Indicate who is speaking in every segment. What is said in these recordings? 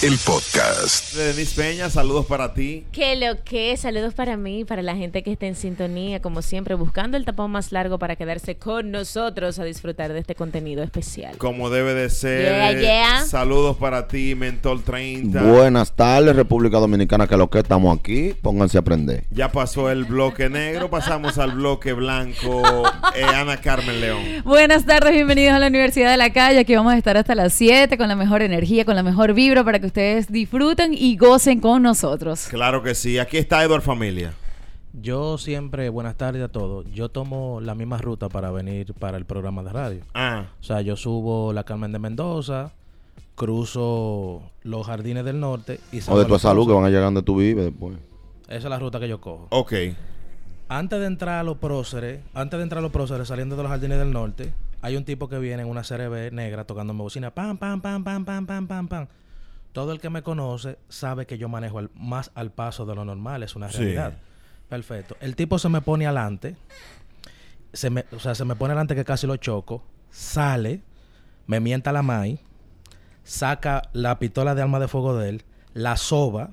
Speaker 1: El podcast.
Speaker 2: De Denise Peña, saludos para ti.
Speaker 3: Que lo que es, saludos para mí, para la gente que está en sintonía, como siempre, buscando el tapón más largo para quedarse con nosotros a disfrutar de este contenido especial.
Speaker 2: Como debe de ser.
Speaker 3: Yeah, yeah.
Speaker 2: Saludos para ti, Mentor 30.
Speaker 4: Buenas tardes, República Dominicana, que lo que estamos aquí, pónganse a aprender.
Speaker 2: Ya pasó el bloque negro, pasamos al bloque blanco. Eh, Ana Carmen León.
Speaker 5: Buenas tardes, bienvenidos a la Universidad de la Calle. Aquí vamos a estar hasta las 7 con la mejor energía, con la mejor vibra para que ustedes disfruten y gocen con nosotros.
Speaker 2: Claro que sí. Aquí está Eduard Familia.
Speaker 6: Yo siempre, buenas tardes a todos, yo tomo la misma ruta para venir para el programa de radio.
Speaker 2: Ah,
Speaker 6: O sea, yo subo la Carmen de Mendoza, cruzo los jardines del norte y
Speaker 4: O de tu
Speaker 6: los
Speaker 4: salud,
Speaker 6: Procesos.
Speaker 4: que van a llegar donde tú vives después.
Speaker 6: Esa es la ruta que yo cojo.
Speaker 2: ok.
Speaker 6: Antes de entrar a los próceres, antes de entrar a los próceres saliendo de los jardines del norte, hay un tipo que viene en una CRB negra tocándome bocina. Pam, pam, pam, pam, pam, pam, pam, pam. Todo el que me conoce sabe que yo manejo al- más al paso de lo normal, es una
Speaker 2: Sí.
Speaker 6: realidad. Perfecto. El tipo se me pone adelante, se me, o sea, se me pone adelante que casi lo choco, sale, me mienta la maíz, saca la pistola de arma de fuego de él, la soba,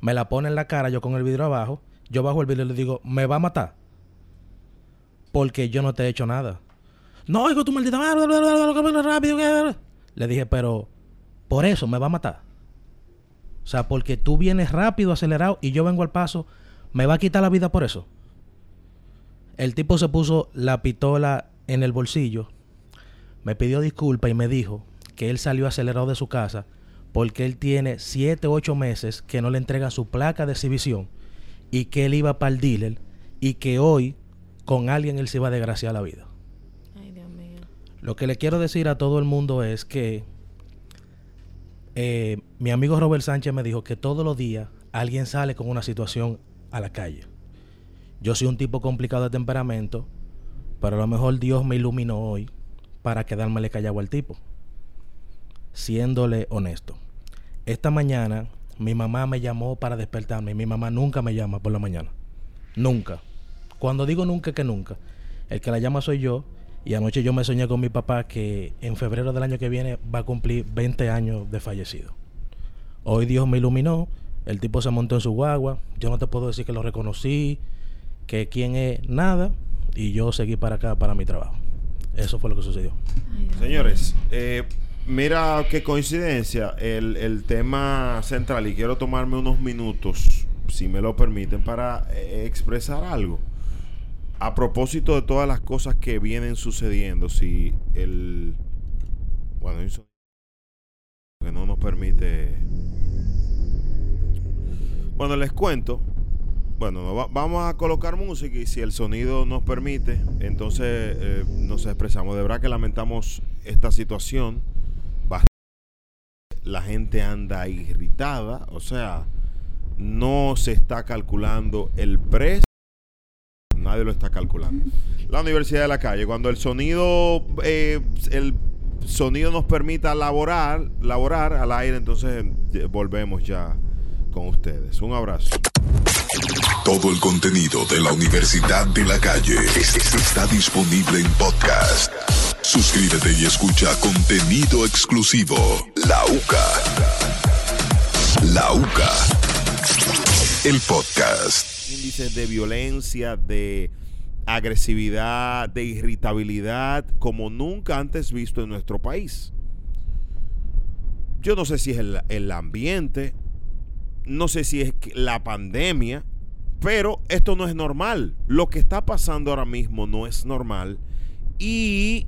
Speaker 6: me la pone en la cara, yo con el vidrio abajo, yo bajo el vidrio y le digo, me va a matar. Porque yo no te he hecho nada. No, oigo tu maldita madre, bla, bla, bla, bla, bla, rápido. bla, bla, bla". Le dije, pero por eso me va a matar. O sea, porque tú vienes rápido, acelerado, y yo vengo al paso, me va a quitar la vida por eso. El tipo se puso la pistola en el bolsillo, me pidió disculpa y me dijo que él salió acelerado de su casa porque él tiene 7 o 8 meses que no le entregan su placa de exhibición y que él iba para el dealer y que hoy con alguien él se iba a desgraciar la vida.
Speaker 3: Ay, Dios mío.
Speaker 6: Lo que le quiero decir a todo el mundo es que eh, mi amigo Robert Sánchez me dijo que todos los días alguien sale con una situación a la calle. Yo soy un tipo complicado de temperamento, pero a lo mejor Dios me iluminó hoy para quedármele callado al tipo. Siéndole honesto. Esta mañana mi mamá me llamó para despertarme. y Mi mamá nunca me llama por la mañana. Nunca. Cuando digo nunca, que nunca. El que la llama soy yo. Y anoche yo me soñé con mi papá que en febrero del año que viene va a cumplir 20 años de fallecido. Hoy Dios me iluminó. El tipo se montó en su guagua. Yo no te puedo decir que lo reconocí, que quién es, nada. Y yo seguí para acá, para mi trabajo. Eso fue lo que sucedió.
Speaker 2: Señores, eh, mira qué coincidencia el, el tema central y quiero tomarme unos minutos, si me lo permiten, para eh, expresar algo. A propósito de todas las cosas que vienen sucediendo, si el... Bueno, hay un sonido que no nos permite... Bueno, les cuento. Bueno, no, va- vamos a colocar música y si el sonido nos permite, entonces eh, nos expresamos. De verdad que lamentamos esta situación. Bast- La gente anda irritada, o sea, no se está calculando el precio. Nadie lo está calculando. La Universidad de la Calle, cuando el sonido, eh, el sonido nos permita laborar, laborar al aire, entonces eh, volvemos ya con ustedes. Un abrazo.
Speaker 1: Todo el contenido de la Universidad de la Calle es- es- está disponible en podcast. Suscríbete y escucha contenido exclusivo. La UCA. La UCA. El podcast.
Speaker 2: índices de violencia, de agresividad, de irritabilidad, como nunca antes visto en nuestro país. Yo no sé si es el, el ambiente, no sé si es que- la pandemia, pero esto no es normal. Lo que está pasando ahora mismo no es normal y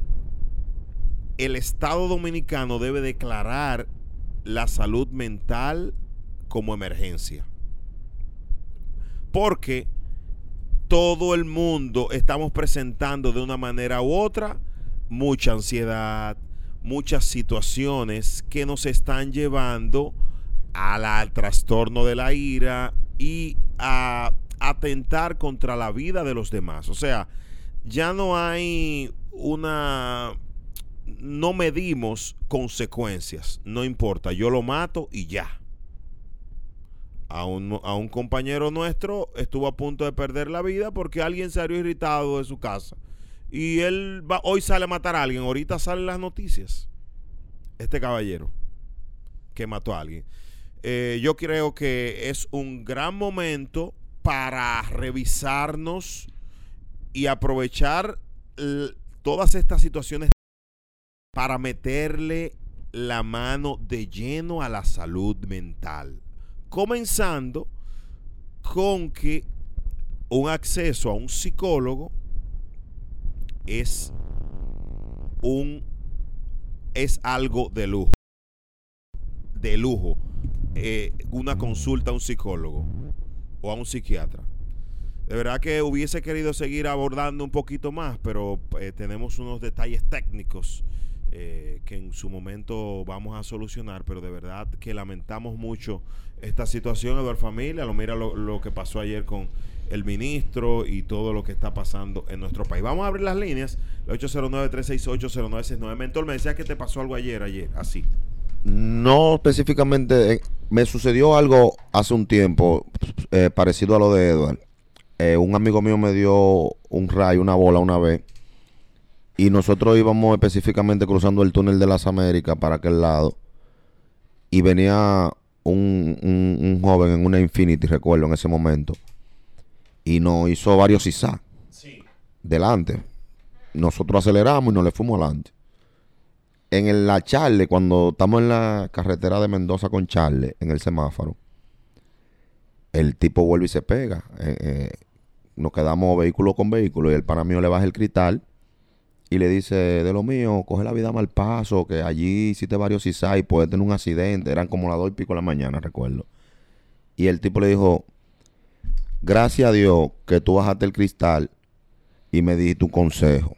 Speaker 2: el Estado dominicano debe declarar la salud mental como emergencia porque todo el mundo estamos presentando de una manera u otra mucha ansiedad, muchas situaciones que nos están llevando a la- al trastorno de la ira y a atentar contra la vida de los demás. O sea, ya no hay una... No medimos consecuencias, no importa, yo lo mato y ya a un, a un compañero nuestro estuvo a punto de perder la vida porque alguien salió irritado de su casa. Y él va, hoy sale a matar a alguien, ahorita salen las noticias. Este caballero que mató a alguien. Eh, yo creo que es un gran momento para revisarnos y aprovechar l- todas estas situaciones para meterle la mano de lleno a la salud mental. Comenzando con que un acceso a un psicólogo es un es algo de lujo. De lujo. eh, una consulta a un psicólogo o a un psiquiatra. De verdad que hubiese querido seguir abordando un poquito más, pero eh, tenemos unos detalles técnicos eh, que en su momento vamos a solucionar, pero de verdad que lamentamos mucho esta situación, Eduardo Familia. Lo mira lo, lo que pasó ayer con el ministro y todo lo que está pasando en nuestro país. Vamos a abrir las líneas, la 809-368-0969. Mentor, me decías que te pasó algo ayer, ayer, así.
Speaker 4: No específicamente, eh, me sucedió algo hace un tiempo eh, parecido a lo de Edward. Eh, un amigo mío me dio un rayo, una bola una vez, y nosotros íbamos específicamente cruzando el túnel de las Américas para aquel lado, y venía un, un- un joven en una Infinity, recuerdo, en ese momento, y nos hizo varios isá delante. Nosotros aceleramos y nos le fuimos adelante en el- la Charle, cuando estamos en la carretera de Mendoza con Charle, en el semáforo, el tipo vuelve y se pega. Eh, eh, nos quedamos vehículo con vehículo y el pana mío le baja el cristal y le dice, de lo mío, coge la vida mal paso, que allí hiciste varios y puedes tener un accidente. Eran como las dos y pico de la mañana, recuerdo. Y el tipo le dijo, gracias a Dios que tú bajaste el cristal y me di tu consejo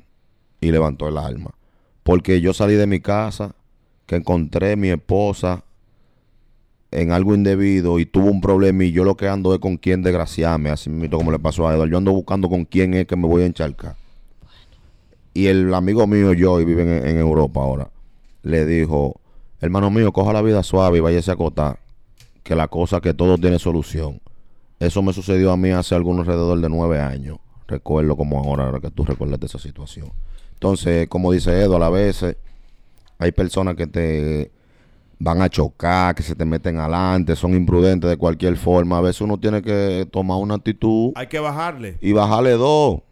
Speaker 4: y levantó el alma. Porque yo salí de mi casa, que encontré a mi esposa en algo indebido y tuvo un problema y yo lo que ando es con quién desgraciarme, así mismo como le pasó a Eduardo. Yo ando buscando con quién es que me voy a encharcar. Y el amigo mío, yo, y vive en, en Europa ahora, le dijo, hermano mío, coja la vida suave y váyase a acotar, que la cosa que todo tiene solución. Eso me sucedió a mí hace algún alrededor de nueve años. Recuerdo como ahora, ahora que tú recuerdas de esa situación. Entonces, como dice Edo, a veces hay personas que te van a chocar, que se te meten adelante, son imprudentes de cualquier forma. A veces uno tiene que tomar una actitud
Speaker 2: Hay que bajarle.
Speaker 4: y bajarle dos.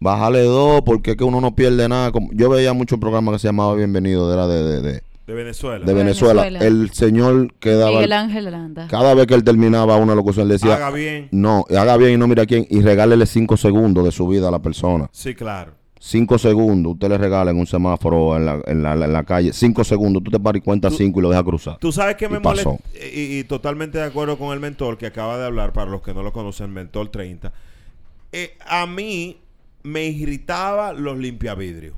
Speaker 4: Bajarle dos, porque es que uno no pierde nada. Como- Yo veía mucho programa que se llamaba Bienvenido, era de, de, de-
Speaker 2: De Venezuela.
Speaker 4: de Venezuela.
Speaker 5: Venezuela.
Speaker 4: El señor que daba...
Speaker 5: Miguel Ángel Aranda.
Speaker 4: Cada vez que él terminaba una locución, le decía...
Speaker 2: Haga bien.
Speaker 4: No, haga bien y no mira a quién. Y regálele cinco segundos de su vida a la persona.
Speaker 2: Sí, claro.
Speaker 4: Cinco segundos. Usted le regala en un semáforo en la, en la, en la calle. Cinco segundos. Tú te paras y cuenta cinco y lo dejas cruzar.
Speaker 2: Tú sabes que
Speaker 4: Y
Speaker 2: me
Speaker 4: pasó.
Speaker 2: molesta. Y, y totalmente de acuerdo con el mentor que acaba de hablar, para los que no lo conocen, Mentor 30. Eh, a mí me irritaba los limpiavidrios.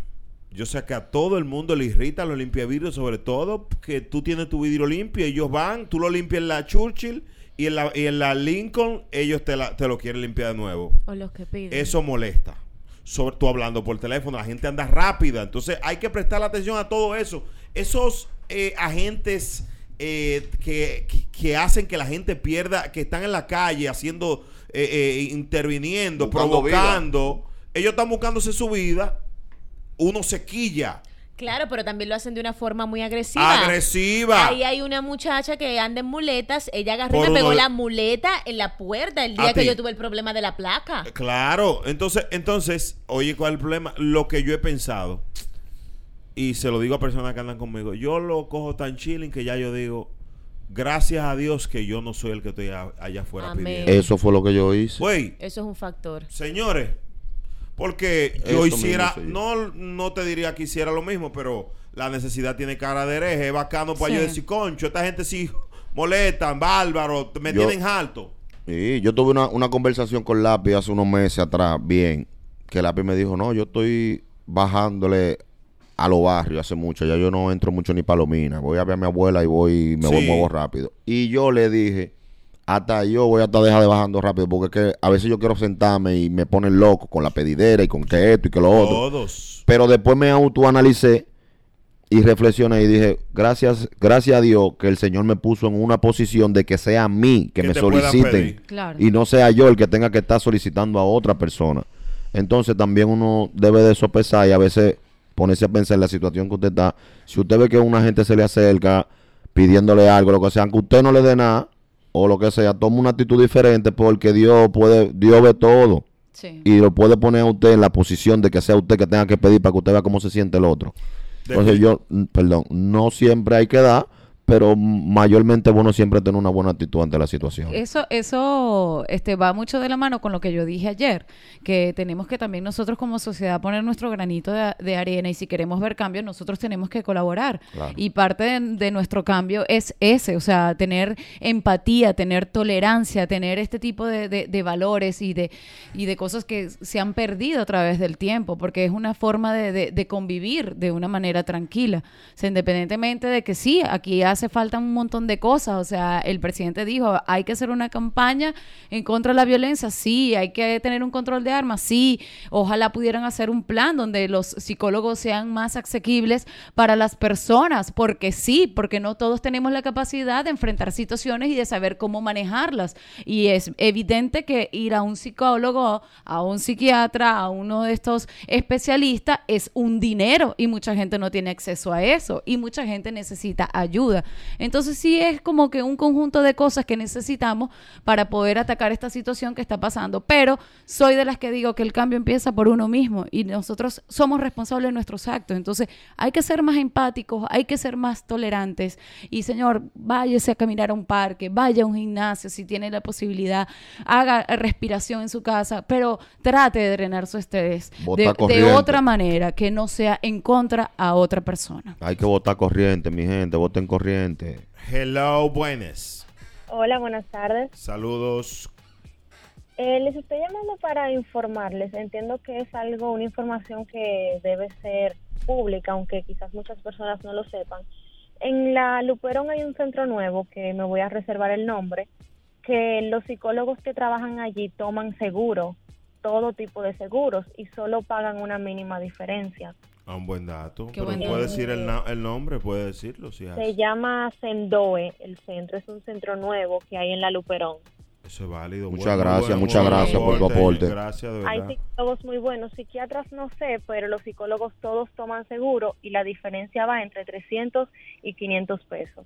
Speaker 2: Yo sé que a todo el mundo le irritan los limpiavidrios, sobre todo que tú tienes tu vidrio limpio, ellos van, tú lo limpias en la Churchill y en la, y en la Lincoln, ellos te, la- te lo quieren limpiar de nuevo.
Speaker 3: O los que piden.
Speaker 2: Eso molesta. Sobre tú hablando por teléfono, la gente anda rápida. Entonces hay que prestar atención a todo eso. Esos eh, agentes eh, que, que- que hacen que la gente pierda, que están en la calle haciendo, eh, eh, interviniendo,
Speaker 4: Buscando vida.
Speaker 2: provocando. Ellos están buscándose su vida. Uno se quilla.
Speaker 3: Claro, pero también lo hacen de una forma muy agresiva.
Speaker 2: Agresiva.
Speaker 3: Ahí hay una muchacha que anda en muletas. Ella agarró y
Speaker 2: Por
Speaker 3: me pegó
Speaker 2: uno-
Speaker 3: la muleta en la puerta el
Speaker 2: A
Speaker 3: día que
Speaker 2: ti.
Speaker 3: yo tuve el problema de la placa.
Speaker 2: Claro, entonces, entonces, oye, ¿cuál es el problema? Lo que yo he pensado, y se lo digo a personas que andan conmigo, yo lo cojo tan chilling que ya yo digo, gracias a Dios que yo no soy el que estoy a- allá afuera
Speaker 3: Amén.
Speaker 2: pidiendo.
Speaker 4: Eso fue lo que yo hice.
Speaker 2: Güey,
Speaker 3: Eso es un factor.
Speaker 2: señores, porque
Speaker 4: Eso
Speaker 2: yo
Speaker 4: mismo
Speaker 2: hiciera,
Speaker 4: soy yo.
Speaker 2: no, no te diría que hiciera lo mismo, pero la necesidad tiene cara de hereje, es bacano para
Speaker 5: Sí.
Speaker 2: yo decir, concho, esta gente sí molestan, bárbaro, me
Speaker 4: Yo-
Speaker 2: tienen alto.
Speaker 4: Sí, yo tuve una, una conversación con Lápiz hace unos meses atrás, bien, que Lápiz me dijo, no, yo estoy bajándole a los barrios hace mucho, ya yo no entro mucho ni palomina, voy a ver a mi abuela y voy, me voy,
Speaker 2: Sí.
Speaker 4: muevo rápido. Y yo le dije, hasta yo voy a estar dejar de bajando rápido, porque es que a veces yo quiero sentarme y me ponen loco con la pedidera y con que esto y que lo otro.
Speaker 2: Todos.
Speaker 4: Pero después me autoanalicé y reflexioné y dije, gracias, gracias a Dios que el Señor me puso en una posición de que sea a mí que,
Speaker 2: Que
Speaker 4: me
Speaker 2: te pueda
Speaker 4: soliciten
Speaker 2: pedir.
Speaker 5: Claro.
Speaker 4: y no sea yo el que tenga que estar solicitando a otra persona. Entonces también uno debe de sopesar y a veces ponerse a pensar en la situación que usted está. Si usted ve que una gente se le acerca pidiéndole algo, lo que sea, aunque usted no le dé nada o lo que sea, toma una actitud diferente porque Dios puede, Dios ve todo
Speaker 5: Sí.
Speaker 4: y lo puede poner a usted en la posición de que sea usted que tenga que pedir para que usted vea cómo se siente el otro. Entonces yo, mm, perdón, no siempre hay que dar, pero mayormente es bueno siempre tener una buena actitud ante la situación.
Speaker 5: Eso, eso este, va mucho de la mano con lo que yo dije ayer, que tenemos que también nosotros como sociedad poner nuestro granito de, de arena y si queremos ver cambios, nosotros tenemos que colaborar.
Speaker 4: Claro.
Speaker 5: Y parte de, de nuestro cambio es ese, o sea, tener empatía, tener tolerancia, tener este tipo de, de- de valores y de, y de cosas que se han perdido a través del tiempo, porque es una forma de, de- de convivir de una manera tranquila. O sea, independientemente de que sí, aquí hace falta un montón de cosas, o sea, el presidente dijo, hay que hacer una campaña en contra de la violencia, sí, hay que tener un control de armas, sí, ojalá pudieran hacer un plan donde los psicólogos sean más asequibles para las personas, porque sí, porque no todos tenemos la capacidad de enfrentar situaciones y de saber cómo manejarlas. Y es evidente que ir a un psicólogo, a un psiquiatra, a uno de estos especialistas es un dinero y mucha gente no tiene acceso a eso y mucha gente necesita ayuda. Entonces sí es como que un conjunto de cosas que necesitamos para poder atacar esta situación que está pasando, pero soy de las que digo que el cambio empieza por uno mismo y nosotros somos responsables de nuestros actos. Entonces hay que ser más empáticos, hay que ser más tolerantes. Y señor, váyase a caminar a un parque, vaya a un gimnasio si tiene la posibilidad, haga respiración en su casa, pero trate de drenar su estrés
Speaker 4: Bota
Speaker 5: de, de
Speaker 4: corriente.
Speaker 5: otra manera que no sea en contra a otra persona.
Speaker 4: Hay que votar corriente, mi gente, voten corriente.
Speaker 2: Hello, buenas.
Speaker 7: Hola, buenas tardes.
Speaker 2: Saludos.
Speaker 7: Eh, les estoy llamando para informarles. Entiendo que es algo, una información que debe ser pública, aunque quizás muchas personas no lo sepan. En la Luperón hay un centro nuevo, que me voy a reservar el nombre, que los psicólogos que trabajan allí toman seguro, todo tipo de seguros, y solo pagan una mínima diferencia.
Speaker 2: Ah, un buen dato.
Speaker 5: Qué
Speaker 2: Pero
Speaker 5: buen
Speaker 2: puede
Speaker 5: dato.
Speaker 2: decir el, na- el nombre, puede decirlo. ah, Si
Speaker 7: Se
Speaker 2: hace.
Speaker 7: llama Sendoe, el centro. Es un centro nuevo que hay en la Luperón.
Speaker 2: Eso es válido.
Speaker 4: Muchas gracias, muchas
Speaker 5: gracias por tu
Speaker 4: aporte.
Speaker 2: Gracias, de
Speaker 7: Hay
Speaker 2: verdad.
Speaker 7: psicólogos muy buenos, psiquiatras no sé, pero los psicólogos todos toman seguro y la diferencia va entre 300 y 500 pesos.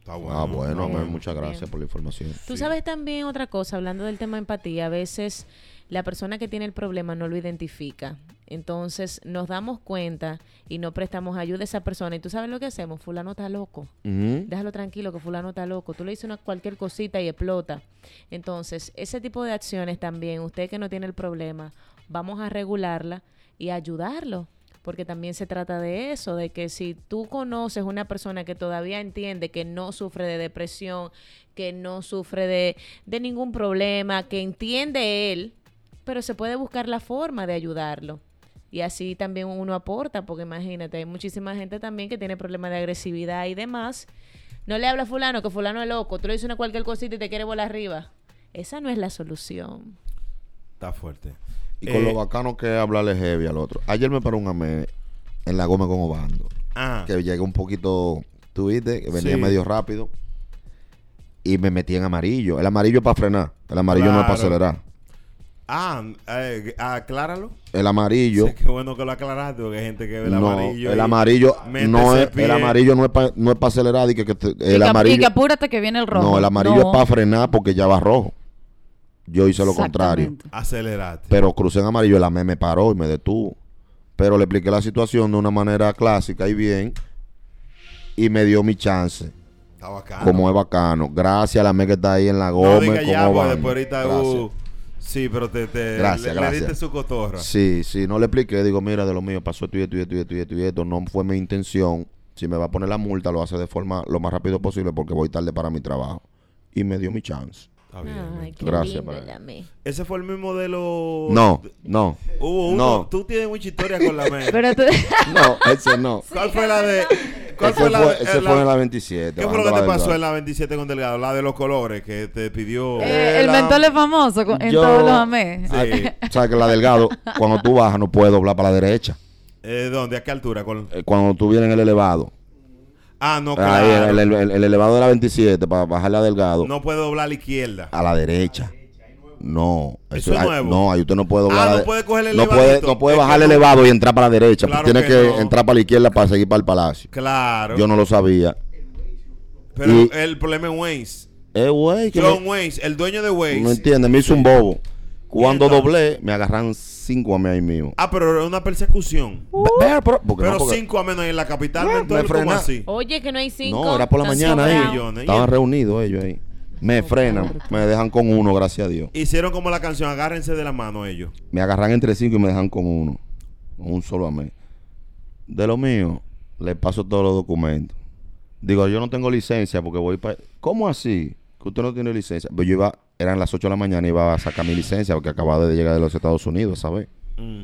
Speaker 2: Está
Speaker 4: ah, bueno,
Speaker 2: está
Speaker 4: amén,
Speaker 3: bueno.
Speaker 4: muchas gracias
Speaker 3: Bien.
Speaker 4: por la información.
Speaker 2: Sí.
Speaker 3: Tú sabes también otra cosa, hablando del tema empatía, a veces la persona que tiene el problema no lo identifica. Entonces nos damos cuenta y no prestamos ayuda a esa persona. Y tú sabes lo que hacemos, fulano está loco.
Speaker 4: Ujú.
Speaker 3: Déjalo tranquilo, que fulano está loco. Tú le dices una cualquier cosita y explota. Entonces, ese tipo de acciones también, usted que no tiene el problema, vamos a regularla y ayudarlo. Porque también se trata de eso, de que si tú conoces una persona que todavía entiende que no sufre de depresión, que no sufre de, de ningún problema, que entiende él, pero se puede buscar la forma de ayudarlo. Y así también uno aporta, porque imagínate, hay muchísima gente también que tiene problemas de agresividad y demás. No le habla a fulano, que fulano es loco, tú le dices una cualquier cosita y te quiere volar arriba. Esa no es la solución.
Speaker 2: Está fuerte.
Speaker 4: Y con
Speaker 2: Eh,
Speaker 4: lo bacano que es hablarle heavy al otro. Ayer me paró un amén en la goma con Obando.
Speaker 2: Ah,
Speaker 4: que llegué un poquito, tú viste, que venía
Speaker 2: Sí.
Speaker 4: medio rápido. Y me metí en amarillo. El amarillo es para frenar. El amarillo no es para
Speaker 2: Claro.
Speaker 4: acelerar.
Speaker 2: ah eh, acláralo.
Speaker 4: El amarillo.
Speaker 2: Sí, qué bueno que lo aclaraste, porque hay gente que ve el
Speaker 4: no,
Speaker 2: amarillo.
Speaker 4: el
Speaker 2: y
Speaker 4: amarillo
Speaker 2: mete
Speaker 4: no
Speaker 2: ese
Speaker 4: es,
Speaker 2: pie.
Speaker 4: el amarillo no es para no es pa acelerar y que, que te-
Speaker 5: y,
Speaker 4: el
Speaker 5: que, y que
Speaker 4: amarillo
Speaker 5: apúrate que viene el rojo.
Speaker 4: no el amarillo es para frenar porque ya va rojo. Yo hice lo contrario,
Speaker 5: Exactamente.
Speaker 2: Acelerate.
Speaker 4: pero crucé en amarillo, la me, me paró y me detuvo. Pero le expliqué la situación de una manera clásica y bien y me dio mi chance.
Speaker 2: Está bacano.
Speaker 4: Como es bacano. Gracias a la me que está ahí en la
Speaker 2: No
Speaker 4: Gómez.
Speaker 2: diga
Speaker 4: como
Speaker 2: ya, porque
Speaker 4: Obando.
Speaker 2: después ahorita.
Speaker 4: Gracias.
Speaker 2: uh, sí, pero te, te
Speaker 4: Gracias,
Speaker 2: Eh, le, le
Speaker 4: gracias.
Speaker 2: diste su cotorra.
Speaker 4: Sí, sí, no le expliqué. Digo, mira, de lo mío pasó esto y esto y esto y esto y esto y esto. No fue mi intención. Si me va a poner la multa, lo hace de forma lo más rápido posible porque voy tarde para mi trabajo. Y me dio mi chance.
Speaker 2: Está bien.
Speaker 3: Ay, qué
Speaker 4: Gracias,
Speaker 3: lindo
Speaker 4: padre.
Speaker 3: el amén.
Speaker 2: Ese fue el mismo de los.
Speaker 4: No, no,
Speaker 2: Hubo uno.
Speaker 4: no,
Speaker 2: Tú tienes mucha historia con la mente.
Speaker 5: Pero tú-
Speaker 4: no, ese no.
Speaker 2: ¿Cuál fue la de.? ¿Cuál
Speaker 4: ese fue,
Speaker 2: fue la de.? eh,
Speaker 4: ese
Speaker 2: la-
Speaker 4: fue en la 27.
Speaker 2: ¿Qué fue lo
Speaker 4: bajando
Speaker 2: que te
Speaker 4: la
Speaker 2: pasó
Speaker 4: Delgado.
Speaker 2: en la 27 con Delgado? La de los colores que te pidió.
Speaker 5: Eh, el mentol es famoso con- en
Speaker 4: Yo- Ah, eh.
Speaker 5: todos los amés.
Speaker 2: Sí.
Speaker 4: O sea, que la delgado, cuando tú bajas, no puedes doblar para la derecha.
Speaker 2: Eh, ¿Dónde? ¿A qué altura? Con...
Speaker 4: Eh, Cuando tú vienes en el elevado.
Speaker 2: Ah, no,
Speaker 4: Ahí,
Speaker 2: claro.
Speaker 4: el, el- el- el elevado de la 27 para bajarla delgado.
Speaker 2: No puede doblar a la izquierda.
Speaker 4: A la derecha. No,
Speaker 2: Eso es
Speaker 4: ahí-
Speaker 2: nuevo.
Speaker 4: No, ahí usted no puede doblar.
Speaker 2: Ah,
Speaker 4: la
Speaker 2: no
Speaker 4: de-
Speaker 2: puede coger el
Speaker 4: no puede,
Speaker 2: elevadito.
Speaker 4: no puede
Speaker 2: Es
Speaker 4: bajar el
Speaker 2: que no.
Speaker 4: elevado y entrar para la derecha.
Speaker 2: Claro
Speaker 4: tiene
Speaker 2: que
Speaker 4: que,
Speaker 2: no.
Speaker 4: entrar para la izquierda para seguir para el palacio.
Speaker 2: Claro.
Speaker 4: Yo no lo sabía.
Speaker 2: Pero
Speaker 4: y-
Speaker 2: el problema es Waze.
Speaker 4: Eh, güey, que no,
Speaker 2: John Waze, el dueño de Waze.
Speaker 4: no entiende, me hizo un bobo. Cuando
Speaker 2: Mierda.
Speaker 4: doblé, me agarraron cinco a mí ahí mismo.
Speaker 2: Ah, pero era una persecución.
Speaker 4: Ve- ve, pero porque no,
Speaker 2: Pero
Speaker 4: porque-
Speaker 2: cinco a menos en la capital.
Speaker 4: Ah,
Speaker 2: entonces,
Speaker 4: me
Speaker 2: ¿cómo
Speaker 4: frena.
Speaker 2: así?
Speaker 3: Oye, que no hay cinco.
Speaker 4: No, era por la
Speaker 3: tan
Speaker 4: mañana
Speaker 3: sobrado.
Speaker 4: ahí.
Speaker 2: millones.
Speaker 4: Estaban reunidos ellos ahí. Me frenan, me dejan con uno, gracias a Dios.
Speaker 2: Hicieron como la canción, agárrense de la mano ellos.
Speaker 4: Me agarran entre cinco y me dejan con uno. Con un solo a mí. De lo mío, le paso todos los documentos. Digo, yo no tengo licencia porque voy para... ¿Cómo así? Que usted no tiene licencia. Pero yo iba, eran las 8 de la mañana y iba a sacar mi licencia porque acababa de llegar de los Estados Unidos, ¿sabes?
Speaker 2: Mm.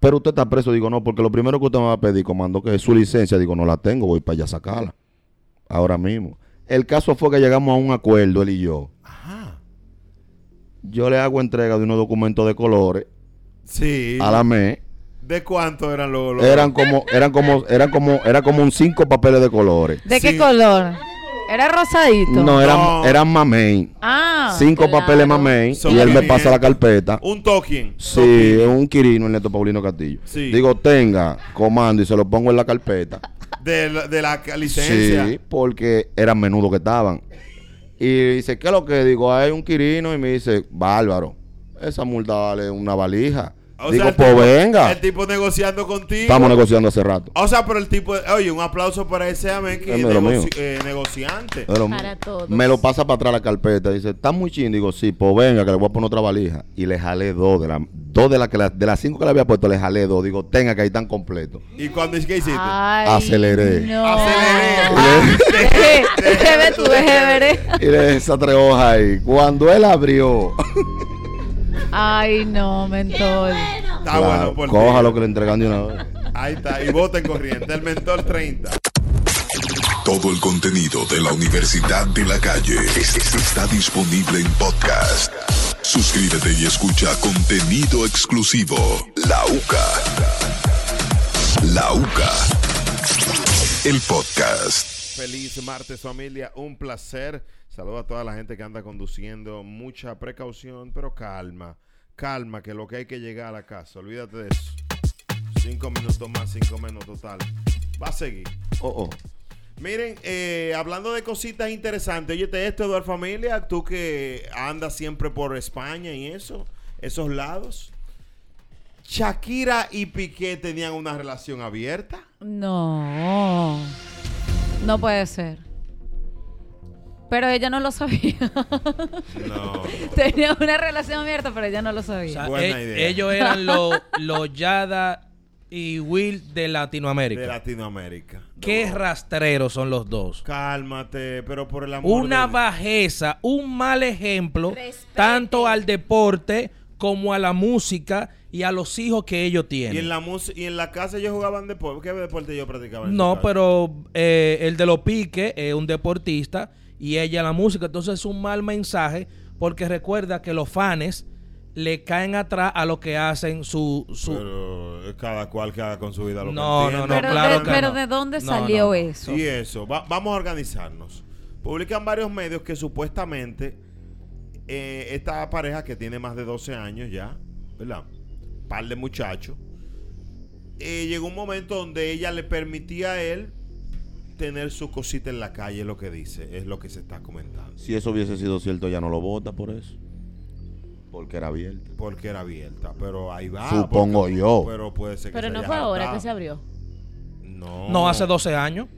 Speaker 4: Pero usted está preso. Digo, no, porque lo primero que usted me va a pedir, comando, que es su licencia. Digo, no la tengo, voy para allá a sacarla. Ahora mismo. El caso fue que llegamos a un acuerdo, él y yo.
Speaker 2: Ajá.
Speaker 4: Yo le hago entrega de unos documentos de colores
Speaker 2: Sí.
Speaker 4: a la MES.
Speaker 2: ¿De cuánto eran los.? los-
Speaker 4: Eran como, eran como, eran como, era como un cinco papeles de colores.
Speaker 5: ¿De
Speaker 2: Sí.
Speaker 5: qué color? ¿Era rosadito?
Speaker 4: No, eran,
Speaker 2: No.
Speaker 4: eran mamey.
Speaker 5: Ah.
Speaker 4: cinco
Speaker 3: claro.
Speaker 4: papeles mamey.
Speaker 2: Son
Speaker 4: y él me
Speaker 2: bien.
Speaker 4: pasa la carpeta.
Speaker 2: Un token.
Speaker 4: Sí, es un Quirino, Ernesto Paulino Castillo.
Speaker 2: Sí.
Speaker 4: Digo, tenga, comando y se lo pongo en la carpeta.
Speaker 2: De la, de la ca- licencia.
Speaker 4: Sí, porque eran menudo que estaban. Y dice, ¿qué es lo que? Digo, "Ah, hay un Quirino. Y me dice, bárbaro, esa multa vale una valija.
Speaker 2: O
Speaker 4: Digo,
Speaker 2: sea, el
Speaker 4: pues
Speaker 2: tipo-
Speaker 4: venga.
Speaker 2: El tipo negociando contigo.
Speaker 4: Estamos negociando hace rato.
Speaker 2: O sea, pero el tipo. Oye, un aplauso para ese amén que
Speaker 4: Es
Speaker 2: es
Speaker 4: lo mío.
Speaker 2: negoci- eh, negociante.
Speaker 4: Pero
Speaker 3: Para todos.
Speaker 4: Me lo pasa para atrás la carpeta. Dice, está muy ching. Digo, sí, pues venga, que le voy a poner otra valija. Y le jalé dos de las dos de, la que la- de las cinco que le había puesto, le jalé dos. Digo, tenga que ahí están completos.
Speaker 2: ¿Y cuando es que hiciste?
Speaker 5: Ay,
Speaker 4: Aceleré.
Speaker 5: No.
Speaker 2: Ah, Aceleré.
Speaker 4: Ah,
Speaker 5: Dejé, dejé ver tú, dejé ver.
Speaker 4: Y le dejé esas tres hojas ahí. Cuando él abrió,
Speaker 5: Ay, no, mentor.
Speaker 2: Está
Speaker 4: claro,
Speaker 2: bueno por ti.
Speaker 4: coja lo que le entregan de una vez.
Speaker 2: Ahí está. Y voten corriente. El mentor 30.
Speaker 1: Todo el contenido de la Universidad de la Calle es- es- está disponible en podcast. Suscríbete y escucha contenido exclusivo. La UCA. La UCA. El podcast.
Speaker 2: Feliz martes familia, un placer. Saludo a toda la gente que anda conduciendo. Mucha precaución, pero calma. Calma, que lo que hay que llegar a la casa. Olvídate de eso. Cinco minutos más, cinco menos total. Va a seguir.
Speaker 4: Oh, oh.
Speaker 2: Miren, eh, hablando de cositas interesantes, oye, esto, Eduardo Familia, tú que andas siempre por España y eso, esos lados. Shakira y Piqué tenían una relación abierta.
Speaker 5: No. No puede ser. Pero ella no lo sabía.
Speaker 2: No.
Speaker 5: Tenía una relación abierta, pero ella no lo sabía.
Speaker 6: O sea,
Speaker 2: Buena
Speaker 6: e-
Speaker 2: idea.
Speaker 6: Ellos eran los los Yada y Will de Latinoamérica.
Speaker 2: De Latinoamérica.
Speaker 6: Qué
Speaker 2: No.
Speaker 6: rastreros son los dos.
Speaker 2: Cálmate, pero por el amor.
Speaker 6: Una
Speaker 2: de-
Speaker 6: bajeza, un mal ejemplo,
Speaker 3: Respeten.
Speaker 6: tanto al deporte como a la música y a los hijos que ellos
Speaker 2: Y en
Speaker 6: tienen.
Speaker 2: la mus- y en la casa ellos jugaban deporte. ¿Qué deporte yo practicaba? en tu
Speaker 6: No,
Speaker 2: casa?
Speaker 6: pero eh, el de los piques es un deportista y ella la música. Entonces es un mal mensaje porque recuerda que los fans le caen atrás a lo que hacen su... su-
Speaker 2: Pero, eh, cada cual que haga con su vida lo
Speaker 6: No,
Speaker 2: que entienda.
Speaker 6: no,
Speaker 5: pero,
Speaker 6: claro
Speaker 5: de,
Speaker 6: que
Speaker 5: pero
Speaker 6: no.
Speaker 5: ¿de dónde
Speaker 6: No,
Speaker 5: salió
Speaker 6: no, no.
Speaker 5: eso?
Speaker 2: Y eso, va- vamos a organizarnos. Publican varios medios que supuestamente eh, esta pareja que tiene más de 12 años ya, ¿verdad? Par de muchachos. eh, llegó un momento donde ella le permitía a él tener su cosita en la calle, es lo que dice, es lo que se está comentando.
Speaker 4: Si eso hubiese sido cierto, ya no lo vota por eso. Porque era abierta.
Speaker 2: Porque era abierta, pero ahí va.
Speaker 4: Supongo
Speaker 2: porque-
Speaker 4: yo.
Speaker 2: Pero puede ser que
Speaker 3: Pero
Speaker 2: se
Speaker 3: no
Speaker 2: haya
Speaker 3: fue ahora
Speaker 2: adaptado.
Speaker 3: que se abrió.
Speaker 2: No.
Speaker 6: No, hace 12 años.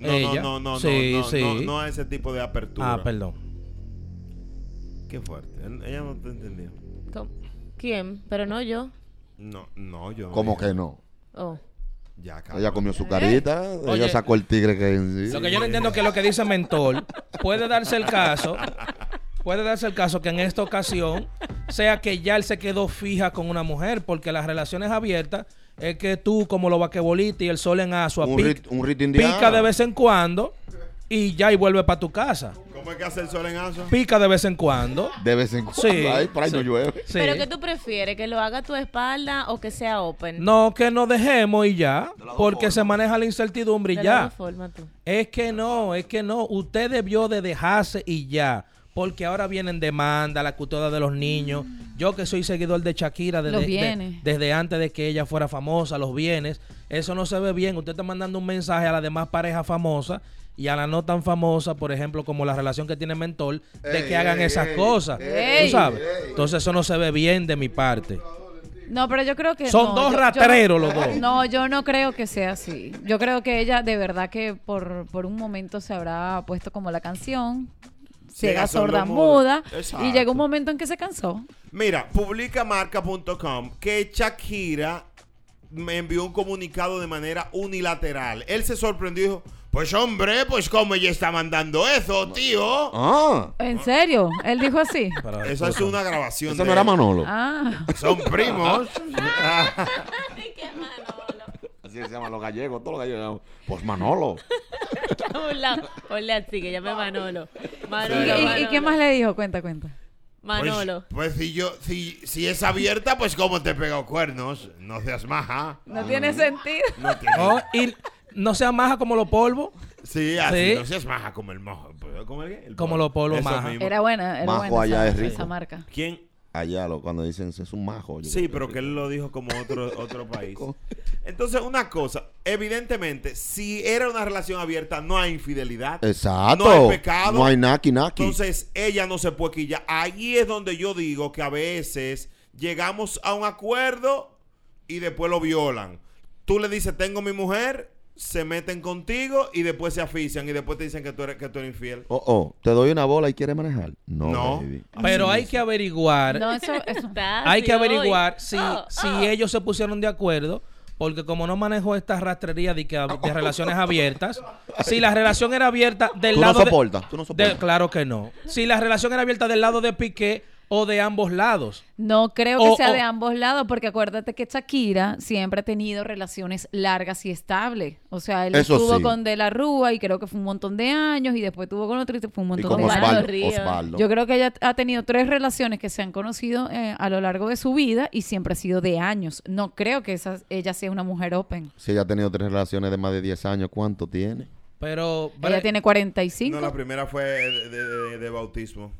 Speaker 2: No,
Speaker 6: ella.
Speaker 2: no, no, no,
Speaker 6: Sí,
Speaker 2: no, no,
Speaker 6: sí.
Speaker 2: no, no a ese tipo de apertura.
Speaker 6: Ah, perdón.
Speaker 2: Qué fuerte. Él- Ella no te entendió.
Speaker 3: ¿Cómo? ¿Quién? Pero no yo.
Speaker 2: No, no, yo no.
Speaker 4: ¿Cómo
Speaker 2: dije-
Speaker 4: que no?
Speaker 3: Oh.
Speaker 2: Ya, calma.
Speaker 4: Ella comió su carita, ella
Speaker 6: Oye.
Speaker 4: sacó el tigre que hay en sí.
Speaker 6: Lo que yo no entiendo es que lo que dice Mentor puede darse el caso, puede darse el caso que en esta ocasión sea que ya él se quedó fija con una mujer, porque las relaciones abiertas es que tú como los vaquebolistas y el sol en asua
Speaker 4: Un
Speaker 6: pic-
Speaker 4: rit- un ritmo indiano.
Speaker 6: pica de vez en cuando y ya y vuelve para tu casa.
Speaker 2: ¿Cómo es que hace el sol en Aso?
Speaker 6: Pica de vez en cuando.
Speaker 4: De vez en cuando.
Speaker 6: Sí,
Speaker 4: Ay, por ahí no
Speaker 6: sí.
Speaker 4: llueve.
Speaker 6: Sí.
Speaker 3: Pero ¿qué tú prefieres? ¿Que lo haga a tu espalda o que sea open?
Speaker 6: No, que nos dejemos y ya,
Speaker 4: las dos
Speaker 6: porque se
Speaker 4: formas.
Speaker 6: maneja la incertidumbre
Speaker 3: De
Speaker 6: y
Speaker 3: la
Speaker 6: ya.
Speaker 3: misma forma, tú.
Speaker 6: Es que no, es que no. Usted debió de dejarse y ya. Porque ahora vienen demandas, la custodia de los niños. Yo que soy seguidor de Shakira desde,
Speaker 5: Mm. Los
Speaker 6: de-
Speaker 5: bienes.
Speaker 6: desde antes de que ella fuera famosa, los bienes. Eso no se ve bien. Usted está mandando un mensaje a las demás parejas famosas y a la no tan famosa, por ejemplo, como la relación que tiene Mentor, de
Speaker 4: Ey,
Speaker 6: que hagan
Speaker 4: ey,
Speaker 6: esas
Speaker 4: ey,
Speaker 6: cosas.
Speaker 5: ey.
Speaker 6: ¿Tú sabes?
Speaker 4: Ey.
Speaker 6: Entonces eso no se ve bien de mi parte.
Speaker 5: No, pero yo creo que.
Speaker 6: Son
Speaker 5: no,
Speaker 6: dos
Speaker 5: yo- yo-
Speaker 6: rateros los dos.
Speaker 5: No, yo no creo que sea así. Yo creo que ella, de verdad, que por, por un momento se habrá puesto como la canción.
Speaker 2: Ciega,
Speaker 5: Ciega, sorda,
Speaker 2: sorda,
Speaker 5: muda.
Speaker 2: muda. Exacto.
Speaker 5: Y llegó un momento en que se cansó.
Speaker 2: Mira, publicamarca.com que Shakira me envió un comunicado de manera unilateral. Él se sorprendió y dijo, pues hombre, pues cómo ella está mandando eso, tío.
Speaker 4: Ah,
Speaker 5: ¿En serio? Él dijo así.
Speaker 6: Para-
Speaker 2: Esa es una grabación.
Speaker 4: ese
Speaker 2: de
Speaker 4: no era
Speaker 2: él.
Speaker 4: Manolo.
Speaker 5: Ah.
Speaker 2: Son primos.
Speaker 4: Así se llaman los gallegos, todos los gallegos. Pues Manolo.
Speaker 3: A un lado. Ponle así, que llame Manolo.
Speaker 5: ¿Y,
Speaker 3: Manolo,
Speaker 5: y- y
Speaker 3: Manolo.
Speaker 5: qué más le dijo? Cuenta, cuenta.
Speaker 3: Manolo.
Speaker 2: Pues, pues si yo, si, si es abierta, pues cómo te pegó cuernos. No seas maja.
Speaker 5: No tiene sentido.
Speaker 2: No tiene-
Speaker 6: No, y no se amaja como los polvos.
Speaker 2: Sí, así
Speaker 6: Sí.
Speaker 2: no seas maja como el mojo. pues, ¿Cómo el qué? El
Speaker 6: Como
Speaker 2: polvo.
Speaker 6: los polvos
Speaker 2: Eso
Speaker 6: maja.
Speaker 2: mismo.
Speaker 5: Era buena, era
Speaker 4: Majo
Speaker 5: buena
Speaker 4: allá
Speaker 5: esa,
Speaker 4: es rico.
Speaker 5: esa marca.
Speaker 2: ¿Quién?
Speaker 4: Allá lo, cuando dicen es un majo. yo
Speaker 2: Sí,
Speaker 4: creo
Speaker 2: pero que él lo dijo como otro, otro país. Entonces, una cosa, evidentemente, si era una relación abierta, no hay infidelidad.
Speaker 4: Exacto.
Speaker 2: No hay pecado.
Speaker 4: No hay naki naki.
Speaker 2: Entonces, ella no se puede quillar. Ahí es donde yo digo que a veces llegamos a un acuerdo y después lo violan. Tú le dices, tengo mi mujer, se meten contigo y después se asfixian y después te dicen que tú eres, que tú eres infiel.
Speaker 4: oh, oh, te doy una bola y quieres manejar. No,
Speaker 2: No. Ah.
Speaker 4: baby.
Speaker 6: Pero hay que averiguar
Speaker 5: No, eso, eso.
Speaker 3: Está
Speaker 6: hay que
Speaker 3: así hoy.
Speaker 6: averiguar si,
Speaker 3: Oh,
Speaker 6: si
Speaker 3: oh.
Speaker 6: ellos se pusieron de acuerdo, porque como no manejó esta rastrería de, que- de relaciones abiertas, si la relación era abierta del
Speaker 4: Tú no
Speaker 6: lado de-
Speaker 4: soportas, tú no
Speaker 6: de-
Speaker 4: soportas.
Speaker 6: claro que no. Si la relación era abierta del lado de Piqué o de ambos lados.
Speaker 5: No creo que
Speaker 6: O-
Speaker 5: sea
Speaker 6: o-
Speaker 5: de ambos lados, porque acuérdate que Shakira siempre ha tenido relaciones largas y estables. O sea, él
Speaker 4: Eso
Speaker 5: estuvo
Speaker 4: sí.
Speaker 5: con De la Rúa y creo que fue un montón de años, y después tuvo con otro y fue
Speaker 4: Y
Speaker 5: un montón
Speaker 4: con
Speaker 5: de años.
Speaker 3: Osvaldo
Speaker 4: Osvaldo.
Speaker 3: Ríos.
Speaker 4: Osvaldo.
Speaker 5: Yo creo que ella ha tenido tres relaciones que se han conocido eh, a lo largo de su vida y siempre ha sido de años. No creo que esa, ella sea una mujer open.
Speaker 4: Si ella ha tenido tres relaciones de más de 10 años, ¿cuánto tiene?
Speaker 6: Pero
Speaker 5: Ella
Speaker 6: vale,
Speaker 5: tiene 45.
Speaker 2: No, la primera fue de, de- de- de bautismo.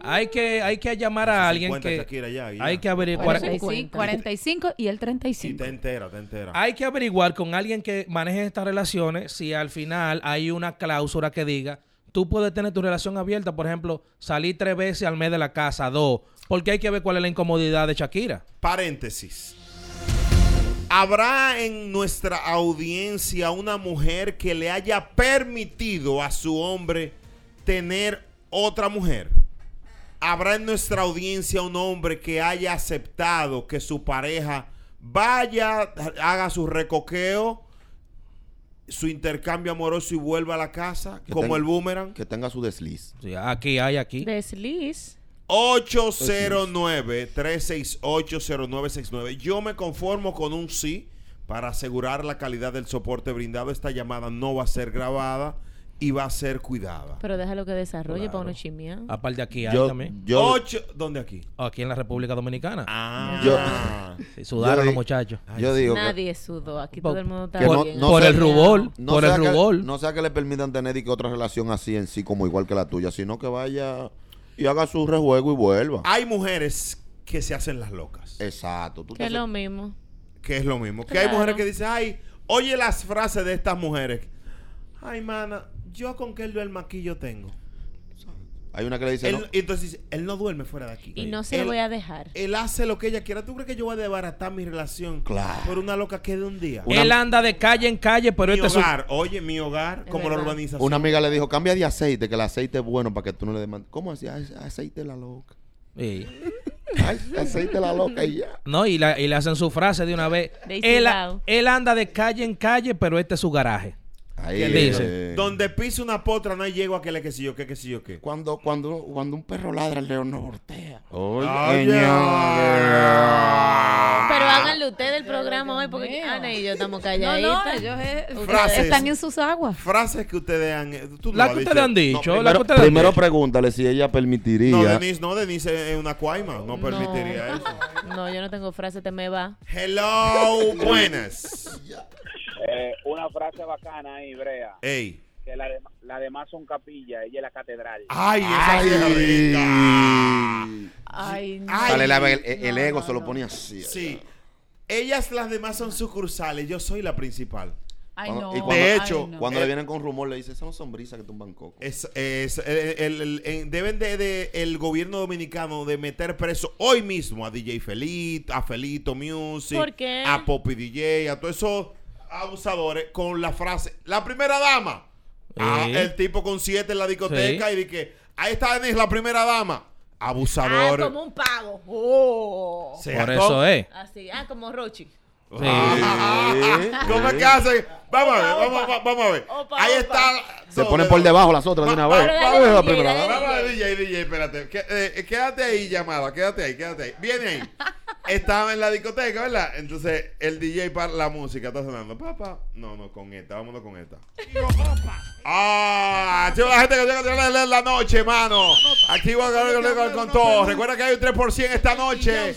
Speaker 6: hay que hay que llamar a alguien
Speaker 2: 50
Speaker 6: que
Speaker 2: Shakira ya, ya.
Speaker 6: hay que averiguar
Speaker 5: 45, 45 y él
Speaker 2: Y te
Speaker 5: 35.
Speaker 2: entera, te entera.
Speaker 6: hay que averiguar con alguien que maneje estas relaciones si al final hay una cláusula que diga tú puedes tener tu relación abierta, por ejemplo, salir tres veces al mes de la casa, dos, porque hay que ver cuál es la incomodidad de Shakira.
Speaker 2: Paréntesis. ¿Habrá en nuestra audiencia una mujer que le haya permitido a su hombre tener otra mujer? ¿Habrá en nuestra audiencia un hombre que haya aceptado que su pareja vaya, haga su recoqueo, su intercambio amoroso y vuelva a la casa
Speaker 4: Que
Speaker 2: como
Speaker 4: tenga-
Speaker 2: el boomerang?
Speaker 4: Que tenga su desliz.
Speaker 6: Sí, aquí hay aquí.
Speaker 3: Desliz.
Speaker 2: 809-368-0969. Yo me conformo con un sí para asegurar la calidad del soporte brindado. Esta llamada no va a ser grabada y va a ser cuidada.
Speaker 3: Pero déjalo que desarrolle
Speaker 6: Claro. Ah,
Speaker 3: para uno chimia.
Speaker 6: Aparte de aquí hay
Speaker 4: Yo,
Speaker 6: también.
Speaker 4: yo,
Speaker 2: Ocho- ¿Dónde aquí?
Speaker 6: Aquí en la República Dominicana.
Speaker 2: Ah.
Speaker 6: Sí, sudaron
Speaker 4: yo-
Speaker 6: los muchachos.
Speaker 4: yo digo que-
Speaker 3: Nadie sudó. Aquí todo el mundo está
Speaker 4: Que no-
Speaker 3: bien.
Speaker 4: no
Speaker 6: por
Speaker 4: sé-
Speaker 6: el rubor.
Speaker 4: no
Speaker 6: por
Speaker 4: sea
Speaker 6: el
Speaker 4: que-
Speaker 6: rubor.
Speaker 4: no sea que le permitan tener y que otra relación así en sí, como igual que la tuya, sino que vaya y haga su rejuego y vuelva.
Speaker 2: Hay mujeres que se hacen las locas.
Speaker 4: Exacto. Tú te
Speaker 3: Que es
Speaker 4: haces-
Speaker 3: lo mismo.
Speaker 2: Que es lo mismo. Que hay
Speaker 3: Claro.
Speaker 2: mujeres que dicen, ay, oye las frases de estas mujeres. Ay, mana, yo con que él el maquillo tengo.
Speaker 4: Hay una que le dice,
Speaker 2: Él-
Speaker 4: no,
Speaker 2: Entonces dice, él no duerme fuera de aquí.
Speaker 3: Y no se lo
Speaker 2: Él-
Speaker 3: voy a dejar.
Speaker 2: Él hace lo que ella quiera. ¿Tú crees que yo voy a desbaratar mi relación
Speaker 4: Claro.
Speaker 2: por una loca que de un día?
Speaker 4: Una-
Speaker 6: Él anda de calle en calle, pero
Speaker 2: mi
Speaker 6: este es su-
Speaker 2: hogar, oye, mi hogar,
Speaker 3: Es
Speaker 2: como la
Speaker 3: verdad.
Speaker 2: urbanización.
Speaker 4: una amiga le dijo, cambia de aceite, que el aceite es bueno para que tú no le demandes. ¿Cómo así? Ay, aceite la loca.
Speaker 6: Sí.
Speaker 4: Ay, aceite la loca y ya.
Speaker 6: No, y, la- y le hacen su frase de una vez.
Speaker 3: De
Speaker 6: Él,
Speaker 3: Isilao.
Speaker 6: él anda de calle en calle, pero este es su garaje.
Speaker 4: Ahí,
Speaker 2: Que
Speaker 6: dice?
Speaker 4: eh,
Speaker 2: Donde pisa una potra no hay yegua que le que si yo, que que si yo, que.
Speaker 8: Cuando, cuando, cuando un perro ladra, el león no voltea.
Speaker 4: Oye,
Speaker 2: Oye.
Speaker 4: señor.
Speaker 3: Pero háganle ustedes el programa hoy porque Ana y yo estamos
Speaker 5: No,
Speaker 3: calladitas.
Speaker 5: no, ellos es-
Speaker 2: Frases.
Speaker 5: están en sus aguas.
Speaker 2: Frases que ustedes han. eh, tú no
Speaker 6: La
Speaker 2: has
Speaker 6: que
Speaker 2: dicho.
Speaker 6: ustedes han
Speaker 4: No,
Speaker 6: dicho, la que
Speaker 4: primero,
Speaker 6: ustedes han
Speaker 4: primero
Speaker 6: dicho.
Speaker 4: pregúntale si ella permitiría.
Speaker 2: No, Denise, no, Denise es una cuaima. No permitiría eso.
Speaker 3: No, yo no tengo frase, te me va.
Speaker 2: Hello, buenas.
Speaker 9: Eh, una frase bacana ahí, Brea,
Speaker 2: Ey.
Speaker 9: que la, de- la demás son capillas, ella es la catedral.
Speaker 2: Ay, esa
Speaker 4: Ay.
Speaker 2: sí es rica.
Speaker 5: Ay, no.
Speaker 2: Ay.
Speaker 4: Dale, la- el, el ego se lo ponía así.
Speaker 2: Sí. Ellas las demás son sucursales, yo soy la principal.
Speaker 5: Ay,
Speaker 4: Cuando-
Speaker 5: no.
Speaker 4: y cuando-
Speaker 2: De
Speaker 5: Ay,
Speaker 2: hecho,
Speaker 5: no.
Speaker 4: Cuando
Speaker 2: Eh.
Speaker 4: le vienen con rumor, le dicen, esas son sombrisas que tumban coco.
Speaker 2: Es, es- el- el- el- el- deben de, de- el gobierno dominicano de meter preso hoy mismo a DJ Felito, a Felito Music,
Speaker 3: ¿Por qué?
Speaker 2: a Poppy DJ, a todos esos abusadores con la frase, la primera dama. Ah,
Speaker 6: Sí.
Speaker 2: el tipo con siete en la discoteca
Speaker 6: Sí.
Speaker 2: y di que ahí está Denise, la primera dama.
Speaker 3: Ah,
Speaker 2: Abusador.
Speaker 3: como un pavo. Oh.
Speaker 2: Se
Speaker 6: Por
Speaker 2: acom-
Speaker 6: eso es.
Speaker 3: Así, ah, como Rochi.
Speaker 6: Sí.
Speaker 2: Ah, ah, ah, ¿Cómo es que hace? Vamos a ver, vamos, vamos, vamos a ver.
Speaker 3: Opa,
Speaker 2: Ahí
Speaker 3: opa.
Speaker 2: está.
Speaker 4: Se
Speaker 2: no,
Speaker 4: ponen
Speaker 2: no,
Speaker 4: por
Speaker 2: no.
Speaker 4: debajo las otras de una
Speaker 2: Va-
Speaker 4: vez.
Speaker 3: ahora
Speaker 4: ¿Cuál
Speaker 3: dale
Speaker 4: es la
Speaker 3: DJ,
Speaker 4: primera
Speaker 3: dale
Speaker 4: dama?
Speaker 2: Vamos a ver, DJ, DJ, espérate. Que- eh, quédate ahí, llamada, quédate ahí, quédate ahí. Viene ahí. Estaba en la discoteca, ¿verdad? Entonces el DJ para la música está sonando. Papá, no, no, con esta, vámonos con esta. Ah, activa la gente que llega a tener la- la noche, mano. Activa con, con, con- con todo. Recuerda que hay un 3% esta noche.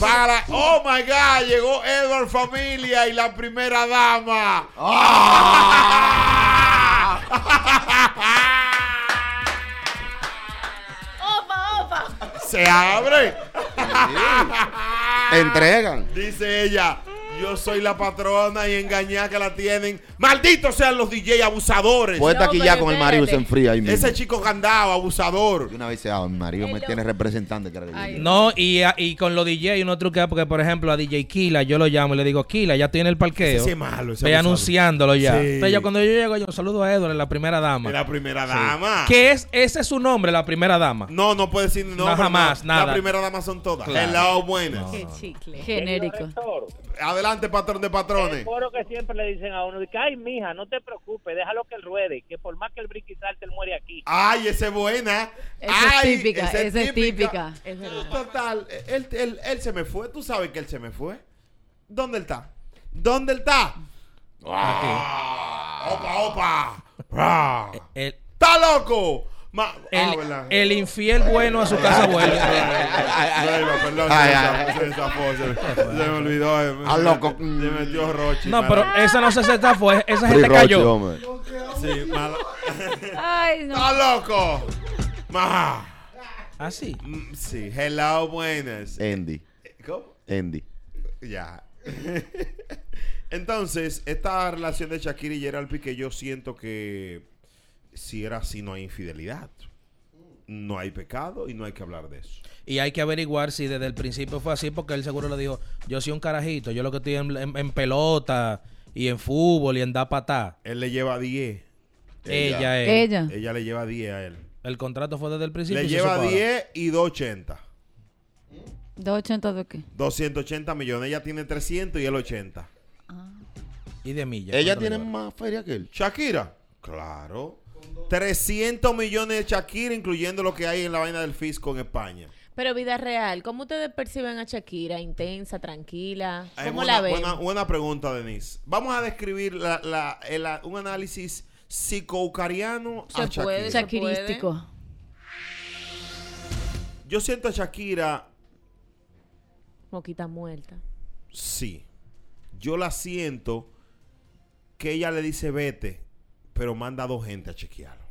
Speaker 2: Para, oh my god, llegó Edward Familia y la primera dama.
Speaker 3: Opa, opa.
Speaker 2: Se abre.
Speaker 4: Entregan.
Speaker 2: Dice ella, yo soy la patrona y engañada que la tienen. Malditos sean los DJ abusadores.
Speaker 4: Puede estar
Speaker 3: No,
Speaker 4: aquí
Speaker 3: pero
Speaker 4: ya con el marido y se
Speaker 3: espérate.
Speaker 4: enfría ahí mismo.
Speaker 2: Ese chico candado, abusador.
Speaker 4: Y una vez dice, ah, mi marido me
Speaker 3: Hello.
Speaker 4: tiene representante. que era que yo-
Speaker 6: No, y, a- y con los DJ uno truquea porque, por ejemplo, a DJ Kila yo lo llamo y le digo, Kila, ya estoy en el parqueo.
Speaker 2: Ese sí es malo, ese
Speaker 6: Ve
Speaker 2: abusador.
Speaker 6: anunciándolo ya.
Speaker 2: Sí.
Speaker 6: Entonces yo cuando yo llego, yo saludo a Edward, la primera dama.
Speaker 2: Es la primera dama.
Speaker 6: ¿Qué es? Ese es su nombre, la primera dama.
Speaker 2: No, no puede decir no. pero
Speaker 6: jamás,
Speaker 2: no. La
Speaker 6: nada.
Speaker 2: primera dama son todas.
Speaker 6: Claro.
Speaker 2: Hello, buenas.
Speaker 3: Qué chicle.
Speaker 5: genérico.
Speaker 9: Rector,
Speaker 2: Adelante, patrón de
Speaker 9: el
Speaker 2: patrones.
Speaker 9: coro que siempre le dicen a uno, de que, ay, mija, no te preocupes, déjalo que él ruede, que por más que el brinque y salte, él muere aquí.
Speaker 2: Ay, ese es buena.
Speaker 5: Esa es
Speaker 2: Ay,
Speaker 5: típica, esa es típica.
Speaker 3: Es verdad.
Speaker 2: Total, él, él- él se me fue. Tú sabes que él se me fue. ¿Dónde él está? ¿Dónde él está? Ah, opa, opa. Ah.
Speaker 6: El,
Speaker 2: ¡Está loco! Ma-
Speaker 6: el-
Speaker 2: ah, ¿verdad?
Speaker 6: el infiel bueno a su casa vuelve.
Speaker 2: Selva, perdón,
Speaker 4: Ay,
Speaker 2: se
Speaker 4: ay,
Speaker 2: me zafó, se me zafó, se me- se me olvidó. eh, me-
Speaker 4: Ah, loco.
Speaker 2: Se metió Rochi.
Speaker 6: No,
Speaker 2: mala-
Speaker 6: pero esa no se acerca, fue, esa
Speaker 4: Free
Speaker 6: gente
Speaker 4: Roche,
Speaker 6: cayó.
Speaker 4: hombre.
Speaker 2: Sí, mala-
Speaker 5: Ay, no.
Speaker 2: ¡Está loco! Ma.
Speaker 6: Así.
Speaker 2: Mm, Sí, hello, buenas.
Speaker 4: Andy.
Speaker 2: Eh, ¿Cómo?
Speaker 4: Andy.
Speaker 2: Ya. Entonces, esta relación de Shakira y Gerald Piqué, yo siento que si era así, no hay infidelidad. No hay pecado y no hay que hablar de eso.
Speaker 6: Y hay que averiguar si desde el principio fue así, porque él seguro le dijo, yo soy un carajito, yo lo que estoy en, en- en pelota y en fútbol y en dar patá.
Speaker 2: Él le lleva 10.
Speaker 6: Ella, es.
Speaker 5: Ella.
Speaker 2: Ella le lleva 10 a él.
Speaker 6: El contrato fue desde el principio.
Speaker 2: Le
Speaker 6: y se
Speaker 2: lleva
Speaker 6: supo ahora.
Speaker 2: 10 y 280.
Speaker 5: ¿De 80 de qué?
Speaker 2: 280 millones. Ella tiene 300 y él 80.
Speaker 6: Y de millas.
Speaker 4: Ella
Speaker 6: ¿cuánto le
Speaker 4: tiene
Speaker 6: vale?
Speaker 4: más feria que él.
Speaker 2: Shakira. Claro. 300 millones de Shakira, incluyendo lo que hay en la vaina del fisco en España.
Speaker 3: Pero vida real, ¿cómo ustedes perciben a Shakira? Intensa, tranquila.
Speaker 2: Eh,
Speaker 3: ¿Cómo
Speaker 2: buena,
Speaker 3: la ven?
Speaker 2: buena- buena pregunta, Denise. Vamos a describir la- la- el- la- un análisis psicoucariano a
Speaker 3: Se puede,
Speaker 2: Shakira.
Speaker 5: Shakirístico.
Speaker 2: Yo siento a Shakira,
Speaker 3: Moquita muerta.
Speaker 2: sí. Yo la siento que ella le dice vete, pero manda dos gente a chequearlo.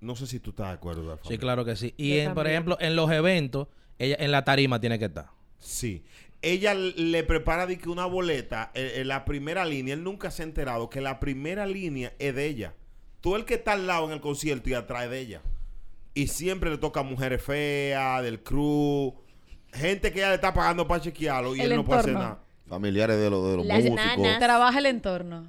Speaker 2: No sé si tú estás de acuerdo, Rafa.
Speaker 6: Sí, claro que sí.
Speaker 3: Yo
Speaker 6: Y en, por
Speaker 3: también.
Speaker 6: ejemplo, en los eventos, ella en la tarima tiene que estar.
Speaker 2: Sí. Ella l- le prepara de que una boleta, eh, eh, la primera línea, él nunca se ha enterado que la primera línea es de ella. Tú el que está al lado en el concierto y atrás de ella. Y siempre le toca a mujeres feas, del crew, gente que ella le está pagando para chequearlo y
Speaker 5: El
Speaker 2: él no puede hacer
Speaker 5: entorno.
Speaker 2: nada.
Speaker 4: Familiares de, los de los
Speaker 3: Las
Speaker 4: músicos.
Speaker 3: nanas.
Speaker 5: Trabaja el entorno.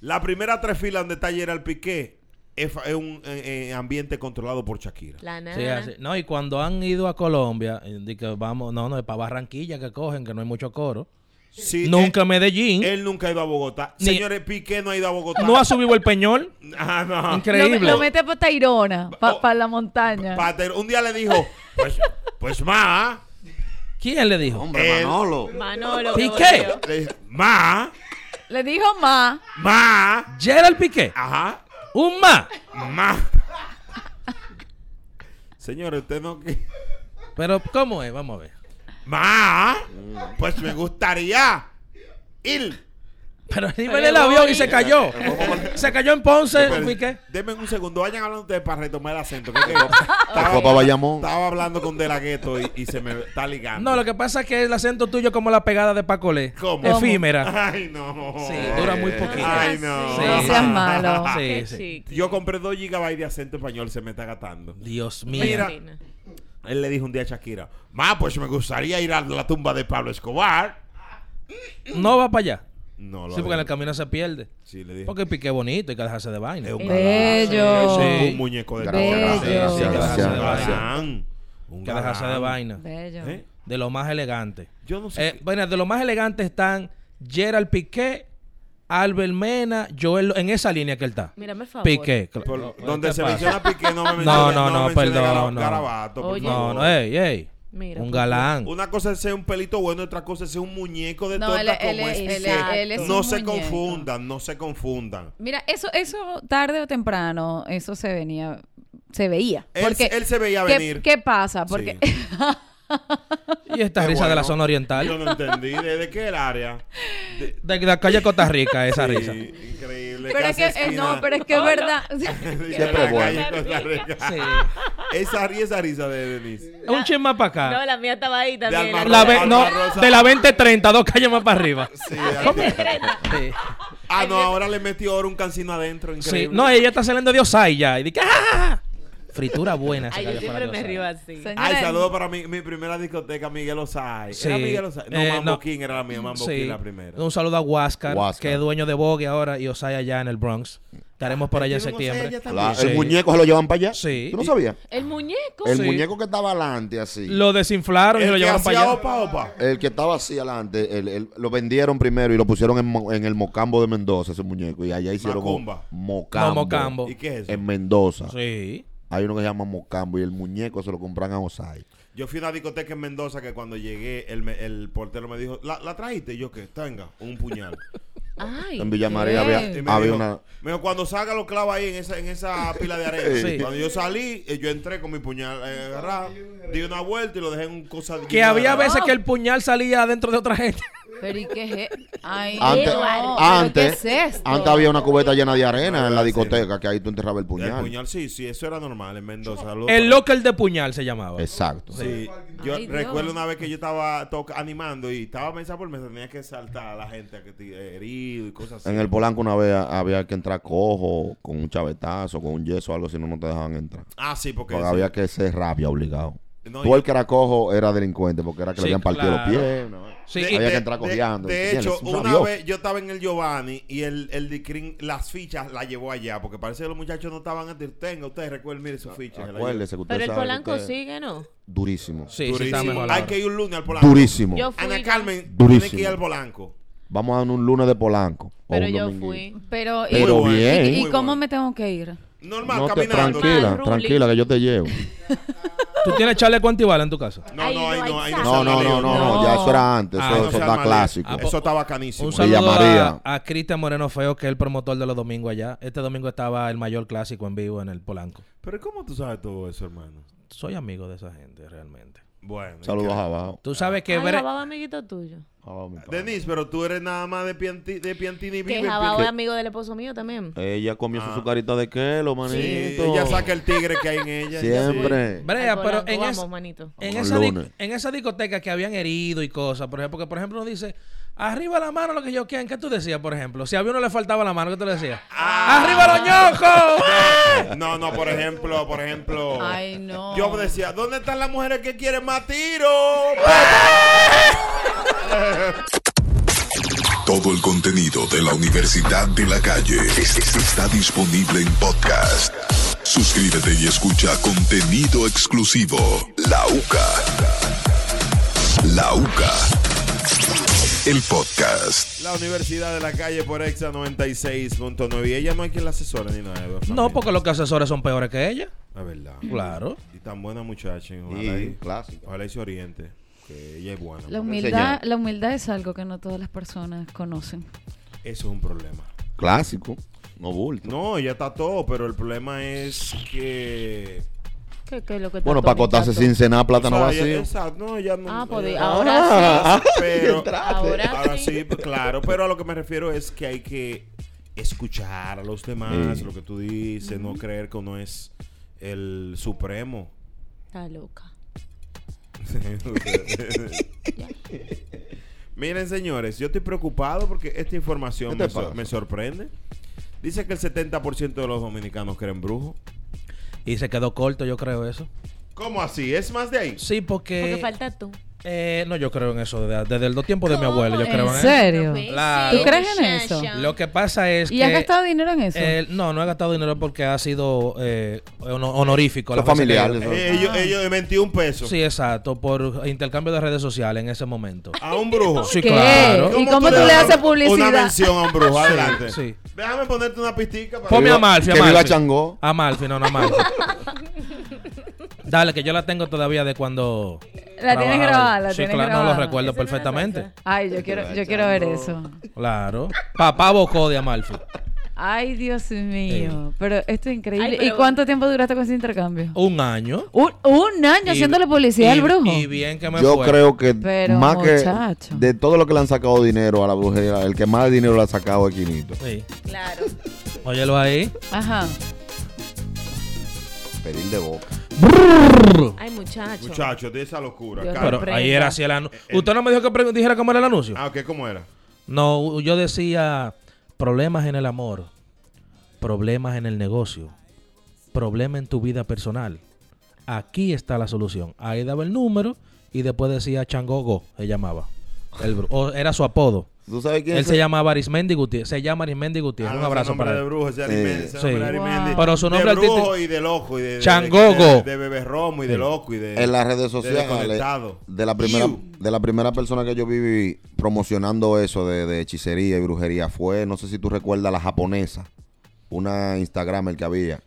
Speaker 2: La primera tres filas donde está Gerald Piqué es, fa- es un eh, eh, ambiente controlado por Shakira.
Speaker 3: La nana.
Speaker 6: Sí, así. No, y cuando han ido a Colombia, eh, di que vamos, no, no, es para Barranquilla que cogen, que no hay mucho coro.
Speaker 2: Sí,
Speaker 6: Nunca
Speaker 2: él,
Speaker 6: Medellín.
Speaker 2: él nunca ha ido a Bogotá.
Speaker 6: Ni-
Speaker 2: Señores, Piqué no ha ido a Bogotá.
Speaker 6: No ha subido el peñol.
Speaker 2: Ah, no.
Speaker 6: Increíble.
Speaker 5: Lo, lo mete para Tairona, para
Speaker 2: Oh.
Speaker 5: la montaña.
Speaker 2: Pater- un día le dijo, pues, pues más,
Speaker 6: ¿Quién le dijo?
Speaker 8: Hombre,
Speaker 2: El-
Speaker 8: Manolo.
Speaker 3: Manolo.
Speaker 6: ¿Y
Speaker 3: qué
Speaker 6: qué?
Speaker 3: bonito.
Speaker 2: le dijo, más,
Speaker 5: Le dijo más.
Speaker 2: más,
Speaker 6: Gerald Piqué.
Speaker 2: ajá,
Speaker 6: Un más.
Speaker 2: más. Señores, usted no que-
Speaker 6: Pero, ¿cómo es? Vamos a ver.
Speaker 2: más, pues me gustaría ir.
Speaker 6: Pero él iba en el avión y se cayó. Se cayó en Ponce,
Speaker 2: Pero,
Speaker 6: Piqué.
Speaker 2: Denme un segundo, vayan hablando ustedes para retomar el acento. que es que
Speaker 4: fue para Bayamón.
Speaker 2: estaba hablando con De La Ghetto y, y se me está ligando.
Speaker 6: No, lo que pasa es que el acento tuyo es como la pegada de Pacolé.
Speaker 2: ¿Cómo?
Speaker 6: Efímera.
Speaker 2: Ay, no.
Speaker 6: Sí, dura muy poquito.
Speaker 2: Ay, no.
Speaker 6: Sí.
Speaker 5: No seas malo.
Speaker 6: Sí,
Speaker 3: Qué
Speaker 6: sí.
Speaker 3: chiqui.
Speaker 2: Yo compré 2 gigabytes de acento español, se me está gastando.
Speaker 6: Dios mío.
Speaker 2: Mira.
Speaker 3: Imagina.
Speaker 2: Él le dijo un día a Shakira, ma, pues me gustaría ir a la tumba de Pablo Escobar.
Speaker 6: No va para allá.
Speaker 2: No, lo
Speaker 6: Sí, porque en el
Speaker 2: dijo.
Speaker 6: camino se pierde.
Speaker 2: Sí, le dijo.
Speaker 6: Porque Piqué es bonito, hay que dejarse de vaina.
Speaker 2: Es un galán.
Speaker 5: Bello.
Speaker 2: Es
Speaker 6: Sí.
Speaker 2: Un muñeco de
Speaker 4: Gracias,
Speaker 2: galán.
Speaker 5: gracias,
Speaker 2: Sí,
Speaker 6: gracias,
Speaker 2: Un
Speaker 6: gracias.
Speaker 2: galán. Un
Speaker 6: Hay que dejarse de
Speaker 2: galán.
Speaker 6: vaina.
Speaker 5: Bello.
Speaker 2: ¿Eh?
Speaker 6: De lo más elegante.
Speaker 2: Yo no sé.
Speaker 6: Eh,
Speaker 2: qué-
Speaker 6: bueno, de los más elegantes están Gerald Piqué, Albert Mena, Joel, en esa línea que él está.
Speaker 3: Mírame el favor.
Speaker 6: Piqué. cl-
Speaker 2: por-
Speaker 6: ¿Qué
Speaker 2: donde se
Speaker 6: pasa?
Speaker 2: menciona a Piqué no me menciona.
Speaker 6: No, no, no,
Speaker 2: mencione
Speaker 6: perdón,
Speaker 2: Gala-
Speaker 6: no.
Speaker 2: Garabato, por
Speaker 3: Oye.
Speaker 6: No,
Speaker 2: favor.
Speaker 6: no, ey, ey.
Speaker 3: Mira,
Speaker 6: un
Speaker 5: pues,
Speaker 3: por
Speaker 6: galán.
Speaker 2: Una cosa es ser un pelito bueno, otra cosa es ser un muñeco de
Speaker 5: No,
Speaker 2: torta
Speaker 5: él- él
Speaker 2: como
Speaker 5: es-
Speaker 2: es
Speaker 5: él-
Speaker 2: Piqué.
Speaker 5: él es un
Speaker 2: no se
Speaker 5: muñeco.
Speaker 2: confundan, no se confundan.
Speaker 5: Mira, eso, eso tarde o temprano, eso se venía, se veía.
Speaker 2: Él-
Speaker 5: Porque,
Speaker 2: él se veía
Speaker 5: ¿qué-
Speaker 2: venir.
Speaker 5: ¿Qué pasa? Porque
Speaker 6: Y esta risa de la
Speaker 2: bueno.
Speaker 6: zona oriental.
Speaker 2: Yo no entendí. ¿De, de qué área? De-
Speaker 6: De la calle Costa Rica, esa
Speaker 2: Sí,
Speaker 6: risa.
Speaker 2: Increíble.
Speaker 5: pero es que,
Speaker 2: casi
Speaker 5: eh, no,
Speaker 2: esquina.
Speaker 5: pero es que es verdad.
Speaker 4: Siempre
Speaker 2: Siempre
Speaker 4: bueno.
Speaker 6: Sí.
Speaker 2: Esa risa, esa risa de Denise.
Speaker 6: Un chin más para acá.
Speaker 3: No, la mía estaba ahí también.
Speaker 2: Alma
Speaker 6: La
Speaker 2: Rosa,
Speaker 6: ve- no,
Speaker 2: Alma Rosa.
Speaker 6: de la 2030, dos calles más para arriba.
Speaker 2: Sí, así.
Speaker 6: Sí.
Speaker 2: ah, no, ahora le metió ahora un cancino adentro.
Speaker 6: Sí.
Speaker 2: Increíble.
Speaker 6: No, ella está saliendo de Osai ya. Y dice, ¡ah! Fritura buena. esa
Speaker 3: Ay, yo
Speaker 6: calle para
Speaker 3: siempre me
Speaker 6: Diosay.
Speaker 3: río así.
Speaker 2: Ay,
Speaker 5: Señores,
Speaker 2: saludo para mi, mi primera discoteca, Miguel Osay.
Speaker 6: Sí.
Speaker 2: Era Miguel Osay. No,
Speaker 6: Eh,
Speaker 2: Mambo
Speaker 6: no.
Speaker 2: King era la mía, Mambo
Speaker 6: Sí.
Speaker 2: King la primera.
Speaker 6: Un saludo a Huáscar,
Speaker 4: Huáscar.
Speaker 6: que es dueño de Vogue ahora y Osai allá en el Bronx. Estaremos por allá en
Speaker 2: ¿Tiene un Osay
Speaker 6: septiembre.
Speaker 2: allá también?
Speaker 4: La-
Speaker 6: Sí.
Speaker 4: El muñeco se lo llevan para allá.
Speaker 6: Sí.
Speaker 4: ¿Tú no sabías?
Speaker 3: El muñeco.
Speaker 4: El
Speaker 6: Sí.
Speaker 4: muñeco que estaba adelante así.
Speaker 6: Lo desinflaron y lo
Speaker 2: El que
Speaker 6: llevaron para
Speaker 2: hacía
Speaker 6: allá.
Speaker 2: opa, opa.
Speaker 4: El que estaba así adelante, el- el- lo vendieron primero y lo pusieron en, Mo- en el Mocambo de Mendoza, ese muñeco. Y allá hicieron
Speaker 2: Macumba.
Speaker 4: Mocambo.
Speaker 6: No, Mocambo.
Speaker 2: ¿Y qué es eso?
Speaker 4: En Mendoza.
Speaker 6: Sí.
Speaker 4: Hay uno que se llama Mocambo y el muñeco se lo compran a Osai.
Speaker 2: Yo fui a una discoteca en Mendoza que cuando llegué, el, me- el portero me dijo, ¿la, la trajiste? Y yo, que Tenga, un puñal.
Speaker 3: Ay.
Speaker 4: En Villa
Speaker 3: qué-
Speaker 4: María
Speaker 2: Y
Speaker 4: había,
Speaker 2: me
Speaker 4: había
Speaker 2: dijo,
Speaker 4: una.
Speaker 2: me dijo, cuando salga los clavos ahí en esa, en esa pila de arena.
Speaker 6: Sí.
Speaker 2: Cuando yo salí, eh, yo entré con mi puñal eh, agarrado, di una vuelta y lo dejé en un cosa.
Speaker 6: Que había veces
Speaker 2: Oh.
Speaker 6: que el puñal salía adentro de otra gente.
Speaker 5: Pero ¿y qué es? e- Ay,
Speaker 4: Antes,
Speaker 5: no, pero
Speaker 4: antes,
Speaker 5: ¿qué es esto?
Speaker 4: antes había una cubeta llena de arena
Speaker 2: No,
Speaker 4: en la
Speaker 2: sí.
Speaker 4: discoteca que ahí tú enterrabas el
Speaker 2: puñal.
Speaker 4: puñal.
Speaker 2: El puñal, sí, sí, eso era normal en Mendoza. Saludos
Speaker 6: El
Speaker 2: para-
Speaker 6: local de puñal se llamaba.
Speaker 4: Exacto.
Speaker 2: Sí, yo
Speaker 5: Ay, Dios.
Speaker 2: recuerdo una vez que yo estaba toca- animando y estaba mesa por mesa, tenía que saltar a la gente que te- herido y cosas así.
Speaker 4: En el Polanco una vez a- había que entrar cojo, con un chavetazo, con un yeso o algo, si no, no te dejaban entrar.
Speaker 2: Ah, sí, porque
Speaker 4: Porque había que ser rabia obligado.
Speaker 2: No,
Speaker 4: Tú
Speaker 2: y-
Speaker 4: el que era cojo era delincuente porque era que
Speaker 6: Sí,
Speaker 4: le habían partido
Speaker 6: claro.
Speaker 4: los pies. ¿no?
Speaker 6: Sí,
Speaker 4: De-
Speaker 6: y-
Speaker 4: había que entrar cojeando,
Speaker 2: De,
Speaker 4: ¿entiendes?
Speaker 2: hecho,
Speaker 4: Es un
Speaker 2: una
Speaker 4: rabioso.
Speaker 2: vez yo estaba en el Giovanni y el, el Dicrin las fichas las llevó allá, porque parece que los muchachos no estaban antes. Tenga, ustedes recuerden, mire sus fichas. se las
Speaker 4: Ah, Acuérdese que usted
Speaker 3: Pero el
Speaker 4: sabe que
Speaker 3: Polanco
Speaker 4: usted-
Speaker 3: sigue, ¿no?
Speaker 4: Durísimo.
Speaker 6: Sí,
Speaker 2: llevó.
Speaker 6: sí, está
Speaker 2: Durísimo.
Speaker 6: mejor
Speaker 2: Hay
Speaker 6: ahora.
Speaker 2: que ir un lunes al Polanco.
Speaker 4: Durísimo.
Speaker 3: Yo fui.
Speaker 2: Ana Carmen,
Speaker 4: Durísimo.
Speaker 2: tiene que ir al Polanco.
Speaker 4: Vamos a un lunes de Polanco. o
Speaker 3: Pero
Speaker 4: un
Speaker 3: yo
Speaker 4: dominguito.
Speaker 3: fui.
Speaker 5: Pero, ¿y,
Speaker 4: Pero
Speaker 5: y-
Speaker 4: bien.
Speaker 5: y
Speaker 2: Muy
Speaker 5: cómo
Speaker 2: bueno.
Speaker 5: me tengo que ir?
Speaker 2: Normal,
Speaker 4: No te,
Speaker 2: caminando.
Speaker 4: tranquila,
Speaker 3: Normal,
Speaker 4: tranquila, que yo te llevo.
Speaker 6: ¿Tú tienes chaleco antibala en tu casa?
Speaker 2: No, no, ahí no, ahí no.
Speaker 4: No,
Speaker 2: se
Speaker 4: no,
Speaker 2: arma
Speaker 4: no, no,
Speaker 2: lío.
Speaker 4: no, ya eso era antes,
Speaker 6: Ah,
Speaker 4: eso,
Speaker 6: no
Speaker 4: eso
Speaker 2: se
Speaker 4: está
Speaker 2: arma lío.
Speaker 4: clásico.
Speaker 2: Ah, Eso estaba canísimo.
Speaker 6: pues, Un
Speaker 4: Villa
Speaker 6: saludo
Speaker 4: María.
Speaker 6: a, a Cristian Moreno Feo, que es el promotor de los domingos allá. Este domingo estaba el mayor clásico en vivo en el Polanco.
Speaker 2: Pero ¿cómo tú sabes todo eso, hermano?
Speaker 6: Soy amigo de esa gente, realmente.
Speaker 2: Bueno.
Speaker 4: Saludos
Speaker 2: increíble.
Speaker 4: abajo.
Speaker 6: Tú sabes que...
Speaker 3: Ay,
Speaker 6: Bre-
Speaker 3: Jababa, amiguito tuyo.
Speaker 4: Abajo, mi padre.
Speaker 2: Denise, pero tú eres nada más de Piantini, de Piantini y vive
Speaker 3: Que
Speaker 2: en
Speaker 3: Jababa
Speaker 2: Piantini.
Speaker 3: es amigo del esposo mío también.
Speaker 4: Ella comió
Speaker 2: Ah.
Speaker 4: su carita de quelo, manito.
Speaker 2: Sí, ella saca el tigre que hay en ella.
Speaker 4: Siempre.
Speaker 6: Brea,
Speaker 3: Al
Speaker 6: pero
Speaker 3: Polanco
Speaker 6: en,
Speaker 3: vamos,
Speaker 6: es-
Speaker 3: manito.
Speaker 6: en
Speaker 4: Vamos
Speaker 6: esa di-
Speaker 4: lunes.
Speaker 6: en esa discoteca que habían herido y cosas, por ejemplo, porque por ejemplo uno dice, arriba la mano lo que yo quieran. ¿Qué tú decías, por ejemplo? Si a uno le faltaba la mano, ¿qué tú le decías? ¡Arriba los ñocos! ¡Ah!
Speaker 2: Ah. No, no, por ejemplo, por ejemplo.
Speaker 5: Ay, no.
Speaker 2: Yo decía, ¿dónde están las mujeres que quieren más tiro?
Speaker 1: Todo el contenido de la Universidad de la Calle es- es- está disponible en podcast. Suscríbete y escucha contenido exclusivo. La UCA. La UCA. el podcast.
Speaker 2: La Universidad de la Calle por Exa 96.9. Y ella no hay quien la asesore ni nada. ¿verdad?
Speaker 6: No, porque los que asesores son peores que ella.
Speaker 2: La verdad.
Speaker 6: Claro.
Speaker 2: Y tan buena muchacha. ¿eh? Ojalá,
Speaker 4: Y
Speaker 2: y,
Speaker 4: clásico.
Speaker 2: ojalá y se oriente. Que ella es buena.
Speaker 5: La
Speaker 2: porque
Speaker 5: humildad,
Speaker 4: Señor.
Speaker 5: la humildad es algo que no todas las personas conocen.
Speaker 2: Eso es un problema.
Speaker 4: Clásico. No bulto.
Speaker 2: No, ella está todo, pero el problema es que.
Speaker 3: ¿Qué- qué es lo que
Speaker 4: Bueno,
Speaker 3: tanto
Speaker 4: para acotarse
Speaker 3: pinchazo?
Speaker 4: sin cenar, plátano
Speaker 2: O sea, ella-
Speaker 4: vacío.
Speaker 2: exacto, no, ella no.
Speaker 3: Ah, pues,
Speaker 2: ella-
Speaker 9: Ah,
Speaker 3: ahora
Speaker 4: ah,
Speaker 3: sí.
Speaker 2: pero-
Speaker 4: Entraste.
Speaker 2: Ahora sí, pues, claro, pero a lo que me refiero es que hay que escuchar a los demás,
Speaker 4: Sí.
Speaker 2: lo que tú dices, no creer que uno es el supremo.
Speaker 3: Está loca.
Speaker 2: Miren, señores, yo estoy preocupado porque esta información
Speaker 4: ¿Qué te
Speaker 2: me, sor-
Speaker 4: pasa?
Speaker 2: me sorprende. Dice que el 70% de los dominicanos creen brujos.
Speaker 6: Y se quedó corto, yo creo eso.
Speaker 2: ¿Cómo así? ¿Es más de ahí?
Speaker 6: Sí, porque.
Speaker 3: Porque falta tú.
Speaker 6: eh, no, yo creo en eso. Desde, desde los tiempos de mi abuelo, yo
Speaker 5: ¿En
Speaker 6: creo en eso.
Speaker 5: serio?
Speaker 6: Claro. ¿Tú
Speaker 5: crees en eso?
Speaker 6: Lo que pasa es
Speaker 5: ¿Y
Speaker 6: que.
Speaker 5: has gastado dinero en eso?
Speaker 6: eh, no, no he gastado dinero porque ha sido eh, hono- honorífico.
Speaker 4: Son
Speaker 6: las veces que-
Speaker 4: familiares.
Speaker 2: Eh,
Speaker 3: Ah.
Speaker 5: Ah.
Speaker 2: ellos, ellos de 21 pesos
Speaker 6: Sí, exacto. Por intercambio de redes sociales en ese momento.
Speaker 2: a un brujo.
Speaker 6: Sí,
Speaker 5: ¿Qué?
Speaker 6: claro.
Speaker 5: ¿Y cómo tú le
Speaker 2: das
Speaker 5: haces
Speaker 2: Una
Speaker 5: publicidad?
Speaker 2: mención a un brujo, adelante.
Speaker 6: sí.
Speaker 2: Déjame ponerte una pistica para
Speaker 6: Ponme
Speaker 4: viva-
Speaker 6: a Malfi, a
Speaker 4: que viva
Speaker 6: Malfi.
Speaker 4: Changó.
Speaker 6: A Malfi, no, no a Malfi. Dale, que yo la tengo todavía de cuando.
Speaker 5: La
Speaker 6: trabajaba.
Speaker 5: tienes grabada, la
Speaker 6: sí,
Speaker 5: tienes
Speaker 6: claro, No
Speaker 5: grabada.
Speaker 6: lo recuerdo perfectamente.
Speaker 5: Ay, yo quiero, yo quiero ver eso.
Speaker 6: Claro. Papá bocó de Amalfi.
Speaker 5: Ay, Dios mío. Pero esto es increíble.
Speaker 3: Ay, pero-
Speaker 5: ¿Y cuánto tiempo duraste con ese intercambio?
Speaker 6: Un año.
Speaker 5: Un, un año haciéndole publicidad
Speaker 6: y-
Speaker 5: al brujo.
Speaker 6: Y bien que me
Speaker 4: Yo
Speaker 6: fue.
Speaker 4: creo que
Speaker 5: Pero,
Speaker 4: más que
Speaker 5: muchacho.
Speaker 4: de todo lo que le han sacado dinero a la brujería, el que más dinero le ha sacado es Quinito.
Speaker 6: Sí.
Speaker 3: Claro.
Speaker 6: Óyelo ahí.
Speaker 5: Ajá.
Speaker 4: Pedir de boca.
Speaker 3: Ay, muchacho.
Speaker 2: Muchachos, de esa locura.
Speaker 3: Dios
Speaker 2: Carlos.
Speaker 6: Pero
Speaker 3: Sorprenda.
Speaker 6: ahí era así el anuncio. ¿Usted no me dijo que pre- dijera cómo era el anuncio?
Speaker 2: Ah, ok, ¿cómo era?
Speaker 6: No, yo decía problemas en el amor, problemas en el negocio, problema en tu vida personal. Aquí está la solución. Ahí daba el número y después decía Changogo, se llamaba. El bru- o era su apodo.
Speaker 4: ¿Tú sabes quién
Speaker 6: Él
Speaker 4: es?
Speaker 6: se llamaba Arismendi Gutiérrez. Se llama Arismendi Gutiérrez. Un abrazo para
Speaker 2: de
Speaker 6: él.
Speaker 2: brujo, Ah, ese
Speaker 4: Sí.
Speaker 2: Arimendi, ese
Speaker 6: Sí.
Speaker 2: nombre de Arimendi.
Speaker 5: Wow.
Speaker 6: Pero su nombre
Speaker 2: de brujo
Speaker 6: artístico-
Speaker 2: y de loco y de, de-
Speaker 6: Changogo.
Speaker 2: de- de- de bebé romo y de loco y de
Speaker 4: en las redes
Speaker 2: de
Speaker 4: sociales
Speaker 2: desconectado.
Speaker 4: de la primera
Speaker 2: Iu.
Speaker 4: de la primera persona que yo viví promocionando eso de, de hechicería y brujería fue no sé si tú recuerdas la japonesa una instagramer que había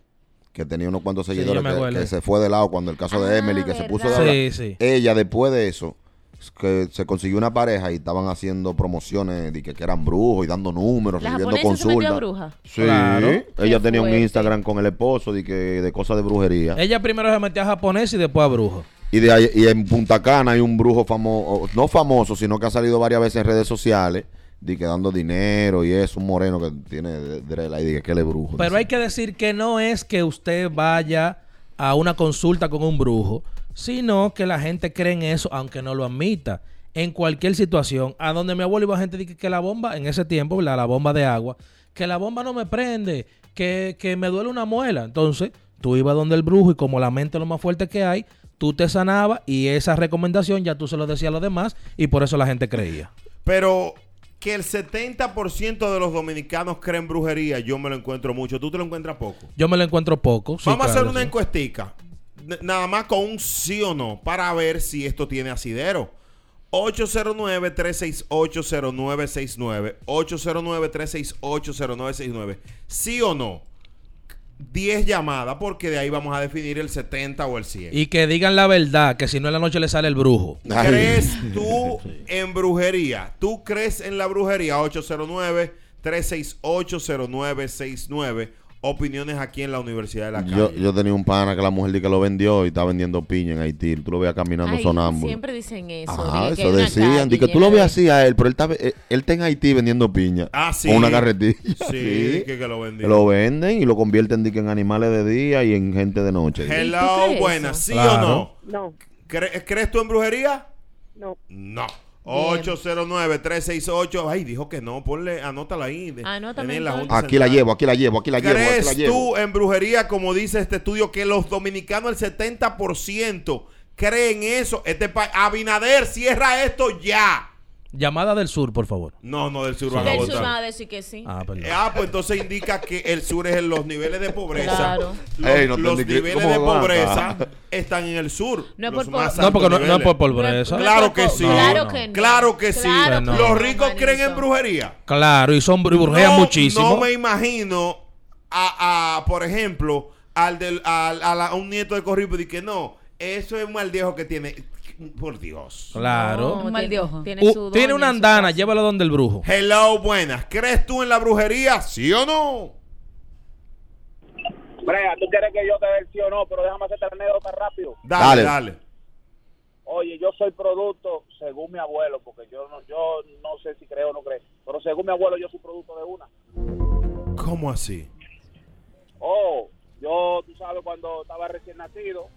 Speaker 4: que tenía unos cuantos
Speaker 6: yo
Speaker 4: seguidores
Speaker 6: me
Speaker 4: que- que,
Speaker 6: acuerdo.
Speaker 4: se fue de lado cuando el caso de
Speaker 3: Ah,
Speaker 4: Emily que se puso de
Speaker 3: ¿verdad?
Speaker 4: hablar.
Speaker 6: Sí, sí.
Speaker 4: ella después de eso s- que se consiguió una pareja y estaban haciendo promociones de que, que eran brujos y dando números
Speaker 3: La
Speaker 4: recibiendo
Speaker 3: japonesa se metió a
Speaker 4: consultas
Speaker 3: bruja.
Speaker 4: sí
Speaker 6: Claro.
Speaker 4: ella
Speaker 3: Qué
Speaker 4: tenía un
Speaker 3: fuerte.
Speaker 4: Instagram con el esposo de que de cosas de brujería
Speaker 6: Ella primero se metió a japonés y después a brujo.
Speaker 4: Y, de ahí- y en Punta Cana hay un brujo famoso, no famoso, sino que ha salido varias veces en redes sociales, di que dando dinero y es un moreno que tiene de- drela y dije que él es brujo.
Speaker 6: Pero
Speaker 4: dice.
Speaker 6: hay que decir que no es que usted vaya a una consulta con un brujo, sino que la gente cree en eso, aunque no lo admita. En cualquier situación, a donde mi abuelo iba, gente dice que la bomba, en ese tiempo, la, la bomba de agua, que la bomba no me prende, que, que me duele una muela. Entonces, tú ibas donde el brujo y como la mente es lo más fuerte que hay, tú te sanabas y esa recomendación ya tú se lo decías a los demás y por eso la gente creía.
Speaker 2: Pero que el 70% de los dominicanos creen brujería, yo me lo encuentro mucho. Tú te lo encuentras poco.
Speaker 6: Yo me lo encuentro poco. sí,
Speaker 2: Vamos a hacer
Speaker 6: claro,
Speaker 2: una
Speaker 6: sí.
Speaker 2: encuestica. N- Nada más con un sí o no para ver si esto tiene asidero. 809-368-0969. 809-368-0969. Sí o no. 10 llamadas porque de ahí vamos a definir el 70 o el 100.
Speaker 6: Y que digan la verdad, que si no en la noche le sale el brujo.
Speaker 4: Ay.
Speaker 2: ¿Crees tú en brujería? ¿Tú crees en la brujería? 809-368-0969. Opiniones aquí en la Universidad de la Calle.
Speaker 4: yo, yo tenía un pana que la mujer di que lo vendió y está vendiendo piña en Haití. Tú lo veías caminando
Speaker 3: Ay,
Speaker 4: sonámbulo.
Speaker 3: Siempre dicen eso.
Speaker 4: Ajá,
Speaker 3: de que
Speaker 4: eso
Speaker 3: hay una
Speaker 4: decían.
Speaker 3: calle
Speaker 4: Di que tú
Speaker 3: llena
Speaker 4: lo
Speaker 3: de-
Speaker 4: veías así a él, pero él está, él, él está en Haití vendiendo piña.
Speaker 2: Ah, sí.
Speaker 4: Con una carretilla.
Speaker 2: Sí, que, que lo vendió.
Speaker 4: Lo venden y lo convierten di que en animales de día y en gente de noche.
Speaker 3: Hey. ¿Y tú
Speaker 2: Hello,
Speaker 3: crees
Speaker 2: buenas,
Speaker 3: eso?
Speaker 2: ¿sí o
Speaker 6: Claro.
Speaker 2: no?
Speaker 7: No,
Speaker 2: ¿Cre- ¿Crees tú en brujería?
Speaker 7: no.
Speaker 2: No.
Speaker 3: Bien.
Speaker 2: 809-368. Ay, dijo que no. Ponle, anótala ahí. de-
Speaker 3: Anótame
Speaker 2: en la
Speaker 3: entonces.
Speaker 2: Junta
Speaker 4: Aquí la
Speaker 2: Central.
Speaker 4: llevo, aquí la llevo, aquí la llevo, aquí la
Speaker 2: ¿Crees
Speaker 4: llevo.
Speaker 2: tú en brujería, como dice este estudio, que los dominicanos, el 70%, creen eso? Este pa- Abinader, cierra esto ya.
Speaker 6: Llamada del sur, por favor.
Speaker 2: No, no, del sur
Speaker 6: Sí.
Speaker 2: van a
Speaker 3: Del sur
Speaker 2: votar.
Speaker 3: van a decir que sí.
Speaker 6: Ah, perdón.
Speaker 2: Eh, Ah, pues entonces indica que el sur es en los niveles de pobreza.
Speaker 3: Claro.
Speaker 2: Los,
Speaker 4: Ey, no te
Speaker 2: los
Speaker 4: indiqué-
Speaker 2: niveles
Speaker 4: ¿cómo
Speaker 2: de
Speaker 4: van a-
Speaker 2: pobreza están en el sur.
Speaker 3: No es
Speaker 2: los
Speaker 3: por
Speaker 2: más
Speaker 3: po-
Speaker 6: no, porque no,
Speaker 2: altos
Speaker 6: no es por
Speaker 2: niveles.
Speaker 6: pobreza.
Speaker 2: Claro. que sí.
Speaker 3: Claro
Speaker 6: No,
Speaker 3: que
Speaker 6: no.
Speaker 3: no.
Speaker 2: Claro que sí.
Speaker 3: Claro
Speaker 6: No.
Speaker 2: Los ricos
Speaker 3: manito.
Speaker 2: creen en brujería.
Speaker 6: Claro, y son y burjean
Speaker 2: no,
Speaker 6: muchísimo.
Speaker 2: No me imagino a, a, por ejemplo, al del, al- a, la- a un nieto de Corripo y que no, eso es un mal viejo que tiene. Por Dios.
Speaker 6: Claro.
Speaker 5: Un mal de ojo.
Speaker 6: Uh,
Speaker 3: su
Speaker 6: tiene
Speaker 3: doña
Speaker 6: una
Speaker 3: en su
Speaker 6: andana,
Speaker 3: casa.
Speaker 6: llévalo donde el brujo.
Speaker 2: Hello, buenas. ¿Crees tú en la brujería? ¿Sí o no?
Speaker 9: Brea, tú quieres que yo te dé el sí o no, pero déjame hacerte la anécdota rápido.
Speaker 2: Dale, dale.
Speaker 4: Dale.
Speaker 9: Oye, yo soy producto, según mi abuelo, porque yo no, yo no sé si creo o no creo, pero según mi abuelo yo soy producto de una.
Speaker 2: ¿Cómo así?
Speaker 9: Oh, yo, tú sabes, cuando estaba recién nacido,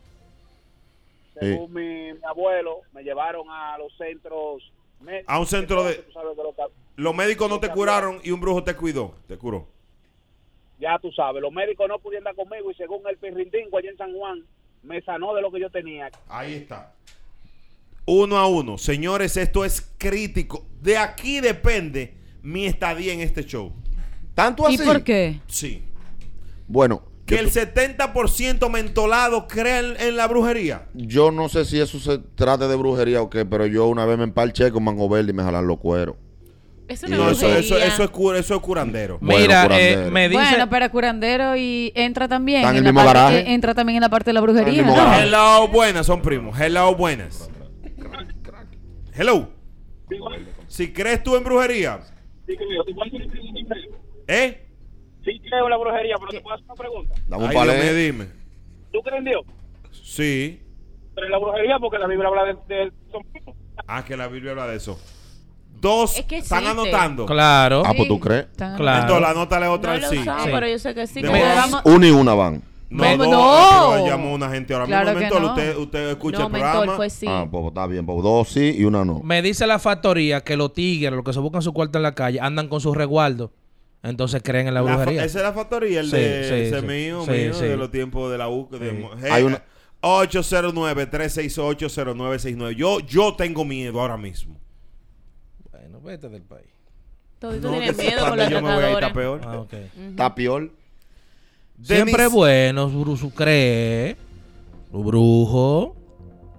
Speaker 9: según mi, mi abuelo, me llevaron a los centros... médicos,
Speaker 2: A un centro de-
Speaker 9: tú sabes, de los ca-
Speaker 2: Los médicos no te curaron y un brujo te cuidó. Te curó.
Speaker 9: ya tú sabes, los médicos no pudieron dar conmigo y según el pirrindingo allá en San Juan, me sanó de lo que yo tenía.
Speaker 2: Ahí está. Uno a uno. Señores, esto es crítico. De aquí depende mi estadía en este show.
Speaker 4: ¿Tanto así?
Speaker 5: ¿Y por qué?
Speaker 2: Sí.
Speaker 4: Bueno,
Speaker 2: Que el 70% mentolado crea en, en la brujería.
Speaker 4: yo no sé si eso se trata de brujería o qué, pero yo una vez me empalché con Mango Verde y me jalan los cueros.
Speaker 3: Es
Speaker 4: No,
Speaker 3: una
Speaker 2: No, eso, eso,
Speaker 3: brujería.
Speaker 2: eso es, cu- eso es curandero.
Speaker 4: Bueno,
Speaker 6: Mira, eh,
Speaker 4: curandero.
Speaker 6: me dice.
Speaker 5: Bueno, pero curandero y entra también.
Speaker 4: Está en el
Speaker 5: la
Speaker 4: mismo
Speaker 5: parte-
Speaker 4: garaje.
Speaker 5: eh, Entra también en la parte de la brujería.
Speaker 4: mismo
Speaker 5: ¿no?
Speaker 4: garaje.
Speaker 2: Hello, buenas, son primos. Hello, buenas. Hello. Si crees tú en brujería, ¿eh?
Speaker 9: Sí creo en la brujería, pero te puedo hacer una pregunta.
Speaker 4: Dame un
Speaker 2: Ay, Dios mío,
Speaker 4: palé.
Speaker 2: dime.
Speaker 9: ¿Tú crees en Dios?
Speaker 2: Sí.
Speaker 9: Pero en la brujería, porque la Biblia habla de... de- son-
Speaker 2: Ah, que la Biblia habla de eso. Dos,
Speaker 3: Es que
Speaker 2: están
Speaker 3: existe.
Speaker 2: anotando.
Speaker 6: Claro.
Speaker 4: Ah, pues tú
Speaker 5: Sí,
Speaker 4: crees.
Speaker 5: están-
Speaker 6: Claro.
Speaker 2: Entonces, la nota la otra
Speaker 3: No
Speaker 2: al
Speaker 3: lo
Speaker 2: sí.
Speaker 3: sabe,
Speaker 6: Sí.
Speaker 3: pero yo sé que sí.
Speaker 2: De
Speaker 3: que le
Speaker 2: verdad.
Speaker 3: damos-
Speaker 4: Una y una van.
Speaker 2: No,
Speaker 6: Me-
Speaker 2: no,
Speaker 5: no.
Speaker 2: pero llamó una gente ahora
Speaker 5: Claro
Speaker 2: mismo.
Speaker 5: que
Speaker 2: Mentol,
Speaker 5: no.
Speaker 2: usted, usted escucha
Speaker 3: no,
Speaker 2: el
Speaker 3: mentor,
Speaker 2: programa.
Speaker 3: fue sí.
Speaker 4: Ah, pues está bien, pues dos sí y una no.
Speaker 6: Me dice la factoría que los tigres, los que se buscan su cuarto en la calle, andan con sus resguardos. Entonces creen en la
Speaker 2: La fa-
Speaker 6: brujería.
Speaker 2: esa es la factoría, el
Speaker 6: Sí,
Speaker 2: de
Speaker 6: sí,
Speaker 2: ese
Speaker 6: sí.
Speaker 2: mío,
Speaker 6: Sí,
Speaker 2: mío,
Speaker 6: sí.
Speaker 2: de los tiempos de la U. de Mo- Hey,
Speaker 4: Hay una-
Speaker 2: 809-368-0969. Yo, yo tengo miedo ahora mismo.
Speaker 6: Bueno, vete Este del país.
Speaker 3: Todito
Speaker 2: No,
Speaker 3: tiene
Speaker 2: que
Speaker 3: miedo
Speaker 2: cuando
Speaker 3: con la
Speaker 2: yo me voy a ir, está
Speaker 3: tratadora.
Speaker 2: peor.
Speaker 6: Ah, ok.
Speaker 4: Está peor.
Speaker 6: Siempre
Speaker 2: Denis-
Speaker 6: bueno, Brusu cree. Tu brujo.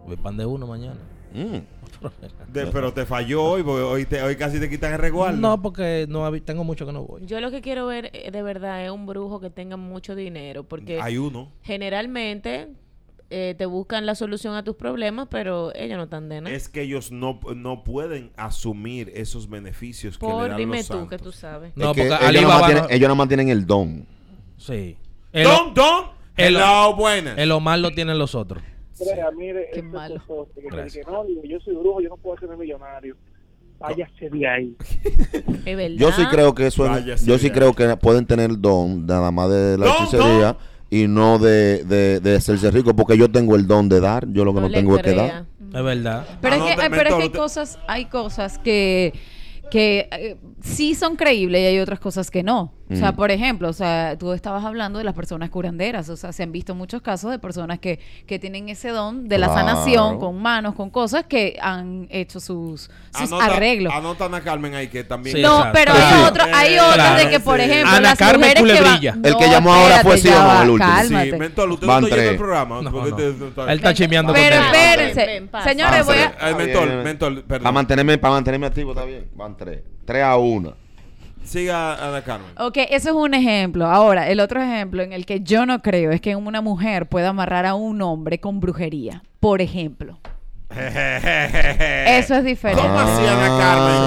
Speaker 6: Voy pan de uno mañana.
Speaker 4: Mm.
Speaker 2: de- pero te falló hoy, porque hoy, te- hoy casi te quitan el resguardo.
Speaker 6: No, porque no hab- tengo mucho que no voy.
Speaker 3: Yo lo que quiero ver eh, de verdad es un brujo que tenga mucho dinero, porque
Speaker 2: Hay uno.
Speaker 3: generalmente eh, te buscan la solución a tus problemas, pero ellos no están de nada.
Speaker 2: Es que ellos no, no pueden asumir esos beneficios que le
Speaker 3: Por
Speaker 2: dan
Speaker 3: dime
Speaker 2: los
Speaker 3: tú, que tú
Speaker 2: santos.
Speaker 3: sabes.
Speaker 6: No,
Speaker 4: Es
Speaker 6: porque
Speaker 4: que ellos, nada más
Speaker 6: Alibaba.
Speaker 4: tienen,
Speaker 6: no-
Speaker 4: ellos nada más tienen el don.
Speaker 6: Sí. El,
Speaker 2: Don, don.
Speaker 6: el-
Speaker 2: Hello, buenas.
Speaker 6: el Omar lo tienen los otros.
Speaker 9: Brea, mire,
Speaker 5: Qué
Speaker 9: este
Speaker 5: malo.
Speaker 9: coso, que- que-
Speaker 6: Gracias.
Speaker 9: que no, digo, yo soy brujo, yo no puedo ser millonario. Váyase de ahí.
Speaker 3: Es verdad.
Speaker 4: Yo sí creo que eso es-
Speaker 2: Vaya
Speaker 4: Yo sí
Speaker 2: sería.
Speaker 4: creo que pueden tener don nada más de la
Speaker 2: Don,
Speaker 4: hechicería y no de, de, de hacerse rico, porque yo tengo el don de dar. Yo lo que no,
Speaker 3: le
Speaker 4: tengo es que
Speaker 3: crea.
Speaker 4: dar.
Speaker 6: Es verdad.
Speaker 5: Mm. Pero,
Speaker 2: Ah,
Speaker 5: es
Speaker 2: no,
Speaker 5: que,
Speaker 2: te-
Speaker 5: ay, pero es
Speaker 2: mentor,
Speaker 5: que hay
Speaker 2: usted-
Speaker 5: cosas, hay cosas que, que eh, sí son creíbles y hay otras cosas que no. O sea,
Speaker 4: Mm.
Speaker 5: por ejemplo, o sea, tú estabas hablando de las personas curanderas. O sea, se han visto muchos casos de personas que, que tienen ese don de la
Speaker 4: Claro.
Speaker 5: sanación con manos, con cosas que han hecho sus, sus
Speaker 2: Anota-
Speaker 5: arreglos.
Speaker 2: Anotan a Carmen ahí que también.
Speaker 6: Sí,
Speaker 5: no,
Speaker 6: exacto.
Speaker 5: pero
Speaker 4: Sí.
Speaker 5: hay, otro- hay
Speaker 2: Eh,
Speaker 5: otras
Speaker 2: claro,
Speaker 5: de que, por
Speaker 2: sí.
Speaker 5: ejemplo,
Speaker 6: Ana
Speaker 5: las
Speaker 6: Carmen
Speaker 5: mujeres que van-
Speaker 6: Culebrilla.
Speaker 4: El que
Speaker 5: No,
Speaker 4: llamó ahora fue
Speaker 5: espérate,
Speaker 4: sí o
Speaker 5: ya
Speaker 4: no,
Speaker 5: va,
Speaker 4: el último.
Speaker 2: Sí,
Speaker 5: cálmate.
Speaker 2: Mentol, usted
Speaker 4: Van
Speaker 2: no está
Speaker 4: tres.
Speaker 2: oyendo el programa.
Speaker 6: No,
Speaker 2: porque este,
Speaker 6: no.
Speaker 2: te- te- te-
Speaker 6: Él está chimeando
Speaker 5: Pero
Speaker 6: con él.
Speaker 5: espérense,
Speaker 3: Ven, ven, pasa.
Speaker 5: señores, voy a...
Speaker 2: Eh,
Speaker 4: Está
Speaker 2: mentor,
Speaker 4: bien.
Speaker 2: mentor, perdón.
Speaker 4: Para mantenerme, para mantenerme activo, está bien. Van tres. Tres a una.
Speaker 2: Siga Ana Carmen.
Speaker 5: Ok, eso es un ejemplo. Ahora, el otro ejemplo en el que yo no creo es que una mujer pueda amarrar a un hombre con brujería, por ejemplo. Eso es diferente.
Speaker 2: ¿Cómo así, Ana
Speaker 4: Ah.
Speaker 2: Carmen?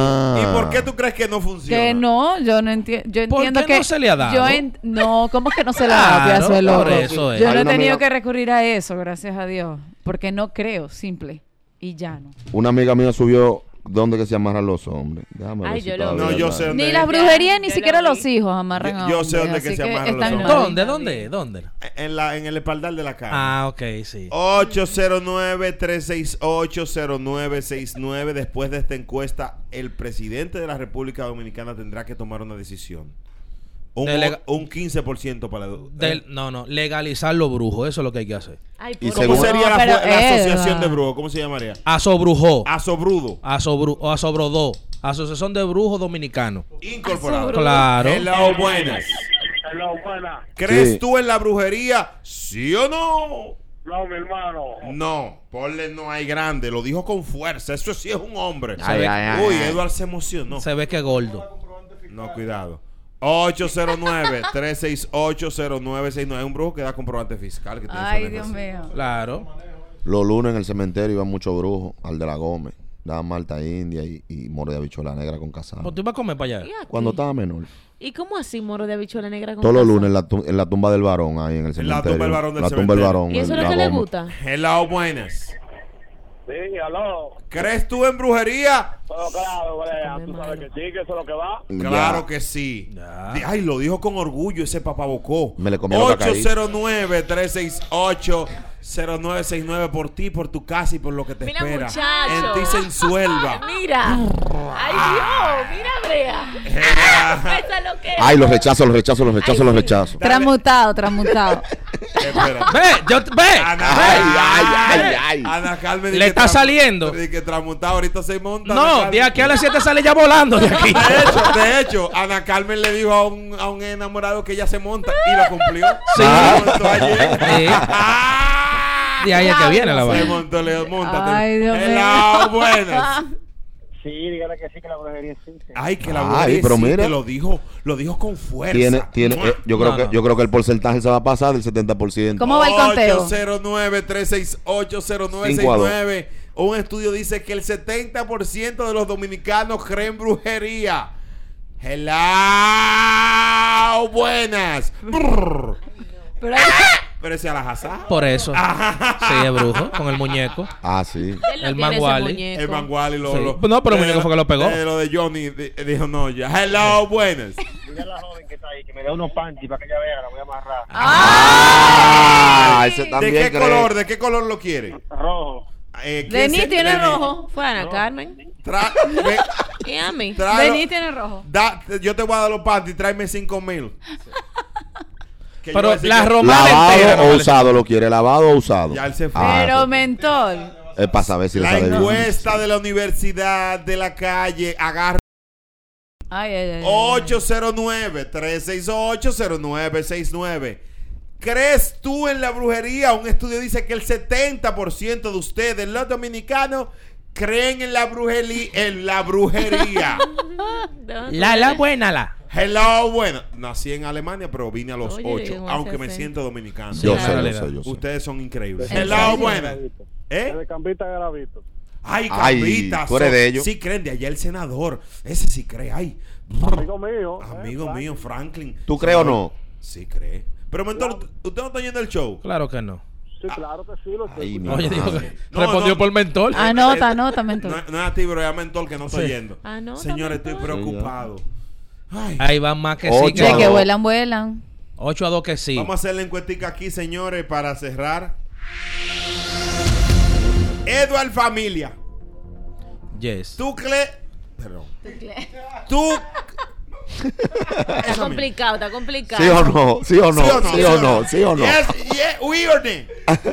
Speaker 2: ¿Y por qué tú crees que no funciona?
Speaker 5: Que no, yo no entiendo. Yo
Speaker 6: ¿Por
Speaker 5: entiendo
Speaker 6: qué
Speaker 5: que.
Speaker 6: no se le ha dado?
Speaker 5: Yo en- no, ¿cómo que no se le ha dado?
Speaker 6: Claro,
Speaker 5: pedazo de loco?
Speaker 6: por eso es.
Speaker 5: Yo no
Speaker 4: Hay
Speaker 5: he
Speaker 4: una
Speaker 5: tenido
Speaker 4: amiga-
Speaker 5: que recurrir a eso, gracias a Dios. Porque no creo, simple. Y ya no.
Speaker 4: Una amiga mía subió dónde que se amarran los hombres. Déjame ver
Speaker 3: Ay,
Speaker 4: si
Speaker 3: yo lo
Speaker 4: todavía
Speaker 2: No,
Speaker 4: está.
Speaker 2: yo sé dónde.
Speaker 5: Ni las
Speaker 3: Ya,
Speaker 5: brujerías, ni
Speaker 3: ya lo
Speaker 5: siquiera
Speaker 3: vi.
Speaker 5: los hijos amarran a
Speaker 2: Yo- yo sé
Speaker 5: hombres,
Speaker 2: dónde que
Speaker 5: así
Speaker 2: se amarran
Speaker 5: eh, están
Speaker 2: los
Speaker 5: mal.
Speaker 2: hombres.
Speaker 6: ¿Dónde? ¿Dónde? ¿Dónde?
Speaker 2: En, la, en el espaldar de la Carmen.
Speaker 6: Ah, ok, sí.
Speaker 2: 809-368-0969. Después de esta encuesta, el presidente de la República Dominicana tendrá que tomar una decisión. Un,
Speaker 6: De lega-
Speaker 2: un 15% para la deuda.
Speaker 6: Del- no, no, legalizar los brujos, eso es lo que hay que hacer.
Speaker 3: Ay,
Speaker 4: Y
Speaker 3: por
Speaker 2: ¿Cómo
Speaker 4: Seguro.
Speaker 3: favor.
Speaker 2: sería la,
Speaker 5: pero
Speaker 2: fu- la asociación
Speaker 5: Edward.
Speaker 2: de brujos? ¿Cómo se llamaría?
Speaker 6: Asobrujó,
Speaker 2: Asobrudo.
Speaker 6: asobru, o asobrodó, Asociación de Brujos Dominicanos.
Speaker 2: Incorporado.
Speaker 6: Claro.
Speaker 2: Hello, buenas.
Speaker 9: Hello, buena.
Speaker 2: ¿Crees
Speaker 4: Sí.
Speaker 2: tú en la brujería? ¿Sí o no?
Speaker 9: No, mi hermano.
Speaker 2: No, ponle no hay grande. Lo dijo con fuerza. Eso sí es un hombre.
Speaker 4: Ay,
Speaker 2: Se ve-
Speaker 4: ay, ay,
Speaker 2: Uy,
Speaker 4: ay.
Speaker 2: Edward se emocionó.
Speaker 6: Se ve que es gordo.
Speaker 2: No, cuidado. 809-368-0969. Un brujo que da comprobante fiscal. Que tiene
Speaker 5: Ay,
Speaker 2: esa
Speaker 5: Dios
Speaker 2: negocio.
Speaker 5: mío.
Speaker 6: Claro.
Speaker 4: Los lunes en el cementerio iban muchos brujos, al de la Gómez, daba Marta India y, y morde habichuela negra con casado.
Speaker 6: Pues tú vas a comer para allá.
Speaker 3: ¿Y aquí?
Speaker 4: Cuando estaba menor.
Speaker 3: ¿Y cómo así, moro de habichuela negra? con
Speaker 4: Todos los
Speaker 3: casado?
Speaker 4: lunes en la, tu- en la tumba del varón, ahí en el
Speaker 2: En la
Speaker 4: cementerio.
Speaker 2: tumba del varón del
Speaker 4: La tumba del
Speaker 2: cementerio.
Speaker 4: varón.
Speaker 3: ¿Y eso es lo
Speaker 4: la
Speaker 3: que le
Speaker 4: Gómez.
Speaker 3: gusta?
Speaker 2: Hello, buenas.
Speaker 9: Sí, hello.
Speaker 2: ¿Crees tú en brujería?
Speaker 9: Pero claro, brea,
Speaker 3: Come
Speaker 9: tú sabes que
Speaker 3: malo.
Speaker 9: sí, que eso es lo que va.
Speaker 4: Ya.
Speaker 2: Claro que sí.
Speaker 6: Ya.
Speaker 2: Di- Ay, lo dijo con orgullo ese papabocó.
Speaker 4: Me le comí los cacaítos.
Speaker 2: 809-368-0969 por ti, por tu casa y por lo que te
Speaker 3: Mira,
Speaker 2: espera.
Speaker 3: muchacho.
Speaker 2: En ti se ensuelva. Ah.
Speaker 3: Mira. Ay, Dios. Mira, Brea. Eso es lo que es.
Speaker 4: Ay, los rechazo, los rechazo, los rechazo,
Speaker 3: Ay,
Speaker 4: los
Speaker 3: sí.
Speaker 4: rechazo.
Speaker 2: Dale.
Speaker 5: Transmutado, transmutado.
Speaker 2: Espérate.
Speaker 6: Ve, yo, ve.
Speaker 2: Ana,
Speaker 4: ay, ay, ay.
Speaker 2: Ana Carmen. di
Speaker 6: Le
Speaker 2: que
Speaker 6: está
Speaker 2: Tram-
Speaker 6: saliendo.
Speaker 2: di que Tramontado ahorita se monta. Ana
Speaker 6: No,
Speaker 2: Carmen.
Speaker 6: de aquí a las 7 sale ya volando de aquí.
Speaker 2: De hecho, de hecho, Ana Carmen le dijo a un, a un enamorado que ella se monta y lo cumplió.
Speaker 6: Sí.
Speaker 2: Se montó ayer.
Speaker 6: Sí.
Speaker 2: Ah,
Speaker 6: De ahí es que viene la
Speaker 2: Se
Speaker 6: vaina.
Speaker 2: montó, Leo, montate.
Speaker 5: Ay, Dios mío.
Speaker 2: Hello, buenas.
Speaker 9: Sí, dígale que sí, que la brujería existe.
Speaker 2: Ay, que la
Speaker 4: Ay,
Speaker 2: mujer
Speaker 4: pero
Speaker 2: sí
Speaker 4: mira.
Speaker 2: te lo dijo, lo dijo con fuerza.
Speaker 4: Tiene, tiene,
Speaker 2: Mua.
Speaker 4: eh, yo, creo
Speaker 6: No,
Speaker 4: que,
Speaker 6: no.
Speaker 4: yo creo que el porcentaje se va a pasar del 70%.
Speaker 5: ¿Cómo va el
Speaker 4: Oh,
Speaker 5: conteo?
Speaker 2: 809-368-0969. Un estudio dice que el 70% de los dominicanos creen brujería. Hello, buenas. Brr.
Speaker 5: Pero-
Speaker 2: Pero ese alajazá.
Speaker 6: Por eso. Sí, es brujo, con el muñeco.
Speaker 4: Ah, sí.
Speaker 3: Él no
Speaker 6: El
Speaker 3: tiene ese
Speaker 6: Manguali.
Speaker 3: muñeco.
Speaker 2: El Mangual y lo,
Speaker 6: Sí.
Speaker 2: lo-
Speaker 6: No, pero el
Speaker 2: eh,
Speaker 6: muñeco fue que lo pegó.
Speaker 2: eh, lo de Johnny di- dijo no ya. Hello, buenas.
Speaker 9: Dile a la joven que está ahí, que me dé unos panties para que ella vea, la voy a amarrar.
Speaker 4: Ah, ese
Speaker 2: ¿De
Speaker 4: también
Speaker 2: qué
Speaker 4: cree.
Speaker 2: color? ¿De qué color lo quiere?
Speaker 9: Rojo.
Speaker 2: Eh, ¿quién
Speaker 5: Denis
Speaker 2: se-
Speaker 5: tiene
Speaker 2: Denis?
Speaker 5: rojo.
Speaker 3: Fue Ana Carmen.
Speaker 2: Tra- ve-
Speaker 3: Y a mí.
Speaker 2: Tráelo-
Speaker 5: Denis tiene rojo.
Speaker 2: da- yo te voy a dar los panties, tráeme 5 mil. Que yo voy a
Speaker 6: Pero
Speaker 2: decir
Speaker 6: la
Speaker 2: que-
Speaker 6: romana entera.
Speaker 4: ¿Lavado
Speaker 6: no
Speaker 4: o
Speaker 6: vale.
Speaker 4: usado? ¿Lo quiere lavado o usado? Ah,
Speaker 2: Ya él se fue.
Speaker 5: Ah, Pero mentol.
Speaker 4: Es para saber si le
Speaker 2: La
Speaker 4: sale bien.
Speaker 2: encuesta de la universidad de la calle agarra
Speaker 5: Ay, ay, ay.
Speaker 2: 809-368-0969. ¿Crees tú en la brujería? Un estudio dice que el 70% de ustedes, los dominicanos, creen en la, brujeli- en la brujería.
Speaker 6: La, la buena, la.
Speaker 2: Hello, bueno, nací en Alemania, pero vine a los
Speaker 3: Oye,
Speaker 2: 8,
Speaker 3: llegó a
Speaker 2: aunque me
Speaker 3: 60.
Speaker 2: siento dominicano.
Speaker 4: Yo
Speaker 6: Sí, claro.
Speaker 4: sé, yo sé, yo sé.
Speaker 2: Ustedes son increíbles.
Speaker 9: Desde
Speaker 2: Hello,
Speaker 9: Cambita
Speaker 2: buena.
Speaker 9: Garavito.
Speaker 2: ¿Eh?
Speaker 9: Desde Cambita Garavito.
Speaker 2: Ay,
Speaker 4: Ay,
Speaker 2: Cambita.
Speaker 4: tú eres
Speaker 2: so-
Speaker 4: de ellos.
Speaker 2: Sí creen, de allá el senador. Ese sí cree, ay.
Speaker 9: Amigo mío. eh,
Speaker 2: Amigo
Speaker 9: Frank.
Speaker 2: mío, Franklin.
Speaker 4: ¿Tú crees o no?
Speaker 2: Sí cree. Pero, mentor, ¿usted no está yendo al show? Ah.
Speaker 6: Claro que no.
Speaker 9: Sí, claro que sí, lo estoy
Speaker 4: Ay, mi
Speaker 9: escuchando.
Speaker 6: Oye, dijo
Speaker 4: madre.
Speaker 6: que
Speaker 2: No,
Speaker 6: respondió
Speaker 2: no.
Speaker 6: por mentor.
Speaker 5: Anota, anota, mentor.
Speaker 2: No, no es a ti, pero es a mentor que no estoy yendo.
Speaker 3: Ah, no,
Speaker 2: Señores,
Speaker 3: está
Speaker 2: estoy preocupado. Ay,
Speaker 6: Ahí van más que sí.
Speaker 4: Ocho
Speaker 5: De
Speaker 4: a
Speaker 5: que
Speaker 4: dos.
Speaker 5: vuelan, vuelan.
Speaker 6: 8 a 2 que sí.
Speaker 2: Vamos a hacer la encuestica aquí, señores, para cerrar. Eduard Familia.
Speaker 6: Yes.
Speaker 2: Tú crees. Perdón. Tú.
Speaker 3: Está complicado, está complicado.
Speaker 4: ¿Sí o no? ¿Sí o no? ¿Sí o no? ¿Sí o no?
Speaker 2: Yes, yes, we or no.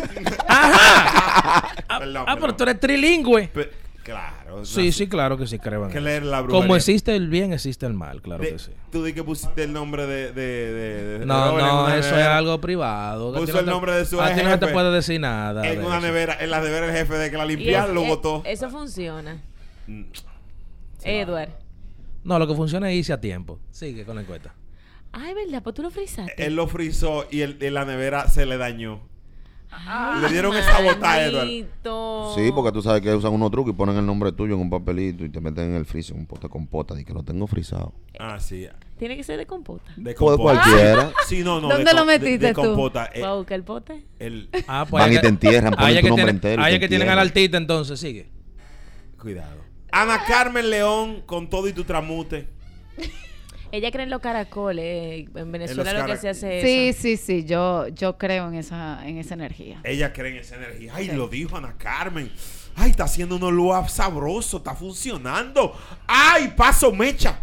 Speaker 2: Perdón,
Speaker 6: Ah, pero
Speaker 2: perdón.
Speaker 6: tú eres trilingüe.
Speaker 2: Pe- Claro.
Speaker 6: Sí, sí, claro que sí, creban.
Speaker 2: Que leer la brujería.
Speaker 6: Como existe el bien, existe el mal, claro
Speaker 2: De-
Speaker 6: que sí.
Speaker 2: Tú di que pusiste el nombre de. de, de- de-
Speaker 6: No,
Speaker 2: de-
Speaker 6: no,
Speaker 2: en una
Speaker 6: eso es
Speaker 2: nevera.
Speaker 6: algo privado.
Speaker 2: Puso
Speaker 6: A ti no
Speaker 2: el
Speaker 6: te-
Speaker 2: nombre de su
Speaker 6: A ti no
Speaker 2: jefe
Speaker 6: te puede decir nada.
Speaker 2: En
Speaker 6: de
Speaker 2: una
Speaker 6: eso.
Speaker 2: nevera, en la nevera el jefe de que la
Speaker 3: Y es-
Speaker 2: limpiar lo
Speaker 3: eh,
Speaker 2: botó. Mm.
Speaker 3: Eso funciona. Edward.
Speaker 6: No, lo que funciona es irse a tiempo. Sigue con la encuesta.
Speaker 3: Ay, ¿verdad? Pues tú lo frisaste.
Speaker 2: Él lo frizó y el, y la nevera se le dañó.
Speaker 3: Ay,
Speaker 2: le dieron esa botada a Edward.
Speaker 3: maldito.
Speaker 4: Sí, porque tú sabes que usan unos trucos y ponen el nombre tuyo en un papelito y te meten en el freezer, un pote con pota, y que lo tengo frisado.
Speaker 2: Ah, sí.
Speaker 3: Tiene que ser de compota.
Speaker 2: De
Speaker 4: O de
Speaker 2: compota. Ah,
Speaker 4: cualquiera.
Speaker 2: Sí, no, no.
Speaker 5: ¿Dónde
Speaker 2: de
Speaker 5: lo
Speaker 2: com- de-
Speaker 5: metiste
Speaker 2: de
Speaker 5: tú?
Speaker 2: compota. Eh,
Speaker 3: Voy a buscar el pote.
Speaker 2: el-
Speaker 6: Ah,
Speaker 4: Van
Speaker 6: hay
Speaker 4: y
Speaker 6: que-
Speaker 4: te entierran, ponen
Speaker 6: hay
Speaker 4: tu
Speaker 6: que
Speaker 4: nombre
Speaker 6: tienen-
Speaker 4: entero y
Speaker 6: hay
Speaker 4: te
Speaker 6: que tienen al
Speaker 4: entierran.
Speaker 6: artista, entonces sigue.
Speaker 2: cuidado. Ana Carmen León, con todo y tu tramute.
Speaker 3: Ella cree en los caracoles. eh, En Venezuela
Speaker 2: los
Speaker 3: lo que
Speaker 2: cara-
Speaker 3: se hace es.
Speaker 5: Sí, sí, sí. Yo, yo creo en esa, en esa energía.
Speaker 2: Ella cree en esa energía. Ay, lo dijo Ana Carmen. Ay, está haciendo unos luas sabrosos, está funcionando. Ay, paso mecha.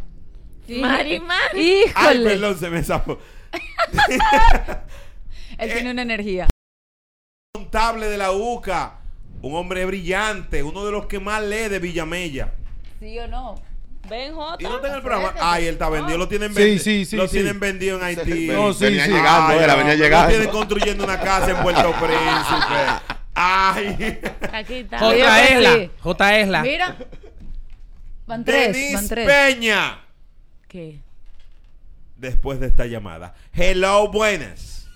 Speaker 3: Marimar.
Speaker 2: Ay,
Speaker 5: Híjole.
Speaker 2: perdón, se me zapó. eh.
Speaker 5: Él tiene una energía.
Speaker 2: Contable de la UCA. Un hombre brillante. Uno de los que más lee de Villamella.
Speaker 5: ¿Sí o no?
Speaker 3: Ven,
Speaker 2: ¿Y
Speaker 3: Jota.
Speaker 2: no está en el programa? Ay, él está vendido. Lo tienen
Speaker 10: Sí,
Speaker 2: vendido.
Speaker 10: sí, sí,
Speaker 2: Lo
Speaker 10: sí.
Speaker 2: tienen vendido en Haití.
Speaker 10: No, sí,
Speaker 4: venía
Speaker 10: sí.
Speaker 4: llegando,
Speaker 2: Ay,
Speaker 4: era,
Speaker 2: no,
Speaker 4: venía
Speaker 2: lo tienen
Speaker 4: llegando.
Speaker 2: construyendo una casa en Puerto Príncipe. Ah. Ay.
Speaker 3: Aquí está.
Speaker 5: Oye,
Speaker 6: J.
Speaker 5: pues
Speaker 6: Esla.
Speaker 5: sí.
Speaker 6: J. Esla.
Speaker 5: Mira. Van tres, van
Speaker 2: Denis
Speaker 5: tres.
Speaker 2: Peña.
Speaker 3: ¿Qué?
Speaker 2: Después de esta llamada. Hello, buenas.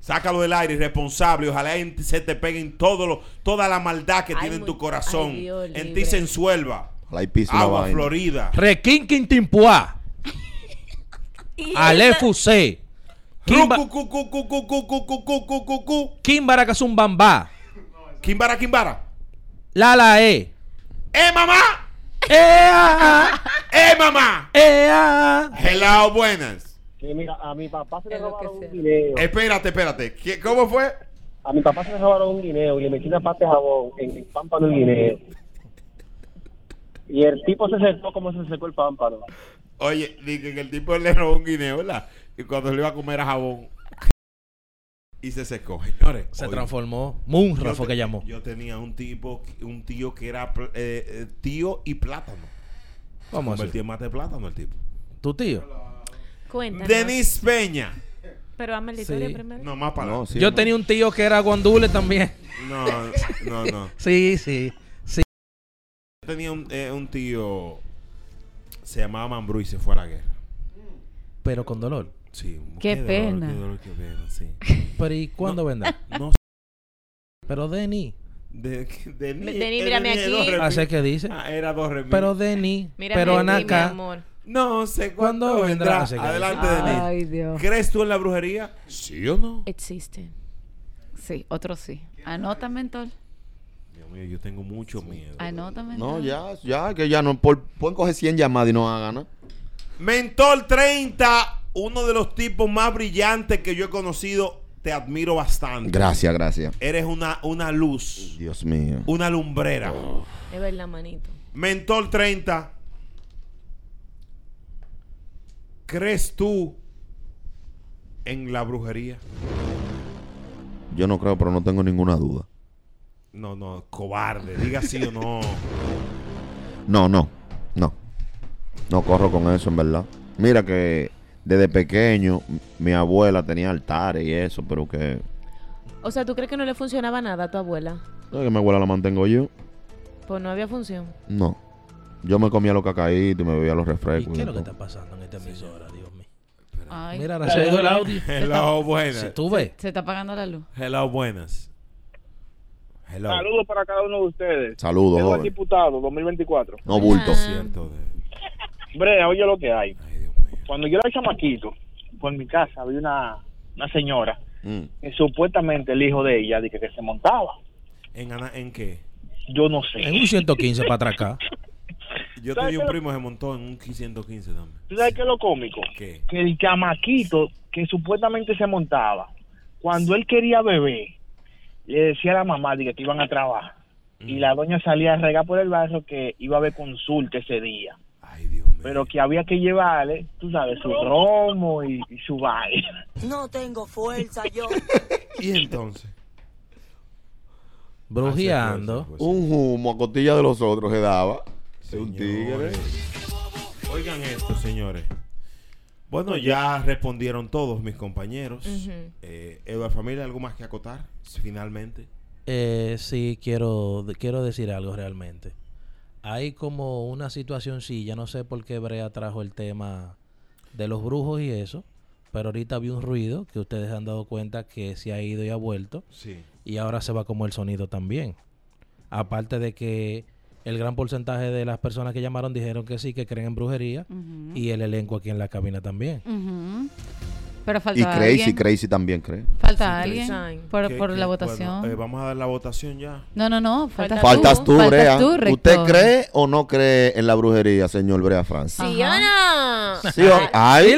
Speaker 2: Sácalo del aire, irresponsable. Ojalá en- se te peguen todo lo, toda la maldad que
Speaker 3: Ay,
Speaker 2: tiene en tu
Speaker 3: mu-
Speaker 2: corazón.
Speaker 3: ay, Dios
Speaker 2: en ti
Speaker 3: libre.
Speaker 2: se ensuelva.
Speaker 4: Ojalá y pise una
Speaker 2: Agua
Speaker 4: vaina.
Speaker 2: Florida.
Speaker 6: Requín Quintimpuá. Alefuse. Kimba,
Speaker 2: Rucucucucucucucucucucucucu.
Speaker 6: Kimbara Kazumbamba.
Speaker 2: Kimbara, Kimbara.
Speaker 6: Lala E.
Speaker 2: ¡Eh, mamá!
Speaker 6: ¡Ea!
Speaker 2: ¡Eh, mamá!
Speaker 6: ¡Ea!
Speaker 2: Hello, buenas.
Speaker 9: Que mira, a mi papá se le
Speaker 5: Es lo que
Speaker 9: robaron un
Speaker 5: sea.
Speaker 9: guineo.
Speaker 2: Espérate, espérate. ¿Qué- ¿Cómo fue?
Speaker 9: A mi papá se le robaron un guineo y le metí una parte de jabón en el pámpano del guineo. Y el tipo se secó como se secó el pámpano.
Speaker 2: Oye, dije que el tipo le robó un guineo, ¿verdad? Y cuando le iba a comer a jabón. Y se secó, señores.
Speaker 6: Se
Speaker 2: oye,
Speaker 6: transformó.
Speaker 2: yo
Speaker 6: Munra
Speaker 2: te-
Speaker 6: fue que llamó.
Speaker 2: Yo tenía un tipo, un tío que era pl- eh, eh, tío y plátano.
Speaker 6: ¿Cómo
Speaker 2: Convertí
Speaker 6: así?
Speaker 2: en mate plátano el tipo.
Speaker 6: ¿Tu tío?
Speaker 3: Cuéntanos.
Speaker 2: Denis Peña.
Speaker 3: Pero hazme la historia
Speaker 6: Sí.
Speaker 3: primero.
Speaker 2: No, más para.
Speaker 4: No, sí,
Speaker 6: Yo
Speaker 4: no.
Speaker 6: tenía un tío que era guandule también.
Speaker 2: No, no, no.
Speaker 6: Sí, sí.
Speaker 2: Yo tenía un, eh, un tío. Se llamaba Mambrú y se fue a la guerra.
Speaker 6: Pero con dolor.
Speaker 2: Sí.
Speaker 5: Qué
Speaker 2: dolor,
Speaker 5: pena.
Speaker 2: qué dolor, qué pena, sí.
Speaker 6: Pero ¿y cuándo vendrá?
Speaker 2: No
Speaker 6: Pero Denny.
Speaker 2: De, de
Speaker 3: Denis, mírame aquí.
Speaker 6: Así que dice.
Speaker 2: Ah, era dos remis.
Speaker 6: Pero Denny.
Speaker 3: Mira,
Speaker 6: Pero
Speaker 3: Henry, mi
Speaker 6: Anaka.
Speaker 3: amor. Ah.
Speaker 2: no sé cuándo
Speaker 6: ¿Cuándo vendrá? Ah,
Speaker 2: vendrá.
Speaker 6: Así que-
Speaker 2: Adelante, Denis.
Speaker 5: Ay, Dios.
Speaker 2: ¿Crees tú en la brujería? ¿Sí o no?
Speaker 3: Existe.
Speaker 5: Sí, otro sí. Anótame entonces.
Speaker 2: Dios mío, yo tengo mucho miedo.
Speaker 5: Anótame.
Speaker 4: No,
Speaker 5: entonces.
Speaker 4: ya, ya, que ya no. Por, pueden coger 100 llamadas y no hagan nada.
Speaker 2: Mentor 30, uno de los tipos más brillantes que yo he conocido. Te admiro bastante.
Speaker 4: Gracias, gracias.
Speaker 2: Eres una, una luz,
Speaker 4: Dios mío.
Speaker 2: una lumbrera.
Speaker 3: Es verdad, manito.
Speaker 2: Mentor 30. ¿Crees tú en la brujería?
Speaker 4: Yo no creo, pero no tengo ninguna duda.
Speaker 2: No, no, cobarde. Diga sí o no.
Speaker 4: No, no, no. No corro con eso, en verdad. Mira que desde pequeño m- mi abuela tenía altares y eso, pero que,
Speaker 3: O sea, ¿tú crees que no le funcionaba nada a tu abuela?
Speaker 4: no, que mi abuela la mantengo yo.
Speaker 3: Pues no había función.
Speaker 4: No. Yo me comía los cacaitos y me bebía los
Speaker 6: ¿Y
Speaker 4: refrescos.
Speaker 6: qué es lo que
Speaker 4: todo.
Speaker 6: está pasando en esta emisora, Dios mío?
Speaker 5: Ay,
Speaker 6: Mira, ahora se oye el audio.
Speaker 2: Hello, buenas.
Speaker 6: Si tú ves.
Speaker 5: se está apagando la luz.
Speaker 2: Hello, buenas. Hello.
Speaker 9: Saludos para cada uno de ustedes.
Speaker 4: Saludos,
Speaker 9: Edo es
Speaker 4: joven.
Speaker 9: diputado 2024.
Speaker 4: No bulto.
Speaker 3: Ah.
Speaker 2: Cierto de-
Speaker 9: Brea, oye lo que hay.
Speaker 2: Ay, Dios mío.
Speaker 9: Cuando yo era chamaquito, por mi casa había una, una señora
Speaker 4: Mm.
Speaker 9: que supuestamente el hijo de ella dije que se montaba.
Speaker 2: ¿En, ana- ¿En qué?
Speaker 9: Yo no sé.
Speaker 6: En un 115 para atracar.
Speaker 2: Yo
Speaker 9: ¿Sabes
Speaker 2: tenía un
Speaker 9: qué?
Speaker 2: primo que se montó en un 115 también.
Speaker 9: ¿Tú sabes qué es lo cómico?
Speaker 2: ¿Qué?
Speaker 9: Que el chamaquito que supuestamente se montaba, cuando él quería beber, le decía a la mamá dije, que iban a trabajar.
Speaker 2: Mm.
Speaker 9: Y la doña salía a regar por el barrio que iba a haber consulta ese día.
Speaker 2: Ay, Dios mío.
Speaker 9: Pero que había que llevarle, tú sabes, su romo y, y su vaina.
Speaker 2: ¿Y entonces?
Speaker 6: Brujeando.
Speaker 2: Pues sí.
Speaker 4: Un humo a costilla de los otros que daba. Un tigre.
Speaker 2: Señores. Oigan esto, señores. Bueno, ya respondieron todos mis compañeros.
Speaker 3: Ujú.
Speaker 2: Eh, Eduardo Familia, ¿algo más que acotar? Finalmente.
Speaker 6: Eh, sí, quiero, de- quiero decir algo realmente. Hay como una situación, sí, ya no sé por qué Brea trajo el tema de los brujos y eso, pero ahorita vi un ruido que ustedes han dado cuenta que se ha ido y ha vuelto,
Speaker 2: Sí.
Speaker 6: y ahora se va como el sonido también. Aparte de que el gran porcentaje de las personas que llamaron dijeron que sí, que creen en brujería,
Speaker 5: Ujú.
Speaker 6: y el elenco aquí en la cabina también.
Speaker 5: Ujú. Pero falta
Speaker 4: Y Crazy,
Speaker 5: alguien.
Speaker 4: Crazy también cree.
Speaker 5: Falta
Speaker 3: Sí,
Speaker 5: alguien
Speaker 3: Crazy.
Speaker 5: por,
Speaker 2: ¿Qué-
Speaker 5: por
Speaker 2: qué?
Speaker 5: la
Speaker 2: Bueno,
Speaker 5: votación.
Speaker 2: eh, vamos a dar la votación ya.
Speaker 5: no, no, no. Faltas,
Speaker 4: Faltas tú,
Speaker 5: faltas
Speaker 4: Brea.
Speaker 5: tú,
Speaker 4: ¿Usted
Speaker 5: rector.
Speaker 4: cree o no cree en la brujería, señor Brea Francis?
Speaker 3: ¿Sí o no?
Speaker 4: ¿Sí o- ¡Ay!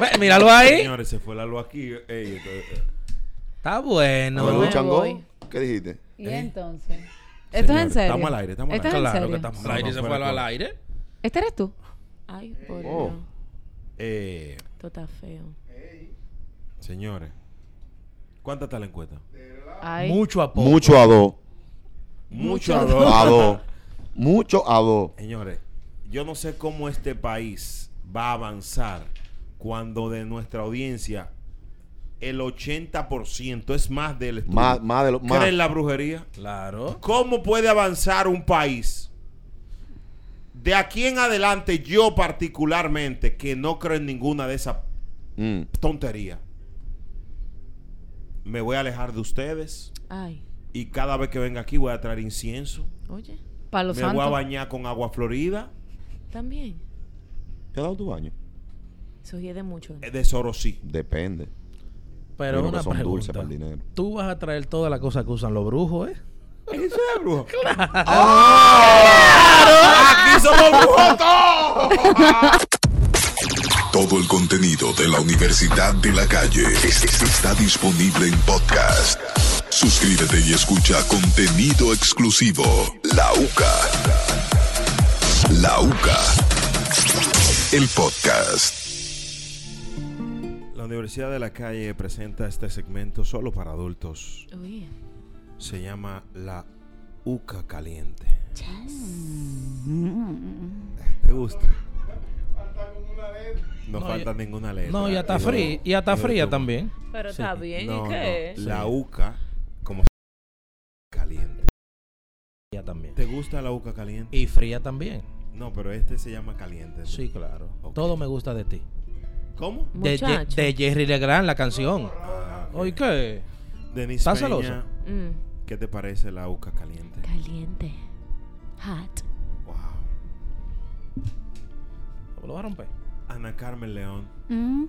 Speaker 6: Ve, Míralo ahí.
Speaker 2: Señores, se fue la luz aquí. Ey, entonces, eh,
Speaker 6: Está
Speaker 4: No,
Speaker 6: bueno.
Speaker 3: me
Speaker 4: Chango,
Speaker 3: voy.
Speaker 4: ¿Qué dijiste?
Speaker 5: ¿Y entonces? ¿Esto es en
Speaker 2: señores,
Speaker 5: serio?
Speaker 2: Eh. Estamos al aire, estamos al
Speaker 5: Esto es
Speaker 2: aire.
Speaker 5: en
Speaker 6: Claro
Speaker 5: serio.
Speaker 6: que estamos
Speaker 2: No,
Speaker 6: al aire,
Speaker 2: no,
Speaker 6: se
Speaker 2: fuera
Speaker 6: fue
Speaker 2: de
Speaker 6: al
Speaker 2: todo.
Speaker 6: aire.
Speaker 5: ¿Este eres tú?
Speaker 3: Ay, por
Speaker 4: Oh.
Speaker 3: Dios.
Speaker 2: Eh,
Speaker 3: Esto está feo.
Speaker 2: señores, ¿cuánta está la encuesta?
Speaker 5: Ay,
Speaker 6: Mucho apoyo.
Speaker 4: Mucho a dos.
Speaker 2: Mucho
Speaker 4: a dos. Mucho a dos.
Speaker 2: Señores, yo no sé cómo este país va a avanzar cuando de nuestra audiencia el 80% es más del estudio.
Speaker 4: Más, más de lo más.
Speaker 2: ¿Creen la brujería?
Speaker 6: Claro.
Speaker 2: ¿Cómo puede avanzar un país? De aquí en adelante, yo particularmente, que no creo en ninguna de esas
Speaker 4: Mm.
Speaker 2: tonterías, me voy a alejar de ustedes
Speaker 3: Ay,
Speaker 2: y cada vez que venga aquí voy a traer incienso.
Speaker 3: oye,
Speaker 5: palo
Speaker 2: me voy a
Speaker 5: santo.
Speaker 2: bañar con agua florida
Speaker 3: también.
Speaker 4: ¿Te ha dado tu baño?
Speaker 3: Se oye de mucho.
Speaker 2: eh, de Sorosí.
Speaker 4: Depende.
Speaker 6: Pero
Speaker 4: Creo que
Speaker 6: una
Speaker 4: son dulces
Speaker 6: pregunta.
Speaker 4: para el dinero.
Speaker 6: Tú vas a traer todas las cosas que usan los brujos, ¿eh?
Speaker 2: ¡Ah! ¡Aquí somos brujos
Speaker 1: Todo el contenido de la Universidad de la Calle es- es- está disponible en podcast. Suscríbete y escucha contenido exclusivo. La UCA. La UCA. El podcast.
Speaker 2: La Universidad de la Calle presenta este segmento solo para adultos.
Speaker 3: Uy,
Speaker 2: Se llama La Uca Caliente.
Speaker 6: Mm.
Speaker 2: ¿Te gusta? No,
Speaker 6: No,
Speaker 2: falta
Speaker 6: ya-
Speaker 2: ninguna letra. Eh,
Speaker 6: No, y hasta
Speaker 2: Yo-
Speaker 6: fría. Y hasta
Speaker 2: yo-
Speaker 6: fría
Speaker 2: yo-
Speaker 6: también.
Speaker 3: pero
Speaker 6: Sí.
Speaker 3: está bien,
Speaker 2: eh, No,
Speaker 3: ¿y
Speaker 2: no,
Speaker 3: qué?
Speaker 2: La
Speaker 6: Sí.
Speaker 2: Uca como caliente.
Speaker 6: Fría también.
Speaker 2: ¿Te gusta la Uca caliente?
Speaker 6: Y fría también.
Speaker 2: No, pero este se llama caliente.
Speaker 6: Sí, claro.
Speaker 2: Ok.
Speaker 6: Todo me gusta de ti.
Speaker 2: ¿Cómo?
Speaker 6: De, Ye-
Speaker 3: Muchacho.
Speaker 6: de Jerry Legrand, la canción.
Speaker 2: Ah,
Speaker 6: Oye, ¿qué?
Speaker 2: Denise
Speaker 6: ¿Estás
Speaker 2: Peña,
Speaker 6: celosa?
Speaker 3: Mm,
Speaker 2: ¿Qué te parece la Uca caliente?
Speaker 3: caliente. Hot.
Speaker 2: Wow.
Speaker 6: Lo va a romper.
Speaker 2: Ana Carmen León.
Speaker 5: Mm.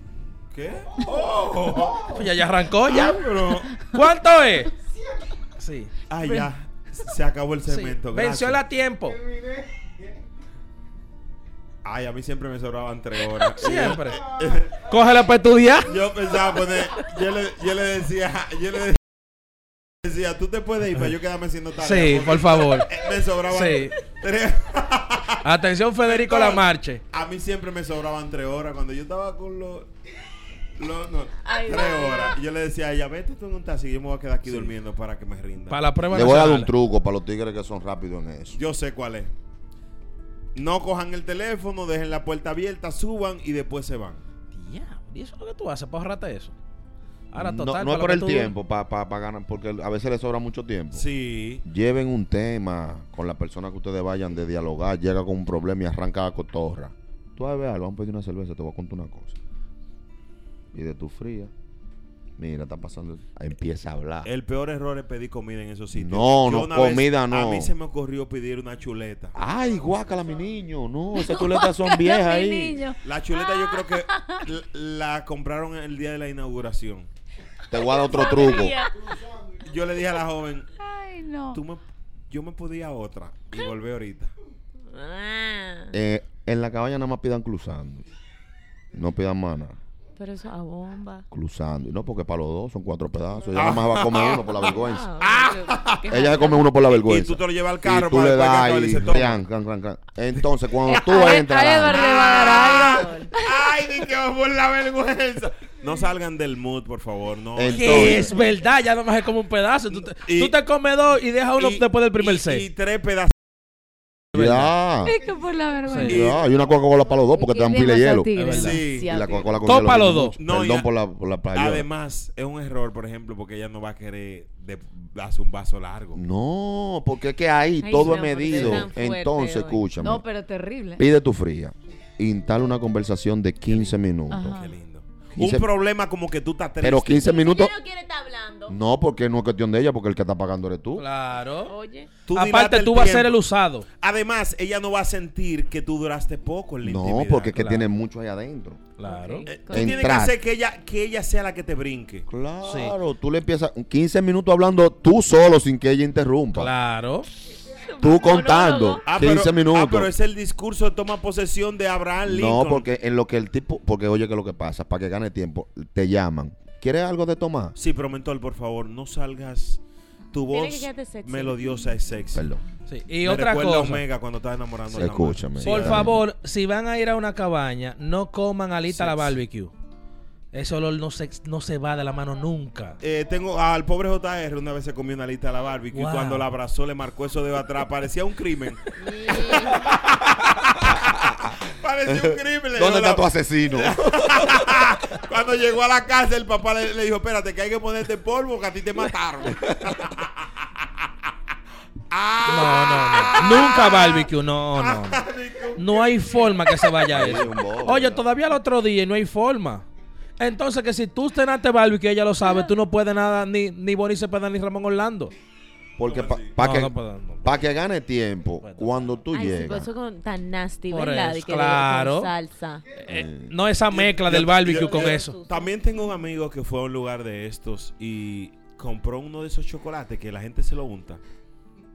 Speaker 2: ¿Qué? ¡Oh!
Speaker 6: Pues ya, ya arrancó, ya.
Speaker 2: Pero-
Speaker 6: ¿Cuánto es? Sí.
Speaker 2: Ah, ya. Se acabó el
Speaker 6: sí.
Speaker 2: segmento.
Speaker 6: Venció
Speaker 2: gracias.
Speaker 6: el a tiempo.
Speaker 2: Ay, a mí siempre me sobraban tres horas.
Speaker 6: Siempre. Cógela para estudiar.
Speaker 2: Yo pensaba poner. Yo le, yo le decía. Yo le decía, tú te puedes ir para yo quedarme haciendo tarea.
Speaker 6: Sí, por favor.
Speaker 2: Eh, Me sobraban
Speaker 6: Sí.
Speaker 2: tres.
Speaker 6: Atención, Federico Lamarche.
Speaker 2: A mí siempre me sobraban tres horas. Cuando yo estaba con los. los- no,
Speaker 3: Ay,
Speaker 2: tres
Speaker 3: Dios.
Speaker 2: horas. Y yo le decía a ella, vete tú en un taxi. Yo me voy a quedar aquí durmiendo para que me rinda.
Speaker 6: Para la prueba
Speaker 4: Le voy a dar un
Speaker 6: nacional.
Speaker 4: truco para los tigres que son rápidos en eso.
Speaker 2: Yo sé cuál es. No cojan el teléfono, dejen la puerta abierta, suban y después se van.
Speaker 6: Diablo, ¿Y eso es lo que tú haces para ahorrarte eso? Ahora,
Speaker 4: No-
Speaker 6: total.
Speaker 4: no
Speaker 6: para
Speaker 4: es
Speaker 6: lo
Speaker 4: por
Speaker 6: que
Speaker 4: el
Speaker 6: tú-
Speaker 4: tiempo, pa, pa- pa ganar, porque a veces le sobra mucho tiempo.
Speaker 2: Sí.
Speaker 4: Lleven un tema con la persona que ustedes vayan de dialogar, llega con un problema y arranca la cotorra. Tú vas a ver algo, vamos a pedir una cerveza, te voy a contar una cosa. Y de tu fría, mira, está pasando. Ahí empieza a hablar.
Speaker 6: Eh.
Speaker 2: El peor error es pedir comida en esos sitios.
Speaker 4: Ah. No, no,
Speaker 2: una
Speaker 4: comida no.
Speaker 2: A mí se me ocurrió pedir una chuleta.
Speaker 4: Ay, guácala, mi niño. No, esas chuletas son viejas
Speaker 5: Mi
Speaker 4: ahí.
Speaker 5: niño.
Speaker 2: La chuleta yo creo que l- la compraron el día de la inauguración.
Speaker 4: Te voy a dar otro truco.
Speaker 2: Yo le dije a la joven,
Speaker 5: Ay, no.
Speaker 2: tú me, yo me podía otra y volví ahorita.
Speaker 3: Ah,
Speaker 4: Eh, en la cabaña nada más pidan cruzando. No pidan más nada.
Speaker 3: pero eso a bomba.
Speaker 4: Cruzando. Y no, porque para los dos son cuatro pedazos. Ella
Speaker 2: Ah.
Speaker 4: nada más va a comer uno por la vergüenza.
Speaker 3: Ah, qué-
Speaker 4: Ella se come uno por la
Speaker 2: Y
Speaker 4: vergüenza.
Speaker 2: tú te lo llevas al carro
Speaker 4: y tú le
Speaker 2: después que
Speaker 4: das
Speaker 2: acabe el
Speaker 4: y
Speaker 2: setón.
Speaker 4: clan, clan, clan, clan. Entonces, cuando tú
Speaker 5: A-
Speaker 4: entras...
Speaker 5: a Edward
Speaker 2: Ah,
Speaker 5: le va a
Speaker 4: ah.
Speaker 5: dar algo.
Speaker 2: Ay, ni que por la vergüenza. No salgan del mood, por favor. No.
Speaker 4: Entonces-
Speaker 6: Que es verdad, ya nomás es como un pedazo. Tú te,
Speaker 2: eh. Y-
Speaker 6: tú te comes dos y dejas uno
Speaker 2: Y-
Speaker 6: después del primer
Speaker 2: y-
Speaker 6: set.
Speaker 2: Y tres pedazos.
Speaker 4: Ya.
Speaker 5: Es que por la vergüenza.
Speaker 6: Sí.
Speaker 4: Ya, hay una Coca-Cola para los dos porque te dan pile de hielo.
Speaker 5: Demasiado tigre.
Speaker 6: Es verdad.
Speaker 2: Sí.
Speaker 4: Y la Coca-Cola con
Speaker 6: Todo
Speaker 4: hielo
Speaker 6: para
Speaker 4: viene
Speaker 6: los dos.
Speaker 4: mucho.
Speaker 2: No, y
Speaker 4: Perdón
Speaker 2: a-
Speaker 4: por la, por la payola.
Speaker 2: Además, es un error, por ejemplo, porque ella no va a querer de- darse un vaso largo.
Speaker 4: No, porque es que ahí
Speaker 3: Ay,
Speaker 4: todo
Speaker 3: mi
Speaker 4: es
Speaker 3: amor, te
Speaker 4: medido.
Speaker 3: dan fuerte
Speaker 4: Entonces,
Speaker 3: hoy.
Speaker 4: escúchame.
Speaker 5: No, pero terrible.
Speaker 4: Pide tu fría. Instala una conversación de 15 minutos.
Speaker 5: Ajá.
Speaker 2: Qué lindo.
Speaker 4: Quince-
Speaker 2: Un problema como que tú estás triste.
Speaker 4: Pero 15 minutos.
Speaker 3: Primero quiere estar hablando.
Speaker 4: No, porque no es cuestión de ella, porque el que está pagando eres tú.
Speaker 6: Claro.
Speaker 3: Oye,
Speaker 2: Tú dilata
Speaker 6: Aparte,
Speaker 2: el
Speaker 6: tú vas a ser el
Speaker 2: tiempo.
Speaker 6: usado.
Speaker 2: Además, ella no va a sentir que tú duraste poco en la
Speaker 4: No,
Speaker 2: intimidad.
Speaker 4: porque es que
Speaker 6: claro.
Speaker 4: tiene mucho ahí adentro.
Speaker 6: Claro.
Speaker 3: Ok.
Speaker 2: Eh, tú
Speaker 4: Entrar.
Speaker 2: tienes que hacer que ella, que ella sea la que te brinque.
Speaker 4: Claro, tú le empiezas 15 minutos hablando tú solo sin que ella interrumpa.
Speaker 6: Claro.
Speaker 4: Tú contando
Speaker 2: Ah, pero,
Speaker 4: 15 minutos.
Speaker 2: ah, pero es el discurso de toma posesión de Abraham Lincoln.
Speaker 4: No, porque en lo que el tipo, porque oye que lo que pasa, para que gane tiempo, te llaman. ¿Quieres algo de tomar?
Speaker 2: Sí, pero mentor, por favor, no salgas Tu
Speaker 3: Tiene que
Speaker 2: voz
Speaker 3: quedarte sexy.
Speaker 2: melodiosa es sexy.
Speaker 4: Perdón.
Speaker 6: Sí, Y
Speaker 2: Me
Speaker 6: otra
Speaker 2: recuerda a
Speaker 6: cosa.
Speaker 2: Omega cuando estás enamorando.
Speaker 4: Sí,
Speaker 2: a la madre.
Speaker 4: escúchame.
Speaker 6: Por
Speaker 4: Sí.
Speaker 6: favor, si van a ir a una cabaña, no coman alita a la
Speaker 2: Sí, sí.
Speaker 6: barbecue. Ese olor no se, no se va de la mano nunca.
Speaker 2: Eh, tengo al pobre JR una vez se comió una lista de la barbecue
Speaker 6: Wow.
Speaker 2: y cuando la abrazó le marcó eso de atrás. Parecía un crimen. Parecía un crimen. le dijo
Speaker 4: ¿Dónde
Speaker 2: la-
Speaker 4: está tu asesino?
Speaker 2: Cuando llegó a la casa el papá le, le dijo, espérate que hay que ponerte polvo que a ti te mataron. Ah.
Speaker 6: No, no, no. Nunca barbecue, no, no. no. No hay forma que se vaya
Speaker 4: Sí,
Speaker 6: eso.
Speaker 4: un bobo,
Speaker 6: Oye,
Speaker 4: ¿verdad?
Speaker 6: todavía el otro día y no hay forma. Entonces, que si tú cenaste barbecue, ella lo
Speaker 2: Ah.
Speaker 6: sabe, tú no puedes nada, ni, ni Boris Cepeda ni Ramón Orlando.
Speaker 4: Porque para
Speaker 6: No,
Speaker 4: que,
Speaker 6: no
Speaker 2: pues,
Speaker 6: puedo, no puedo.
Speaker 4: pa' que gane tiempo, cuando tú
Speaker 3: Ay, sí, pues, por
Speaker 4: llegas.
Speaker 3: eso con, tan nasty,
Speaker 6: Por
Speaker 3: ¿verdad?
Speaker 6: eso,
Speaker 3: Y que le-
Speaker 6: claro.
Speaker 3: Con salsa.
Speaker 6: Eh, no esa mezcla del barbecue con eso.
Speaker 2: También tengo un amigo que fue a un lugar de estos y compró uno de esos chocolates que la gente se lo unta. Ah.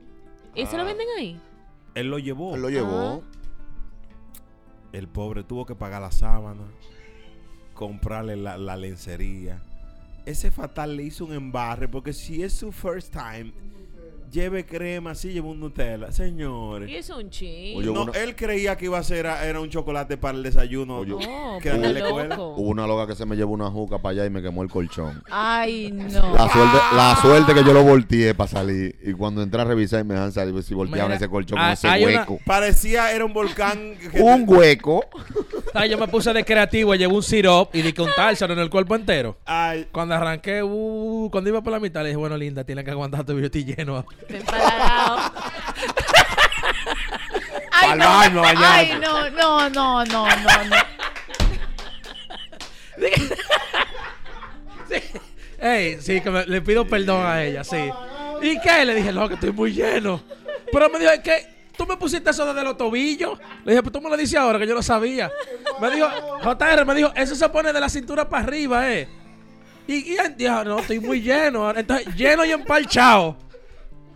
Speaker 3: ¿Y se
Speaker 6: ah.
Speaker 3: lo venden ahí?
Speaker 2: Él lo llevó.
Speaker 4: Él lo llevó.
Speaker 2: El pobre tuvo que pagar la sábana, comprarle la, la lencería. Ese fatal le hizo un embarre porque si es su first time, lleve crema, sí lleve un Nutella.
Speaker 3: Y
Speaker 2: Señores.
Speaker 3: es un ching.
Speaker 4: Oye,
Speaker 2: No,
Speaker 4: una-
Speaker 2: él creía que iba a ser a- era un chocolate para el desayuno.
Speaker 4: Oye,
Speaker 3: No,
Speaker 2: que era
Speaker 3: está
Speaker 2: de la escuela.
Speaker 3: loco.
Speaker 4: Hubo una loca que se me llevó una juca para allá y me quemó el colchón.
Speaker 5: Ay, no.
Speaker 4: La suerte, la suerte que yo lo volteé para salir. Y cuando entré a revisar y me dejan salir, pues, si volteaban
Speaker 6: Mira,
Speaker 4: ese
Speaker 2: ah,
Speaker 4: colchón
Speaker 6: hay-
Speaker 4: con ese
Speaker 6: hay una-
Speaker 4: hueco.
Speaker 2: Parecía era un volcán. que-
Speaker 4: Un hueco.
Speaker 6: Ay, yo me puse de creativo, llevé un sirop y di que untárselo en el cuerpo entero.
Speaker 2: Ay,
Speaker 6: Cuando arranqué, uh, cuando iba por la mitad, le dije, bueno, linda, tienes que aguantarte, yo estoy lleno.
Speaker 3: Está empalagado.
Speaker 5: Ay,
Speaker 4: Pa'l baño,
Speaker 5: no.
Speaker 4: a bañarse.
Speaker 5: Ay, no, no, no, no, no, no.
Speaker 6: Ey, sí, que me- le pido perdón a ella, sí. ¿Y qué? Le dije, no, que estoy muy lleno. Pero me dijo, ¿qué? ¿Tú me pusiste eso desde los tobillos? Le dije, pues tú me lo dices ahora, que yo lo sabía. Me dijo, JR, me dijo, eso se pone de la cintura para arriba, ¿eh? Y, y él dijo, no, estoy muy lleno. ahora". Entonces, lleno y empalchado.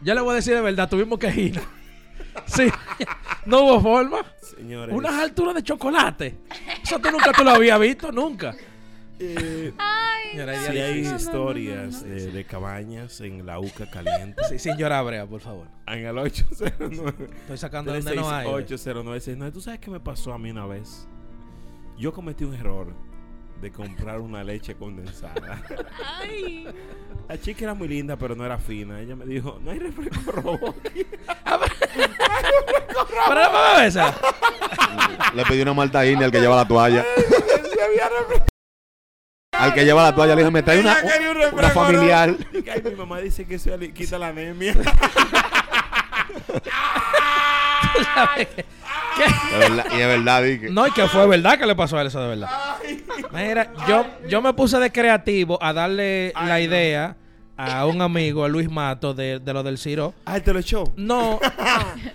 Speaker 6: Ya le voy a decir de verdad, tuvimos que ir. Sí, no hubo forma.
Speaker 2: señores.
Speaker 6: Unas alturas de chocolate. Eso tú nunca tú lo habías visto, nunca.
Speaker 2: eh,
Speaker 6: Señora,
Speaker 2: si
Speaker 6: ella dice-
Speaker 2: hay historias de, de cabañas en la UCA caliente.
Speaker 6: Sí, sin llorar, Brea, por favor.
Speaker 2: En el 809.
Speaker 6: Estoy sacando donde no hay.
Speaker 2: 809 ¿Tú sabes qué me pasó a mí una vez? Yo cometí un error de comprar una leche condensada.
Speaker 3: Ay.
Speaker 2: La chica era muy linda, pero no era fina. Ella me dijo, no hay refresco rojo aquí".
Speaker 6: Para la mamá esa.
Speaker 4: Le pedí una malta india al que lleva la toalla. al que lleva la toalla le dije, me trae una,
Speaker 2: Ella quería un
Speaker 4: una
Speaker 2: refresco rojo.
Speaker 4: familiar.
Speaker 2: Y que, "Ay, mi mamá dice que eso le quita la anemia.
Speaker 4: De verdad- y de verdad dije.
Speaker 6: No, y que fue verdad que le pasó a él eso de verdad. Mira, yo, yo me puse de creativo a darle la idea a un amigo, a Luis Mato, de, de lo del Ciro.
Speaker 2: Ay, Ah, te lo echó.
Speaker 6: No,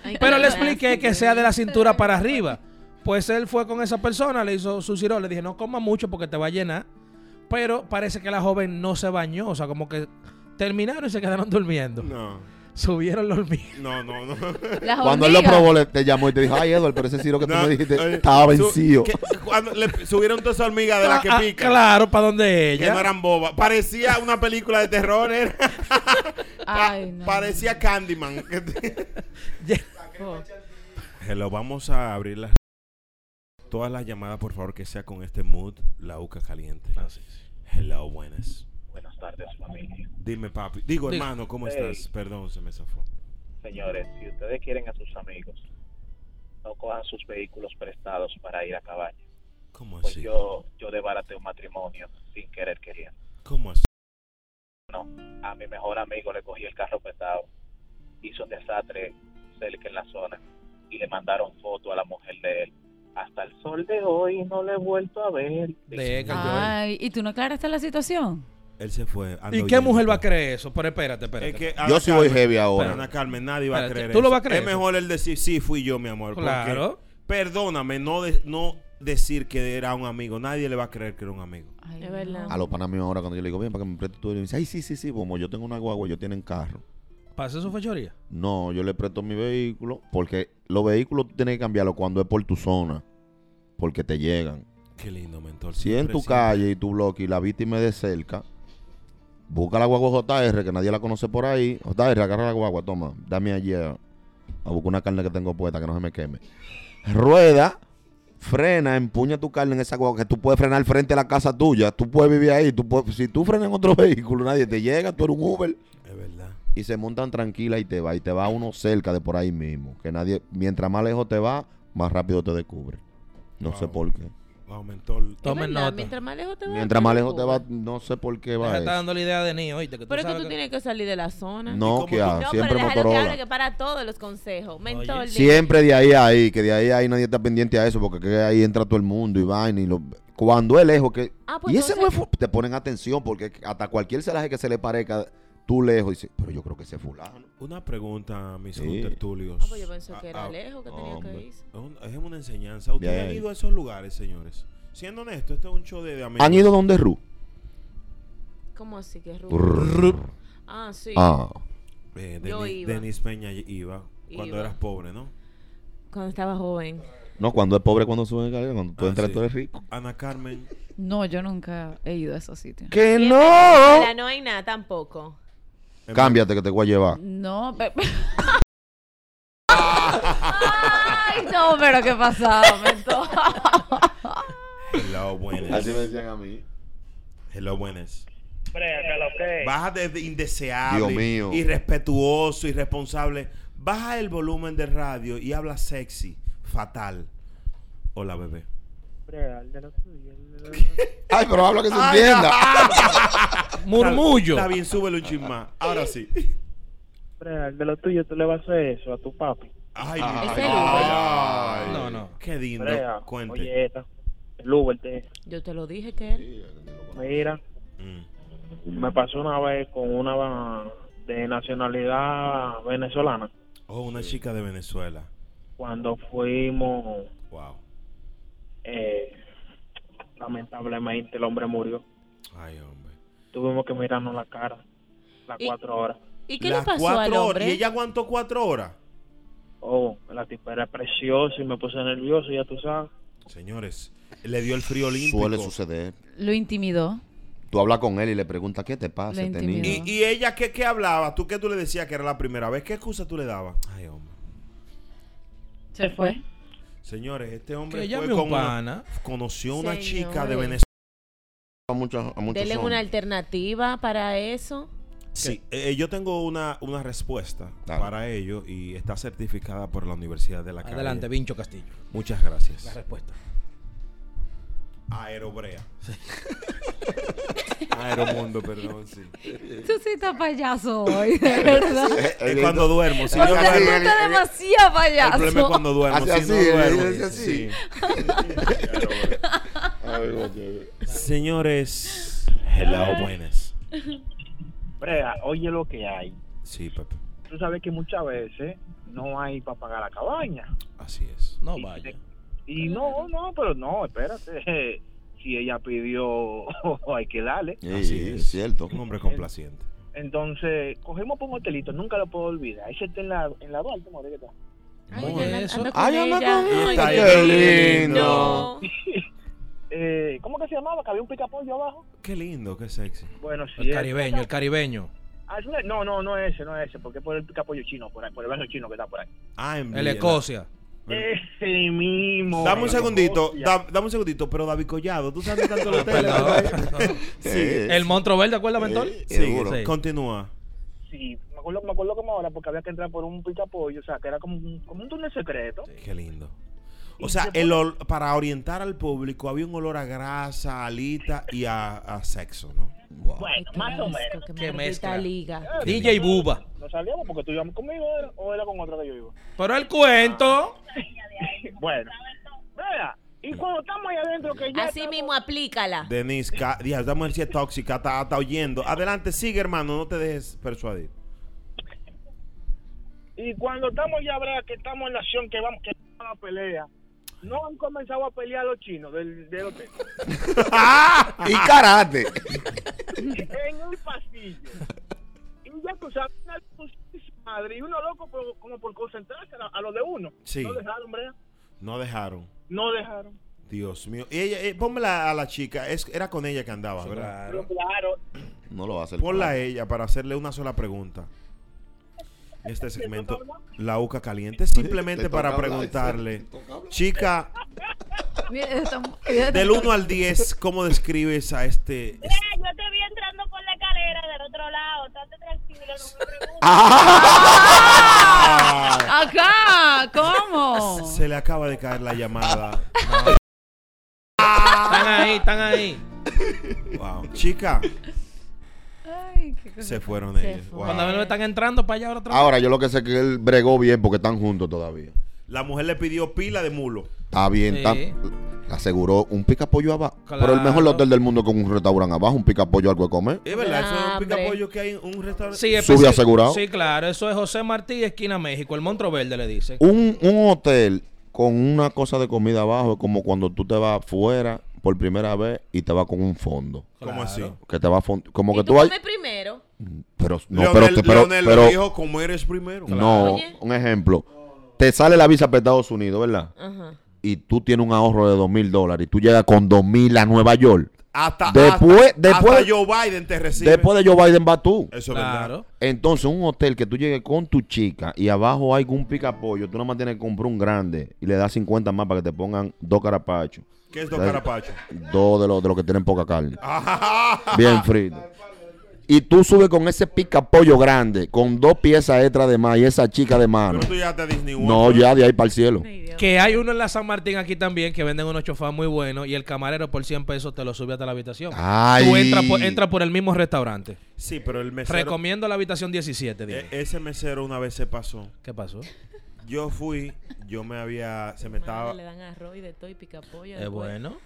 Speaker 3: Ay,
Speaker 6: pero
Speaker 3: qué
Speaker 6: le
Speaker 3: nasty,
Speaker 6: expliqué que
Speaker 3: güey.
Speaker 6: sea de la cintura para arriba. Pues él fue con esa persona, le hizo su Ciro. Le dije, no coma mucho porque te va a llenar. Pero parece que la joven no se bañó. O sea, como que terminaron y se quedaron durmiendo.
Speaker 2: No,
Speaker 6: Subieron los míos.
Speaker 2: no, no, no.
Speaker 5: Las
Speaker 4: Cuando él lo
Speaker 5: hormigas.
Speaker 4: probó, le, te llamó y te dijo, ay, Edward, pero ese ciro que tú
Speaker 2: No,
Speaker 4: me dijiste
Speaker 2: oye,
Speaker 4: estaba
Speaker 2: su-
Speaker 4: vencido.
Speaker 2: que cuando Ah, le subieron todas esas hormigas de las que
Speaker 6: Ah,
Speaker 2: pican.
Speaker 6: Claro, para donde
Speaker 2: Que
Speaker 6: ella.
Speaker 2: no eran bobas. Parecía una película de terror. era.
Speaker 9: Ah.
Speaker 2: Pa-
Speaker 5: Ay, no.
Speaker 2: Parecía Candyman.
Speaker 5: Oh.
Speaker 2: Hello, vamos a abrir las... Todas las llamadas, por favor, que sea con este mood, la uca caliente.
Speaker 6: Ah,
Speaker 2: Hello, buenas.
Speaker 9: Buenas tardes, familia.
Speaker 2: Dime, papi. Digo,
Speaker 6: Digo.
Speaker 2: hermano, ¿cómo
Speaker 9: Hey.
Speaker 2: estás? Perdón, se me zafó.
Speaker 9: Señores, si ustedes quieren a sus amigos, no cojan sus vehículos prestados para ir a cabaña.
Speaker 2: ¿Cómo
Speaker 9: Pues
Speaker 2: así?
Speaker 9: yo, yo desbaraté un matrimonio sin querer queriendo.
Speaker 2: ¿Cómo así?
Speaker 9: No, a mi mejor amigo le cogí el carro prestado, hizo un desastre cerca en la zona y le mandaron foto a la mujer de él. Hasta el sol de hoy no le he vuelto a ver. Ah,
Speaker 6: De-
Speaker 5: Ay, ¿y tú no aclaraste la situación?
Speaker 2: Él se fue. ando
Speaker 6: ¿Y qué mujer
Speaker 2: huyendo.
Speaker 6: va a creer eso? Pero espérate, espérate.
Speaker 2: Es que
Speaker 4: Yo
Speaker 2: Ana
Speaker 4: sí voy
Speaker 2: Carmen-
Speaker 4: heavy ahora.
Speaker 2: Ana Carmen, nadie va a
Speaker 6: Espérate,
Speaker 2: creer
Speaker 6: ¿tú lo
Speaker 2: eso.
Speaker 6: vas a creer
Speaker 2: Es
Speaker 6: eso?
Speaker 2: mejor el decir, sí, fui yo, mi amor. porque-
Speaker 6: Claro.
Speaker 2: Perdóname, no, de- no decir que era un amigo. Nadie le va a creer que era un amigo.
Speaker 5: Ay,
Speaker 3: Es verdad.
Speaker 4: A los panas míos ahora, cuando yo le digo, bien, para que me preste tu vehículo", me dice, ay, sí, sí, sí, como yo tengo una guagua, ellos tienen carro.
Speaker 6: ¿Pasa su fechoría?
Speaker 4: No, yo le presto mi vehículo, porque los vehículos tú tienes que cambiarlos cuando es por tu zona, porque te llegan.
Speaker 2: Qué lindo, mentor.
Speaker 4: Si en tu
Speaker 2: Siempre, siempre.
Speaker 4: calle y tu bloque y la víctima es de cerca, Busca la guagua JR, que nadie la conoce por ahí. JR, agarra la guagua, toma. Dame allí a, a buscar una carne que tengo puesta, que no se me queme. Rueda, frena, empuña tu carne en esa guagua, que tú puedes frenar frente a la casa tuya. Tú puedes vivir ahí. Tú puedes- si tú frenas en otro vehículo, nadie te llega, tú eres un Uber.
Speaker 2: Es verdad.
Speaker 4: Y se montan tranquila y te va. Y te va uno cerca de por ahí mismo. Que nadie, mientras más lejos te va, más rápido te descubre. No sé
Speaker 2: Wow.
Speaker 4: por qué.
Speaker 2: Aumentó el...
Speaker 3: Es
Speaker 6: Tomen
Speaker 3: verdad,
Speaker 6: nota.
Speaker 3: Mientras más lejos te vas.
Speaker 4: Mientras más lejos te
Speaker 3: descubres.
Speaker 4: va, no sé por qué
Speaker 6: Deja
Speaker 4: va.
Speaker 6: de estar
Speaker 4: eso.
Speaker 6: dando la idea de niño, oíste. Que tú
Speaker 3: Pero es que
Speaker 6: sabes
Speaker 3: tú tienes que salir de la zona.
Speaker 4: No,
Speaker 2: cómo
Speaker 4: que
Speaker 2: tú-
Speaker 4: ah,
Speaker 3: No,
Speaker 4: siempre
Speaker 3: pero déjalo que hable
Speaker 4: Motorola.
Speaker 3: que para todos los consejos. Mentor,
Speaker 6: Oye.
Speaker 3: di-
Speaker 4: Siempre de ahí a ahí, que de ahí a ahí nadie está pendiente a eso, porque que ahí entra todo el mundo y vaina y lo- cuando es lejos que
Speaker 3: Ah, pues
Speaker 4: y ese no es
Speaker 3: entonces-
Speaker 4: fu- te ponen atención porque hasta cualquier celaje que se le parezca tú lejos dices, pero yo creo que ese fulano.
Speaker 2: Una pregunta a mis
Speaker 4: Sí.
Speaker 2: contertulios.
Speaker 3: Ah, pues yo pensé que
Speaker 2: Ah,
Speaker 3: era
Speaker 2: ah,
Speaker 3: lejos que tenía
Speaker 4: hombre.
Speaker 3: que irse.
Speaker 2: es un- Es una enseñanza. Ustedes
Speaker 4: Bien.
Speaker 2: han ido a esos lugares, señores. Siendo honesto, este es un show de, de amigos.
Speaker 4: ¿Han ido donde Ru?
Speaker 3: ¿Cómo así que es rubio?
Speaker 4: Rru.
Speaker 3: Ah, sí.
Speaker 4: Ah,
Speaker 2: Eh,
Speaker 3: Yo
Speaker 2: Denis-
Speaker 3: iba.
Speaker 2: Denis Peña iba cuando
Speaker 3: Iba.
Speaker 2: eras pobre, ¿no?
Speaker 3: Cuando estaba joven.
Speaker 4: no, cuando es pobre cuando sube escalera, cuando tú
Speaker 2: Ah,
Speaker 4: entras
Speaker 2: sí.
Speaker 4: tú eres rico.
Speaker 2: Ana Carmen.
Speaker 5: No, yo nunca he ido a esos sitios.
Speaker 4: Que
Speaker 3: Bien,
Speaker 4: no.
Speaker 3: La no hay nada tampoco.
Speaker 4: Cámbiate que te voy a llevar.
Speaker 5: No, pero... Ay, no, pero qué pasado, mentor.
Speaker 2: Hello, buenas.
Speaker 4: decían a mí.
Speaker 2: Hello, buenas.
Speaker 9: que
Speaker 2: Baja de indeseable,
Speaker 4: Dios mío.
Speaker 2: irrespetuoso, irresponsable. Baja el volumen de radio y habla sexy, fatal. Hola, bebé.
Speaker 4: Ay, pero habla que se entienda.
Speaker 2: ah,
Speaker 6: Murmullo.
Speaker 2: Está bien, súbelo un chin más. Ahora sí.
Speaker 9: de lo tuyo, tú le vas a hacer eso a tu papi.
Speaker 2: Ay,
Speaker 4: Ay,
Speaker 2: mi-
Speaker 3: Ese
Speaker 2: ay.
Speaker 6: No, no.
Speaker 2: Qué lindo.
Speaker 9: Brea,
Speaker 2: Cuente.
Speaker 9: oye, esta, el Uber, te,
Speaker 3: Yo te lo dije que él.
Speaker 9: mira,
Speaker 2: Mm.
Speaker 9: me pasó una vez con una va- de nacionalidad venezolana.
Speaker 2: Oh, una chica de Venezuela.
Speaker 9: Cuando fuimos,
Speaker 2: Wow.
Speaker 9: eh, lamentablemente el hombre murió.
Speaker 2: Ay, hombre.
Speaker 9: Tuvimos que mirarnos la cara las
Speaker 3: Y-
Speaker 9: cuatro horas.
Speaker 3: ¿Y qué
Speaker 2: Las
Speaker 3: le pasó
Speaker 2: cuatro
Speaker 3: al
Speaker 2: horas-
Speaker 3: hombre?
Speaker 2: Y ella aguantó cuatro horas.
Speaker 9: Oh, la tipa era preciosa y me puse nervioso, ya tú sabes.
Speaker 2: Señores, le dio el frío olímpico.
Speaker 4: Suele suceder.
Speaker 5: Lo intimidó.
Speaker 4: Tú hablas con él y le preguntas qué te pasa,
Speaker 5: La
Speaker 4: este
Speaker 5: intimidad.
Speaker 4: niño?"
Speaker 2: ¿Y, y ella qué, qué hablaba? ¿Tú qué tú le decías que era la primera vez? ¿Qué excusa tú le dabas? Ay, hombre.
Speaker 5: Se fue.
Speaker 2: Señores, este hombre
Speaker 6: Que
Speaker 2: fue
Speaker 6: llame un
Speaker 2: con una-
Speaker 6: pana.
Speaker 2: conoció a una
Speaker 3: Señores.
Speaker 2: chica de Venezuela.
Speaker 4: A muchos, a muchos
Speaker 3: Denle una
Speaker 4: hombres.
Speaker 3: alternativa para eso.
Speaker 2: Sí, eh, yo tengo una, una respuesta
Speaker 4: Dale.
Speaker 2: para ello y está certificada por la Universidad de la Calle.
Speaker 6: Adelante, Vincho Castillo.
Speaker 2: Muchas gracias.
Speaker 6: La respuesta.
Speaker 2: Aerobrea. Aeromundo, perdón, sí.
Speaker 5: Tú sí estás payaso hoy, de verdad.
Speaker 2: Es cuando duermo, si yo
Speaker 5: Porque tú
Speaker 2: duermo.
Speaker 5: estás demasiado
Speaker 2: El
Speaker 5: payaso.
Speaker 2: problema es cuando duermo,
Speaker 4: Hace
Speaker 2: si
Speaker 4: así,
Speaker 2: no
Speaker 4: le
Speaker 2: duermo.
Speaker 4: dice así.
Speaker 2: Sí. Señores, hello, buenas.
Speaker 9: Brea, oye lo que hay.
Speaker 2: Sí, Pepe,
Speaker 9: Tú sabes que muchas veces no hay para pagar la cabaña.
Speaker 2: así es.
Speaker 6: No
Speaker 9: Y si
Speaker 6: vaya.
Speaker 9: te- Y no, no, pero no, espérate. Si ella pidió, hay que darle.
Speaker 4: Sí,
Speaker 2: Así
Speaker 4: es cierto.
Speaker 2: Un hombre complaciente.
Speaker 9: Entonces, cogemos por un hotelito, nunca lo puedo olvidar. Ese está en la, en la Duarte, ¿cómo es que está?
Speaker 3: Ay,
Speaker 6: Muy
Speaker 3: anda-
Speaker 6: eso.
Speaker 3: anda con
Speaker 4: Ay, anda
Speaker 3: ella.
Speaker 4: con
Speaker 3: Ay,
Speaker 4: ella.
Speaker 2: qué
Speaker 4: lindo.
Speaker 9: Eh, ¿Cómo que se llamaba? Que había un picapollo abajo.
Speaker 2: Qué lindo, qué sexy.
Speaker 9: Bueno, sí.
Speaker 6: El
Speaker 9: es-
Speaker 6: caribeño, el caribeño.
Speaker 9: Ah, es una- No, no, no es ese, no es ese, porque es por el picapollo chino, por, ahí, por el barrio chino que está por ahí. Eh,
Speaker 2: Ah, en
Speaker 6: El
Speaker 2: Villa.
Speaker 6: Escocia.
Speaker 9: Ese mismo.
Speaker 2: Dame un segundito,
Speaker 9: Hostia.
Speaker 2: da- dame un segundito, pero David Collado, tú sabes tanto los hoteles.
Speaker 6: Perdón.
Speaker 4: Sí.
Speaker 6: El Montro Verde, ¿acuerdas, Mentor?
Speaker 2: Sí,
Speaker 4: Seguro.
Speaker 2: sí. Continúa.
Speaker 9: Sí, me acuerdo, me acuerdo como ahora, porque había que entrar por un picapollo, o sea, que era como un, como un túnel secreto.
Speaker 2: Qué lindo. O
Speaker 9: Y
Speaker 2: sea,
Speaker 9: se
Speaker 2: el ol- para orientar al público había un olor a grasa, a alita y a, a sexo, ¿no?
Speaker 9: Bueno,
Speaker 3: Qué
Speaker 9: más o
Speaker 3: asco,
Speaker 9: menos.
Speaker 3: qué
Speaker 6: Qué
Speaker 3: maldita
Speaker 6: mezcla.
Speaker 3: liga.
Speaker 6: DJ Buba.
Speaker 9: Nos salíamos porque tú ibas conmigo era- o era con otra que yo iba.
Speaker 6: Pero el cuento.
Speaker 9: Bueno, vea, y cuando estamos ahí adentro, que ya.
Speaker 3: Así mismo, aplícala.
Speaker 2: Denise, ca- Díaz, esta mujer sí es tóxica, está, está oyendo. Adelante, sigue, hermano, no te dejes persuadir.
Speaker 9: Y cuando estamos ya, vea, que estamos en la acción, que vamos, que vamos a la pelea. No han comenzado a pelear los chinos del, del hotel.
Speaker 4: Y karate.
Speaker 9: en un pasillo. Y ya tú sabes, una luz de su madre, y uno loco por- como por concentrarse a, a lo de uno.
Speaker 2: Sí.
Speaker 9: No dejaron, Brea.
Speaker 2: No dejaron.
Speaker 9: No dejaron.
Speaker 2: Dios mío. Y ella, eh, pónmela a la chica, es, era con ella que andaba, ¿verdad?
Speaker 9: Pero claro,
Speaker 4: No lo hace el
Speaker 2: Ponla a
Speaker 4: padre.
Speaker 2: ella para hacerle una sola pregunta. En Este segmento, la UCA caliente, simplemente
Speaker 4: Te toca
Speaker 2: para
Speaker 4: hablar,
Speaker 2: preguntarle,
Speaker 4: te toca hablar.
Speaker 2: chica,
Speaker 5: Mira, está- mira,
Speaker 2: del 1 al 10, ¿cómo describes a este?
Speaker 11: Mira, yo te vi entrando por la escalera del otro lado. Estate tranquilo, no me preguntes.
Speaker 5: Acá,
Speaker 3: Oh.
Speaker 5: ¿cómo?
Speaker 2: Se le acaba de caer la llamada.
Speaker 6: Están ahí, están ahí.
Speaker 2: Wow. Chica,
Speaker 5: Ay, qué cosa.
Speaker 2: se fueron
Speaker 3: Se
Speaker 2: ellos.
Speaker 3: fue.
Speaker 2: Wow.
Speaker 6: Cuando a mí me están entrando para allá ahora otra vez.
Speaker 4: Ahora, yo lo que sé es que él bregó bien porque están juntos todavía.
Speaker 2: La mujer le pidió pila de mulo.
Speaker 4: Está bien,
Speaker 6: Sí.
Speaker 4: tan- aseguró un picapollo abajo. Pero el mejor
Speaker 6: Claro.
Speaker 4: hotel del mundo con un restaurante abajo, un picapollo algo de comer.
Speaker 2: Es verdad, eso es un
Speaker 3: Hambre.
Speaker 2: picapollo que hay en un restaurante.
Speaker 6: Sí, es
Speaker 4: Sube
Speaker 6: especi-
Speaker 4: asegurado.
Speaker 6: Sí, claro. Eso es José Martí, esquina México. El Montro Verde le dice.
Speaker 4: Un, un hotel con una cosa de comida abajo es como cuando tú te vas fuera por primera vez y te vas con un fondo.
Speaker 2: ¿Cómo así?
Speaker 4: Que te va a fondo. Como
Speaker 3: ¿Y
Speaker 4: que
Speaker 3: tú
Speaker 4: tú hay.
Speaker 3: comes primero.
Speaker 4: Pero, no,
Speaker 2: Leonel,
Speaker 4: pero, pero,
Speaker 2: Leonel
Speaker 4: pero-
Speaker 2: le dijo, como eres primero.
Speaker 4: No,
Speaker 3: Oye.
Speaker 4: un ejemplo. Te sale la visa para Estados Unidos, ¿verdad?
Speaker 3: Ajá.
Speaker 4: Y tú tienes un ahorro de dos mil dólares y tú llegas con dos mil a Nueva York.
Speaker 2: Hasta,
Speaker 4: Después-
Speaker 2: hasta- hasta
Speaker 4: después-
Speaker 2: Joe Biden te recibe.
Speaker 4: Después de Joe Biden va tú.
Speaker 2: Eso es verdad.
Speaker 6: Claro.
Speaker 4: Entonces, un hotel que tú llegues con tu chica y abajo hay un picapollo, tú nada más tienes que comprar un grande y le das 50 más para que te pongan dos carapachos.
Speaker 2: ¿Qué es Ah. Don Carapacho?
Speaker 4: Dos de los de los que tienen poca carne. Bien frito. Y tú subes con ese picapollo grande, con dos piezas extra de más y esa chica de mano.
Speaker 2: Pero tú ya a Disney World.
Speaker 4: No, ya de ahí para el cielo.
Speaker 6: Que hay uno en la San Martín aquí también que venden unos chofás muy buenos y el camarero por 100 pesos te lo sube hasta la habitación.
Speaker 4: Ay.
Speaker 6: Tú entras por, entras por el mismo restaurante.
Speaker 2: Sí, pero el mesero.
Speaker 6: Recomiendo la habitación 17, dime.
Speaker 2: e- ese mesero una vez se pasó.
Speaker 6: ¿Qué pasó?
Speaker 2: Yo fui, yo me había. Se me
Speaker 4: Ah.
Speaker 3: Madre,
Speaker 2: estaba.
Speaker 3: Le dan arroz y de todo y pica pollo.
Speaker 6: Es Eh, bueno.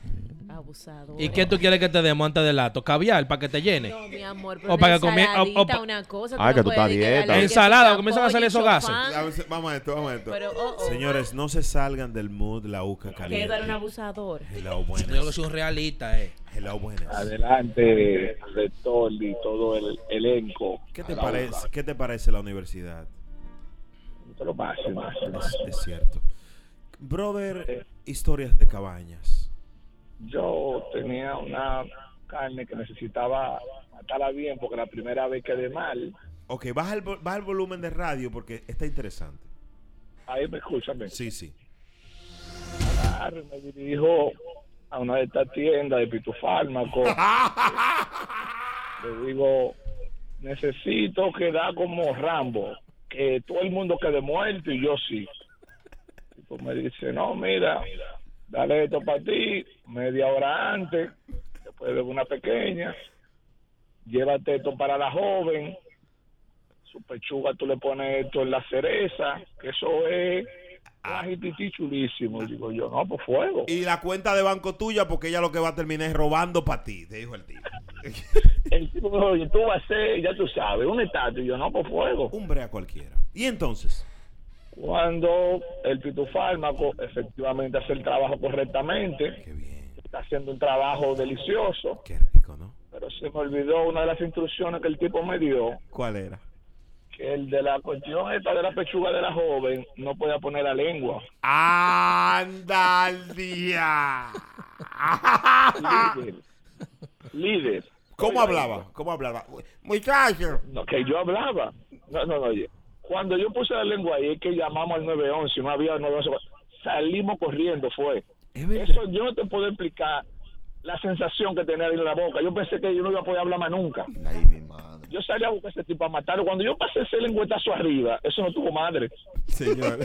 Speaker 3: Abusado.
Speaker 6: ¿Y qué tú quieres que te demos antes del acto? ¿Caviar para que te llene?
Speaker 3: No, mi amor,
Speaker 6: O
Speaker 3: pero
Speaker 6: para
Speaker 3: para
Speaker 6: que comie- o- o pa-
Speaker 3: una cosa.
Speaker 4: Ay,
Speaker 3: no
Speaker 4: Ah, que tú
Speaker 3: puedes
Speaker 4: estás
Speaker 3: decir que
Speaker 4: dieta.
Speaker 3: dale que
Speaker 6: Ensalada,
Speaker 3: pica
Speaker 6: comienzan a
Speaker 3: pollo,
Speaker 6: hacer esos gases.
Speaker 3: chofán.
Speaker 2: A ver, Vamos a esto, vamos a esto.
Speaker 3: Pero, oh, oh.
Speaker 2: Señores, no se salgan del mood la UCA
Speaker 3: Que tú eres un
Speaker 2: caliente.
Speaker 3: abusador.
Speaker 2: Hello,
Speaker 6: Yo creo que
Speaker 2: buenas.
Speaker 6: soy un realista, eh.
Speaker 2: Hello, buenas.
Speaker 10: Adelante, rector y todo el elenco.
Speaker 2: ¿Qué te, parece, ¿Qué te parece la universidad?
Speaker 10: Lo máximo.
Speaker 2: Es, es cierto. Brother, historias de cabañas.
Speaker 10: Yo tenía una carne que necesitaba matarla bien porque la primera vez quedé mal.
Speaker 2: Ok, baja el, vo- baja el volumen de radio porque está interesante.
Speaker 10: Ahí me escúchame.
Speaker 2: Sí, sí.
Speaker 10: Claro, me dirijo a una de estas tiendas de pitufármaco. Le digo, necesito quedar como Rambo, que todo el mundo quede muerto y yo sí. Y pues me dice, no, mira, dale esto para ti, media hora antes, después de una pequeña, llévate esto para la joven, su pechuga tú le pones esto en la cereza, que eso es agitití chulísimo. Y digo yo, no, pues fuego.
Speaker 2: Y la cuenta de banco tuya, porque ella lo que va a terminar es robando para ti, te dijo el tío.
Speaker 10: El tipo me dijo, oye, tú vas a ser, ya tú sabes, un estatua. Y yo, no, pues fuego.
Speaker 2: Un brea cualquiera. Y entonces,
Speaker 10: Cuando el pitufármaco efectivamente hace el trabajo correctamente,
Speaker 2: qué bien,
Speaker 10: está haciendo un trabajo delicioso,
Speaker 2: qué rico, ¿no?
Speaker 10: pero se me olvidó una de las instrucciones que el tipo me dio,
Speaker 2: ¿Cuál era?
Speaker 10: que el de la cuestión esta de la pechuga de la joven no podía poner la lengua.
Speaker 2: ¡Anda al día!
Speaker 10: Líder. Líder.
Speaker 2: ¿Cómo
Speaker 10: Oiga,
Speaker 2: hablaba? ¿Cómo hablaba? Muchacho.
Speaker 10: No, que yo hablaba. No, no, no, oye. Cuando yo puse la lengua ahí, es que llamamos al 911, no había 911. Salimos corriendo, fue.
Speaker 2: Es
Speaker 10: Eso yo no te puedo explicar la sensación que tenía ahí en la boca. Yo pensé que yo no iba a poder hablar más nunca.
Speaker 4: Ay, mi madre.
Speaker 10: Yo salí a buscar a ese tipo a matarlo. Cuando yo pasé ese lengüetazo arriba, eso no tuvo madre.
Speaker 2: Señor.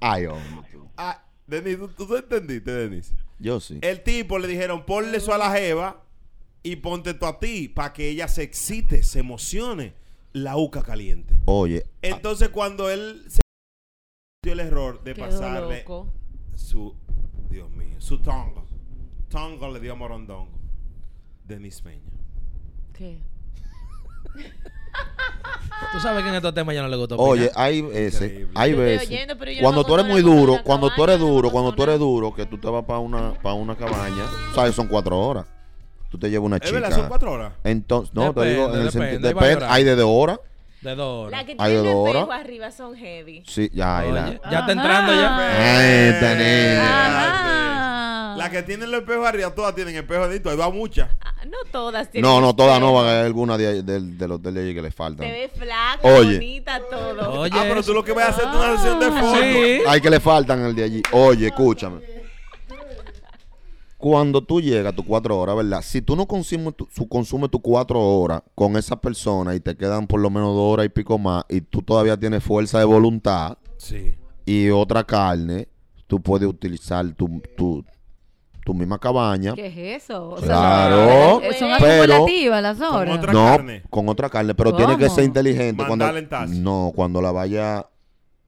Speaker 4: Ay, hombre. tú.
Speaker 2: Ah, Denis, ¿tú, tú entendiste, Denis? Eh,
Speaker 4: Yo sí.
Speaker 2: El tipo le dijeron, ponle eso a la jeva y ponte tú a ti para que ella se excite, se emocione. La uca caliente.
Speaker 4: Oye,
Speaker 2: Entonces cuando él se dio el error de
Speaker 3: Quedó
Speaker 2: pasarle
Speaker 3: loco.
Speaker 2: su, Dios mío, su tongo. Tongo le dio a Morondongo. Denis Peña.
Speaker 3: ¿Qué?
Speaker 6: Tú sabes que en estos temas ya no le gustó. opinar.
Speaker 4: Oye, hay veces,
Speaker 2: Increíble.
Speaker 4: hay
Speaker 3: Yo estoy
Speaker 4: veces.
Speaker 3: oyendo, pero yo no
Speaker 4: cuando
Speaker 3: me
Speaker 4: tú eres
Speaker 3: acuerdo
Speaker 4: muy
Speaker 3: de la cosa de
Speaker 4: duro,
Speaker 3: la
Speaker 4: cuando tú
Speaker 3: cabaña,
Speaker 4: eres
Speaker 3: no me
Speaker 4: duro, cuando tú
Speaker 3: acuerdo
Speaker 4: eres duro, que tú te vas para una, para una cabaña, sabes, son cuatro horas. Tú te llevas una
Speaker 2: Es verdad, son
Speaker 4: chica.
Speaker 2: cuatro horas.
Speaker 4: Entonces, no,
Speaker 6: Depende,
Speaker 4: te digo, en el
Speaker 6: depende,
Speaker 4: sentido,
Speaker 6: hay varios
Speaker 4: depende,
Speaker 6: horarios.
Speaker 4: hay desde horas.
Speaker 6: De dos horas.
Speaker 3: Las que
Speaker 4: Ay,
Speaker 3: tienen el
Speaker 4: Dora.
Speaker 3: espejo arriba son heavy.
Speaker 4: Sí, ya, ahí
Speaker 6: Oye,
Speaker 4: la. este
Speaker 6: ya está entrando ya.
Speaker 5: Ajá.
Speaker 4: Ay, Denis.
Speaker 5: Ajá.
Speaker 2: Las que tienen los espejos arriba, todas tienen espejo adentro. Ahí va muchas.
Speaker 3: Ah, no todas tienen.
Speaker 4: No, no, todas no,
Speaker 3: espejo.
Speaker 4: van a haber alguna de, del- de los de allí que le faltan.
Speaker 3: Te ves flaca,
Speaker 4: Oye.
Speaker 3: bonita, todo.
Speaker 6: Oye,
Speaker 2: ah, pero tú lo que vas a hacer es
Speaker 3: Ah.
Speaker 2: una sesión de fotos.
Speaker 6: sí.
Speaker 4: Hay que le faltan el de allí. Oye, escúchame. Cuando tú llegas a tus cuatro horas, ¿verdad? Si tú no consumes tu, su- consumes tus cuatro horas con esa persona y te quedan por lo menos dos horas y pico más y tú todavía tienes fuerza de voluntad
Speaker 2: Sí.
Speaker 4: y otra carne, tú puedes utilizar tu, tu, tu misma cabaña.
Speaker 5: ¿Qué es eso? O
Speaker 4: Claro,
Speaker 5: sea, son
Speaker 4: pero-
Speaker 5: acumulativas las
Speaker 2: Con
Speaker 5: horas.
Speaker 2: otra
Speaker 4: no,
Speaker 2: carne.
Speaker 4: con otra carne, pero
Speaker 5: ¿Cómo?
Speaker 4: tiene que ser inteligente. Cuando,
Speaker 2: Mandala en taza.
Speaker 4: no, cuando la vaya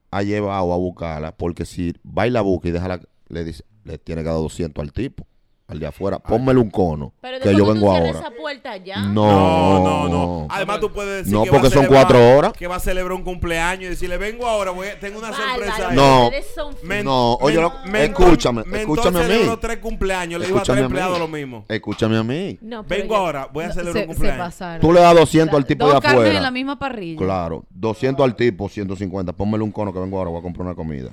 Speaker 4: a llevar o a buscarla, porque si va y la busca y déjala, le dice, le tiene que dar 200 al tipo, al de afuera, pónmele un cono,
Speaker 3: Pero
Speaker 4: que
Speaker 3: después
Speaker 4: yo
Speaker 3: tú
Speaker 4: vengo
Speaker 3: cierras
Speaker 4: ahora.
Speaker 3: esa puerta ya.
Speaker 4: No,
Speaker 2: No, no, no. Además, tú puedes decir
Speaker 4: No,
Speaker 2: que va a
Speaker 4: porque son
Speaker 2: celebrar-
Speaker 4: cuatro horas.
Speaker 2: Que va a celebrar un cumpleaños y decirle, vengo ahora, voy a- tengo una
Speaker 3: Bárbaro,
Speaker 2: sorpresa. ahí".
Speaker 4: No.
Speaker 3: ustedes son
Speaker 2: Men-
Speaker 4: No, oye,
Speaker 2: men-
Speaker 4: lo-
Speaker 2: Mentón-
Speaker 4: escúchame,
Speaker 2: Mentón
Speaker 4: escúchame a mí.
Speaker 2: celebró tres cumpleaños, le digo a tres
Speaker 4: Escúchame a mí.
Speaker 2: empleados lo mismo.
Speaker 4: Escúchame a mí.
Speaker 3: No, pero
Speaker 2: Vengo
Speaker 3: yo-
Speaker 2: ahora, voy a
Speaker 5: No,
Speaker 2: celebrar
Speaker 5: se,
Speaker 2: un
Speaker 5: se
Speaker 2: cumpleaños.
Speaker 5: pasaron.
Speaker 4: Tú le das 200 al tipo
Speaker 5: Dos
Speaker 4: de
Speaker 5: carnes en la
Speaker 4: afuera.
Speaker 5: misma parrilla.
Speaker 4: Claro, 200 al tipo, 150. Pónmele un cono que vengo ahora, voy a comprar una comida.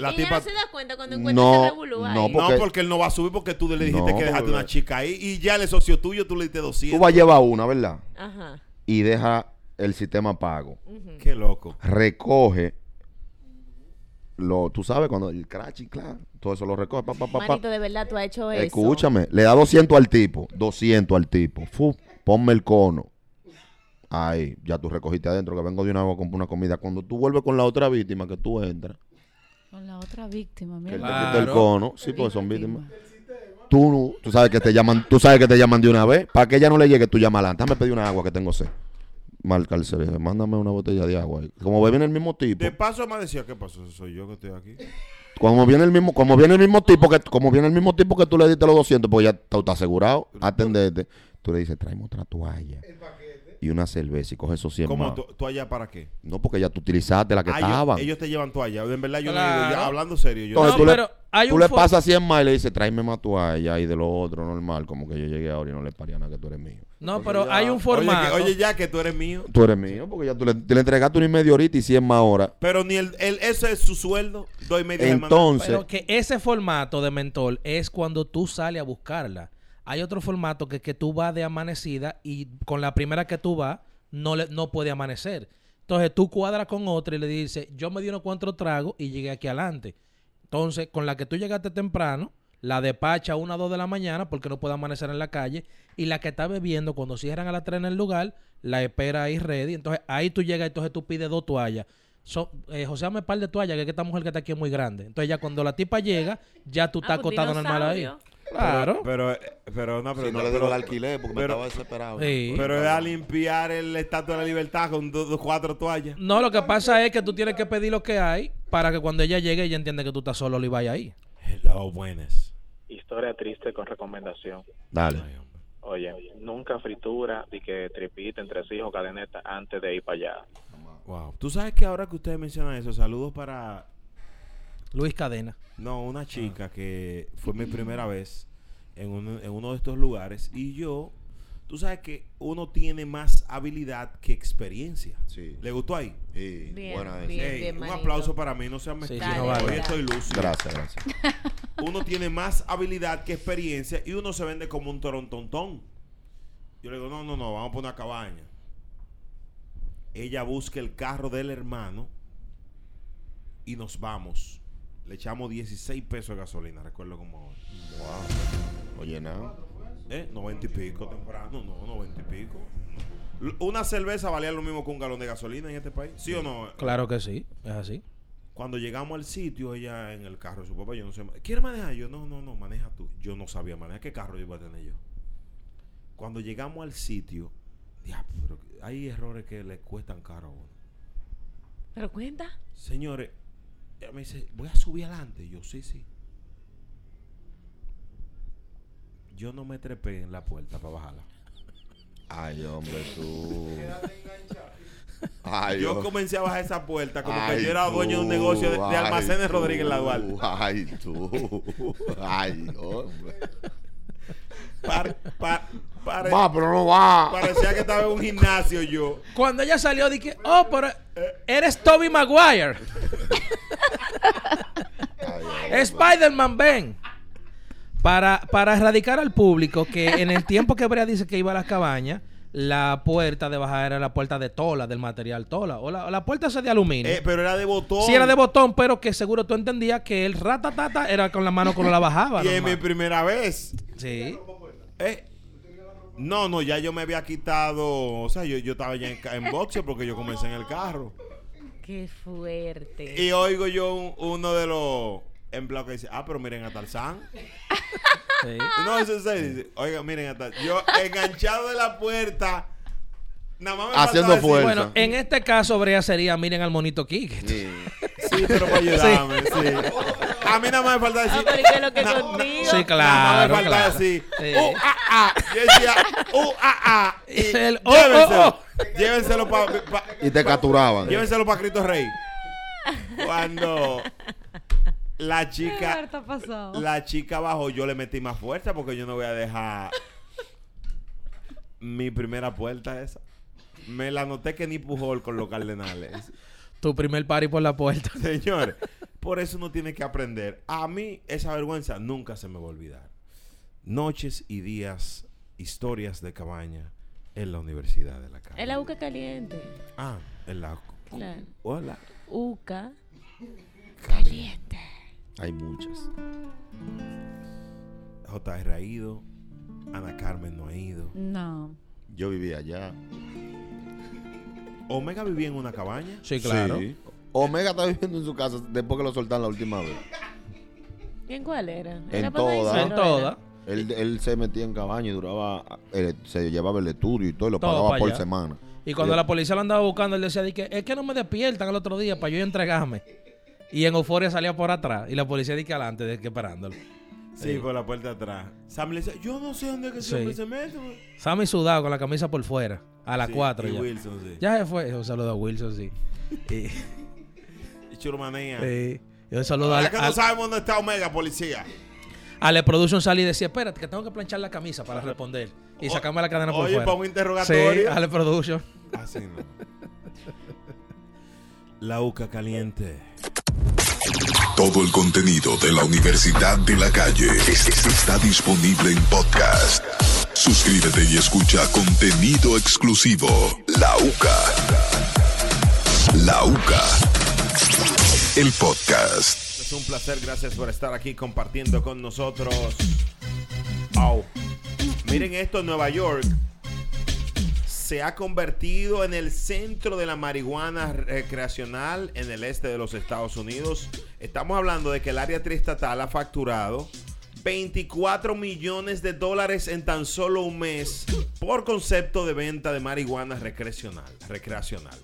Speaker 2: La
Speaker 3: Ella no
Speaker 2: tipa.
Speaker 3: se da cuenta cuando encuentra
Speaker 4: No,
Speaker 3: ese revolú ahí.
Speaker 4: no,
Speaker 2: No,
Speaker 4: Porque-
Speaker 2: porque él no va a subir porque tú le dijiste
Speaker 4: No,
Speaker 2: que dejaste
Speaker 4: porque-
Speaker 2: una chica ahí y ya el socio tuyo tú le diste
Speaker 4: Tú
Speaker 2: 200.
Speaker 4: vas a llevar una, ¿verdad?
Speaker 3: Ajá.
Speaker 4: Y deja el sistema pago.
Speaker 2: Qué loco.
Speaker 4: recoge lo, tú sabes cuando el crash y claro, todo eso lo recoge, pa, pa, pa, pa.
Speaker 3: Manito, de verdad, tú has hecho eso.
Speaker 4: Escúchame, le da 200 al tipo, 200 al tipo, fu, ponme el cono. Ahí, ya tú recogiste adentro, que vengo de una vez a comprar una comida. Cuando tú vuelves con la otra víctima que tú entras,
Speaker 5: Con la otra víctima,
Speaker 4: que te
Speaker 5: mira.
Speaker 4: quita el
Speaker 6: Claro.
Speaker 4: cono, sí, porque son víctimas. Tú, no- tú sabes que te llaman, tú sabes que te llaman de una vez, para que ella no le llegue, tú llamas adelante. Déjame pedir una agua que tengo sed. Marca el cerebro, mándame una botella de agua. Y Como beben el mismo tipo.
Speaker 2: De paso me decía, ¿qué pasó? Soy yo que estoy aquí.
Speaker 4: Como viene el mismo, como viene el mismo tipo que, como viene el mismo tipo que tú le diste los 200, porque ya tú estás asegurado, atenderte. Tú le dices, tráeme otra toalla y una cerveza y coge esos 100
Speaker 2: ¿Cómo
Speaker 4: más.
Speaker 2: tú, tú allá para qué?
Speaker 4: No, porque ya tú utilizaste la que
Speaker 2: Ah, ellos-
Speaker 4: estaba.
Speaker 2: ellos, te llevan toalla. En verdad, yo no digo,
Speaker 6: Claro.
Speaker 2: ya, hablando serio. Yo
Speaker 4: Entonces
Speaker 6: No,
Speaker 4: tú,
Speaker 6: pero
Speaker 4: le,
Speaker 6: hay
Speaker 4: tú
Speaker 6: un
Speaker 4: le
Speaker 6: fo-
Speaker 4: pasas 100 más y le dices, tráeme más toalla y de lo otro normal, como que yo llegué ahora y no le paría nada que tú eres mío.
Speaker 6: No, pero hay un
Speaker 2: Oye,
Speaker 6: formato.
Speaker 2: que- oye, ya que tú eres mío.
Speaker 4: Tú eres mío, porque ya tú le, te le entregaste una y media horita y 100 más ahora.
Speaker 2: Pero ni el, el- ese es su sueldo. Doy media de mano.
Speaker 4: Entonces,
Speaker 6: Pero que ese formato de mentor es cuando tú sales a buscarla. Hay otro formato que, que tú vas de amanecida y con la primera que tú vas no, le, no puede amanecer. Entonces tú cuadras con otra y le dices, yo me di unos cuantos tragos y llegué aquí adelante. Entonces, con la que tú llegaste temprano, la despacha a una o dos de la mañana porque no puede amanecer en la calle. Y la que está bebiendo, cuando cierran a las tres en el lugar, la espera ahí ready. Entonces, ahí tú llegas y entonces tú pides dos toallas. So- eh, José, dame un par de toallas, que es que esta mujer que está aquí es muy grande. Entonces, ya cuando la tipa llega, ya tú
Speaker 3: Ah,
Speaker 6: estás
Speaker 3: pues,
Speaker 6: acotado normal ahí.
Speaker 3: dinosaurio.
Speaker 6: Claro.
Speaker 2: Pero, eh, pero no, pero
Speaker 4: si no
Speaker 2: no,
Speaker 4: le
Speaker 2: pero-
Speaker 4: digo el alquiler porque
Speaker 2: pero-
Speaker 4: me estaba desesperado.
Speaker 6: Sí.
Speaker 2: Pero era limpiar el estatua de la libertad con dos, dos- cuatro toallas.
Speaker 6: No, lo que pasa es que tú tienes que pedir lo que hay para que cuando ella llegue, ella entienda que tú estás solo y vaya ahí.
Speaker 2: Hello, buenas.
Speaker 10: Historia triste con recomendación.
Speaker 4: Dale.
Speaker 10: Oye, nunca fritura ni que tripita entre sí o cadeneta antes de ir para allá.
Speaker 2: Wow. Tú sabes que ahora que ustedes mencionan eso, saludos para
Speaker 6: Luis Cadena. Ah.
Speaker 2: No, una chica que fue mi primera vez en, un- en uno de estos lugares y yo, tú sabes que uno tiene más habilidad que experiencia.
Speaker 4: Sí.
Speaker 2: ¿Le gustó ahí?
Speaker 4: Sí,
Speaker 3: Bien,
Speaker 4: buena
Speaker 3: bien.
Speaker 4: esa.
Speaker 2: Ey, un
Speaker 3: manito.
Speaker 2: aplauso para mí, no sean
Speaker 6: Sí, sí,
Speaker 2: mezquinos.
Speaker 3: no vale.
Speaker 2: Hoy estoy lúcido.
Speaker 4: Gracias, gracias.
Speaker 2: Uno tiene más habilidad que experiencia y uno se vende como un torontontón. Yo le digo, no, no, no, vamos por una cabaña. Ella busca el carro del hermano y nos vamos. Le echamos 16 pesos de gasolina, recuerdo como ahora.
Speaker 4: Oye, nada.
Speaker 2: ¿Eh? 90 y pico temprano, no, 90 y pico. L- Una cerveza valía lo mismo que un galón de gasolina en este país, ¿sí o no?
Speaker 6: Claro que sí, es así.
Speaker 2: Cuando llegamos al sitio, ella en el carro de su papá, yo no sé, ma- ¿quieres manejar? Yo, no, no, no, maneja tú. Yo no sabía manejar, ¿qué carro iba a tener yo? Cuando llegamos al sitio, ya, pero hay errores que le cuestan caro a uno.
Speaker 3: ¿Pero cuenta?
Speaker 2: Señores, ella me dice, voy a subir adelante. Yo, sí, sí. Yo no me trepé en la puerta para bajarla.
Speaker 4: Ay, hombre, tú. Ay,
Speaker 2: Yo
Speaker 4: hom-
Speaker 2: comencé a bajar esa puerta como que
Speaker 4: Ay,
Speaker 2: yo era dueño de un
Speaker 4: tú,
Speaker 2: negocio de, de
Speaker 4: ay,
Speaker 2: almacenes
Speaker 4: tú,
Speaker 2: Rodríguez La Duarte.
Speaker 4: Ay, tú. Ay, hombre.
Speaker 2: Par- par- pare-
Speaker 4: Va, pero no va.
Speaker 2: parecía que estaba en un gimnasio yo.
Speaker 6: Cuando ella salió, dije, oh, pero eres Toby Maguire.
Speaker 4: Ay,
Speaker 6: Spider-Man Ben. Para, para erradicar al público que en el tiempo que Brea dice que iba a las cabañas, la puerta de bajada era la puerta de tola, del material tola. O la, o la puerta esa de aluminio.
Speaker 2: Eh, pero era de botón.
Speaker 6: Sí, era de botón, pero que seguro tú entendías que el ratatata era con la mano cuando la bajaba.
Speaker 2: Y es mi
Speaker 6: normal.
Speaker 2: primera vez.
Speaker 6: Sí.
Speaker 2: Eh, no, no, ya yo me había quitado. O sea, yo, yo estaba ya en, ca- en boxeo porque yo comencé en el carro.
Speaker 3: Qué fuerte.
Speaker 2: Y oigo yo un- uno de los empleados que dice: Ah, pero miren a Tarzán.
Speaker 6: sí.
Speaker 2: No, eso es serio. Dice, Oiga, miren a Tarzán. Yo enganchado de la puerta. Nada más me
Speaker 4: Haciendo
Speaker 2: faltaba decir,
Speaker 4: fuerza.
Speaker 6: Bueno, en este caso, Brea sería, miren al monito Kike.
Speaker 2: Sí, pero para ayudarme, sí. A mí nada más me falta decir.
Speaker 3: Ah, pero ¿y qué es lo que
Speaker 2: na-
Speaker 3: contigo?
Speaker 6: Sí,
Speaker 2: Nada más
Speaker 6: claro.
Speaker 2: me falta
Speaker 6: claro.
Speaker 2: decir.
Speaker 6: Sí.
Speaker 2: Uh, ah, ah. Yo decía, uh, ah, ah. Y
Speaker 6: Es el, oh,
Speaker 2: llévenselo.
Speaker 6: oh,
Speaker 2: Llévenselo para
Speaker 4: Y te capturaban.
Speaker 2: llévenselo pa Cristo Rey. Cuando la chica,
Speaker 5: Está pasado.
Speaker 2: la chica bajó, yo le metí más fuerza porque yo no voy a dejar mi primera puerta esa. Me la noté que ni pujol con los cardenales.
Speaker 6: Tu primer party por la puerta.
Speaker 2: Señores, por eso uno tiene que aprender. A mí esa vergüenza nunca se me va a olvidar. Noches y días, historias de cabaña en la Universidad de la Cabaña.
Speaker 3: Es la UCA caliente.
Speaker 2: Ah, en la...
Speaker 3: Claro.
Speaker 2: Hola.
Speaker 3: UCA.
Speaker 4: Hay muchas.
Speaker 2: JR ha ido, Ana Carmen no ha ido.
Speaker 5: No.
Speaker 4: Yo vivía allá.
Speaker 2: Omega vivía en una cabaña.
Speaker 6: Sí, claro.
Speaker 4: Sí. Omega está viviendo en su casa después que lo soltaron la última vez.
Speaker 3: ¿Y en cuál era?
Speaker 4: En
Speaker 3: ¿Era Papá
Speaker 4: todas.
Speaker 3: Isabel
Speaker 6: En
Speaker 3: o
Speaker 6: todas.
Speaker 3: era?
Speaker 4: Él, él se metía en cabaña y duraba, eh, se llevaba el estudio y todo, y lo
Speaker 6: Todo
Speaker 4: pagaba
Speaker 6: pa'
Speaker 4: por
Speaker 6: allá.
Speaker 4: semana.
Speaker 6: Y cuando la policía lo andaba buscando, él decía, di que, es que no me despiertan el otro día para yo entregarme. Y en euforia salía por atrás. Y la policía dice que adelante, de que esperándolo.
Speaker 2: Sí, por la puerta de atrás. Sam le dice, yo no sé dónde es que
Speaker 6: Sí.
Speaker 2: siempre se mete. güey".
Speaker 6: Sammy sudado con la camisa por fuera. A las
Speaker 2: Sí,
Speaker 6: 4
Speaker 2: y
Speaker 6: ya.
Speaker 2: Wilson, sí.
Speaker 6: Ya se fue. Un saludo a Wilson, sí. Y,
Speaker 2: Y Churmanía.
Speaker 6: sí. Y un saludo al,
Speaker 2: Ahora Ah, que no
Speaker 6: al,
Speaker 2: sabemos dónde está Omega, policía.
Speaker 6: a Le Production salí y decía, espérate, que tengo que planchar la camisa para responder. Y
Speaker 2: O-
Speaker 6: sacarme la cadena por
Speaker 2: Oh, Oye,
Speaker 6: fuera.
Speaker 2: para un
Speaker 6: sí,
Speaker 2: interrogatorio.
Speaker 6: a Le Production.
Speaker 2: Así no. La UCA caliente.
Speaker 1: Todo el contenido de la Universidad de la Calle es- es- está disponible en podcast. Suscríbete y escucha contenido exclusivo. La UCA. La UCA. El podcast.
Speaker 2: Es un placer, gracias por estar aquí compartiendo con nosotros. Au. Miren esto, Nueva York se ha convertido en el centro de la marihuana recreacional en el este de los Estados Unidos. Estamos hablando de que el área triestatal ha facturado 24 millones de dólares en tan solo un mes por concepto de venta de marihuana recreacional. recreacional.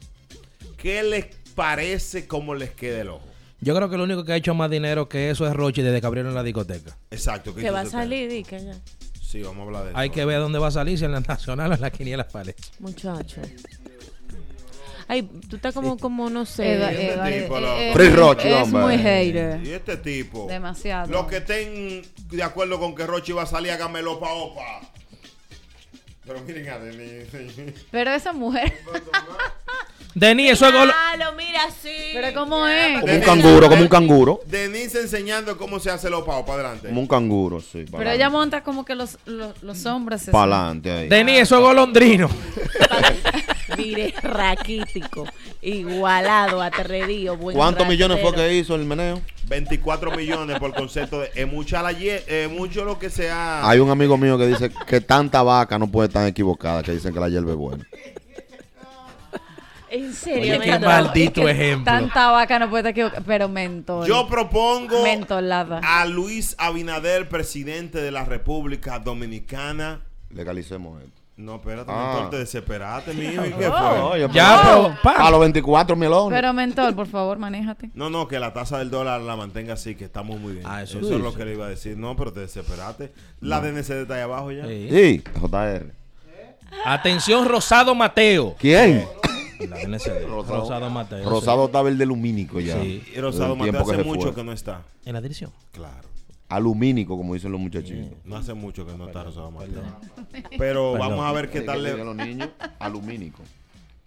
Speaker 2: ¿Qué les parece cómo les queda el ojo?
Speaker 6: Yo creo que lo único que ha hecho más dinero que eso es Rochi desde que abrieron la discoteca.
Speaker 2: Exacto. ¿qué
Speaker 3: Que va a
Speaker 2: hizo usted?
Speaker 3: salir, di que ya.
Speaker 2: Sí, vamos a hablar de eso.
Speaker 6: Hay que ver dónde va a salir, si en la nacional o en la quiniela Palé.
Speaker 3: Muchacho. Ay, tú estás como, como no sé.
Speaker 5: Eva-
Speaker 2: este
Speaker 5: Eva-
Speaker 2: tipo,
Speaker 5: eh,
Speaker 2: loco.
Speaker 5: eh,
Speaker 4: Free Rochi,
Speaker 5: es
Speaker 4: hombre.
Speaker 5: muy hater.
Speaker 2: Y este tipo.
Speaker 5: Demasiado.
Speaker 2: Los que estén de acuerdo con que Rochi va a salir, hágamelo pa' opa. Pero miren a Denise.
Speaker 5: Pero esa mujer.
Speaker 6: Denis, eso es gol.
Speaker 3: Ah, lo mira así.
Speaker 5: Pero cómo es.
Speaker 4: Como un canguro, como un canguro.
Speaker 2: Denise enseñando cómo se hace lo pa' opa adelante.
Speaker 4: Como un canguro, sí.
Speaker 5: Pero ella monta como que los, los, los hombres. se-
Speaker 4: Para adelante ahí.
Speaker 6: Denis, eso es golondrino.
Speaker 3: Mire, raquítico, igualado, atrevido. Buen
Speaker 4: ¿Cuántos millones fue
Speaker 3: ratero.
Speaker 4: que hizo el meneo?
Speaker 2: 24 millones por concepto de. Es mucha la ye- es mucho lo que se ha.
Speaker 4: Hay un amigo mío que dice que tanta vaca no puede estar equivocada, que dicen que la hierba es buena.
Speaker 3: En serio,
Speaker 6: Oye, qué
Speaker 3: Mendoza.
Speaker 6: maldito ejemplo.
Speaker 5: Tanta vaca no puede equivocar. Pero mentol.
Speaker 2: Yo propongo
Speaker 5: Mentolada.
Speaker 2: a Luis Abinader, presidente de la República Dominicana.
Speaker 4: Legalicemos esto.
Speaker 2: No, espérate,
Speaker 4: Ah.
Speaker 2: mentor, te desesperaste, mijo. ¿Y qué fue?
Speaker 4: Oye,
Speaker 6: Ya,
Speaker 4: pero-
Speaker 6: pero, pa.
Speaker 4: A los 24 melones.
Speaker 5: Oh, Pero mentol, por favor, manéjate.
Speaker 2: No, no, que la tasa del dólar la mantenga así, que estamos muy bien.
Speaker 6: Ah,
Speaker 2: eso
Speaker 6: eso
Speaker 2: es
Speaker 6: sí.
Speaker 2: lo que le iba a decir. No, pero te desesperaste. La DNC está ahí abajo ya.
Speaker 6: Sí.
Speaker 4: Sí, JR.
Speaker 6: Atención, Rosado Mateo.
Speaker 4: ¿Quién?
Speaker 6: La NCD.
Speaker 4: Rosado.
Speaker 6: Rosado, Mateo.
Speaker 4: Rosado estaba el de lumínico ya.
Speaker 6: Sí.
Speaker 2: Y Rosado
Speaker 4: Del tiempo
Speaker 2: Mateo hace
Speaker 4: se
Speaker 2: mucho
Speaker 4: fue.
Speaker 2: que no está.
Speaker 6: sí. En la dirección.
Speaker 2: Claro.
Speaker 4: Alumínico, como dicen los muchachitos.
Speaker 2: No hace mucho que no está Rosado Mateo. Pero
Speaker 6: Perdón.
Speaker 2: vamos a ver qué tal
Speaker 4: le
Speaker 2: le...
Speaker 4: los niños? Alumínico.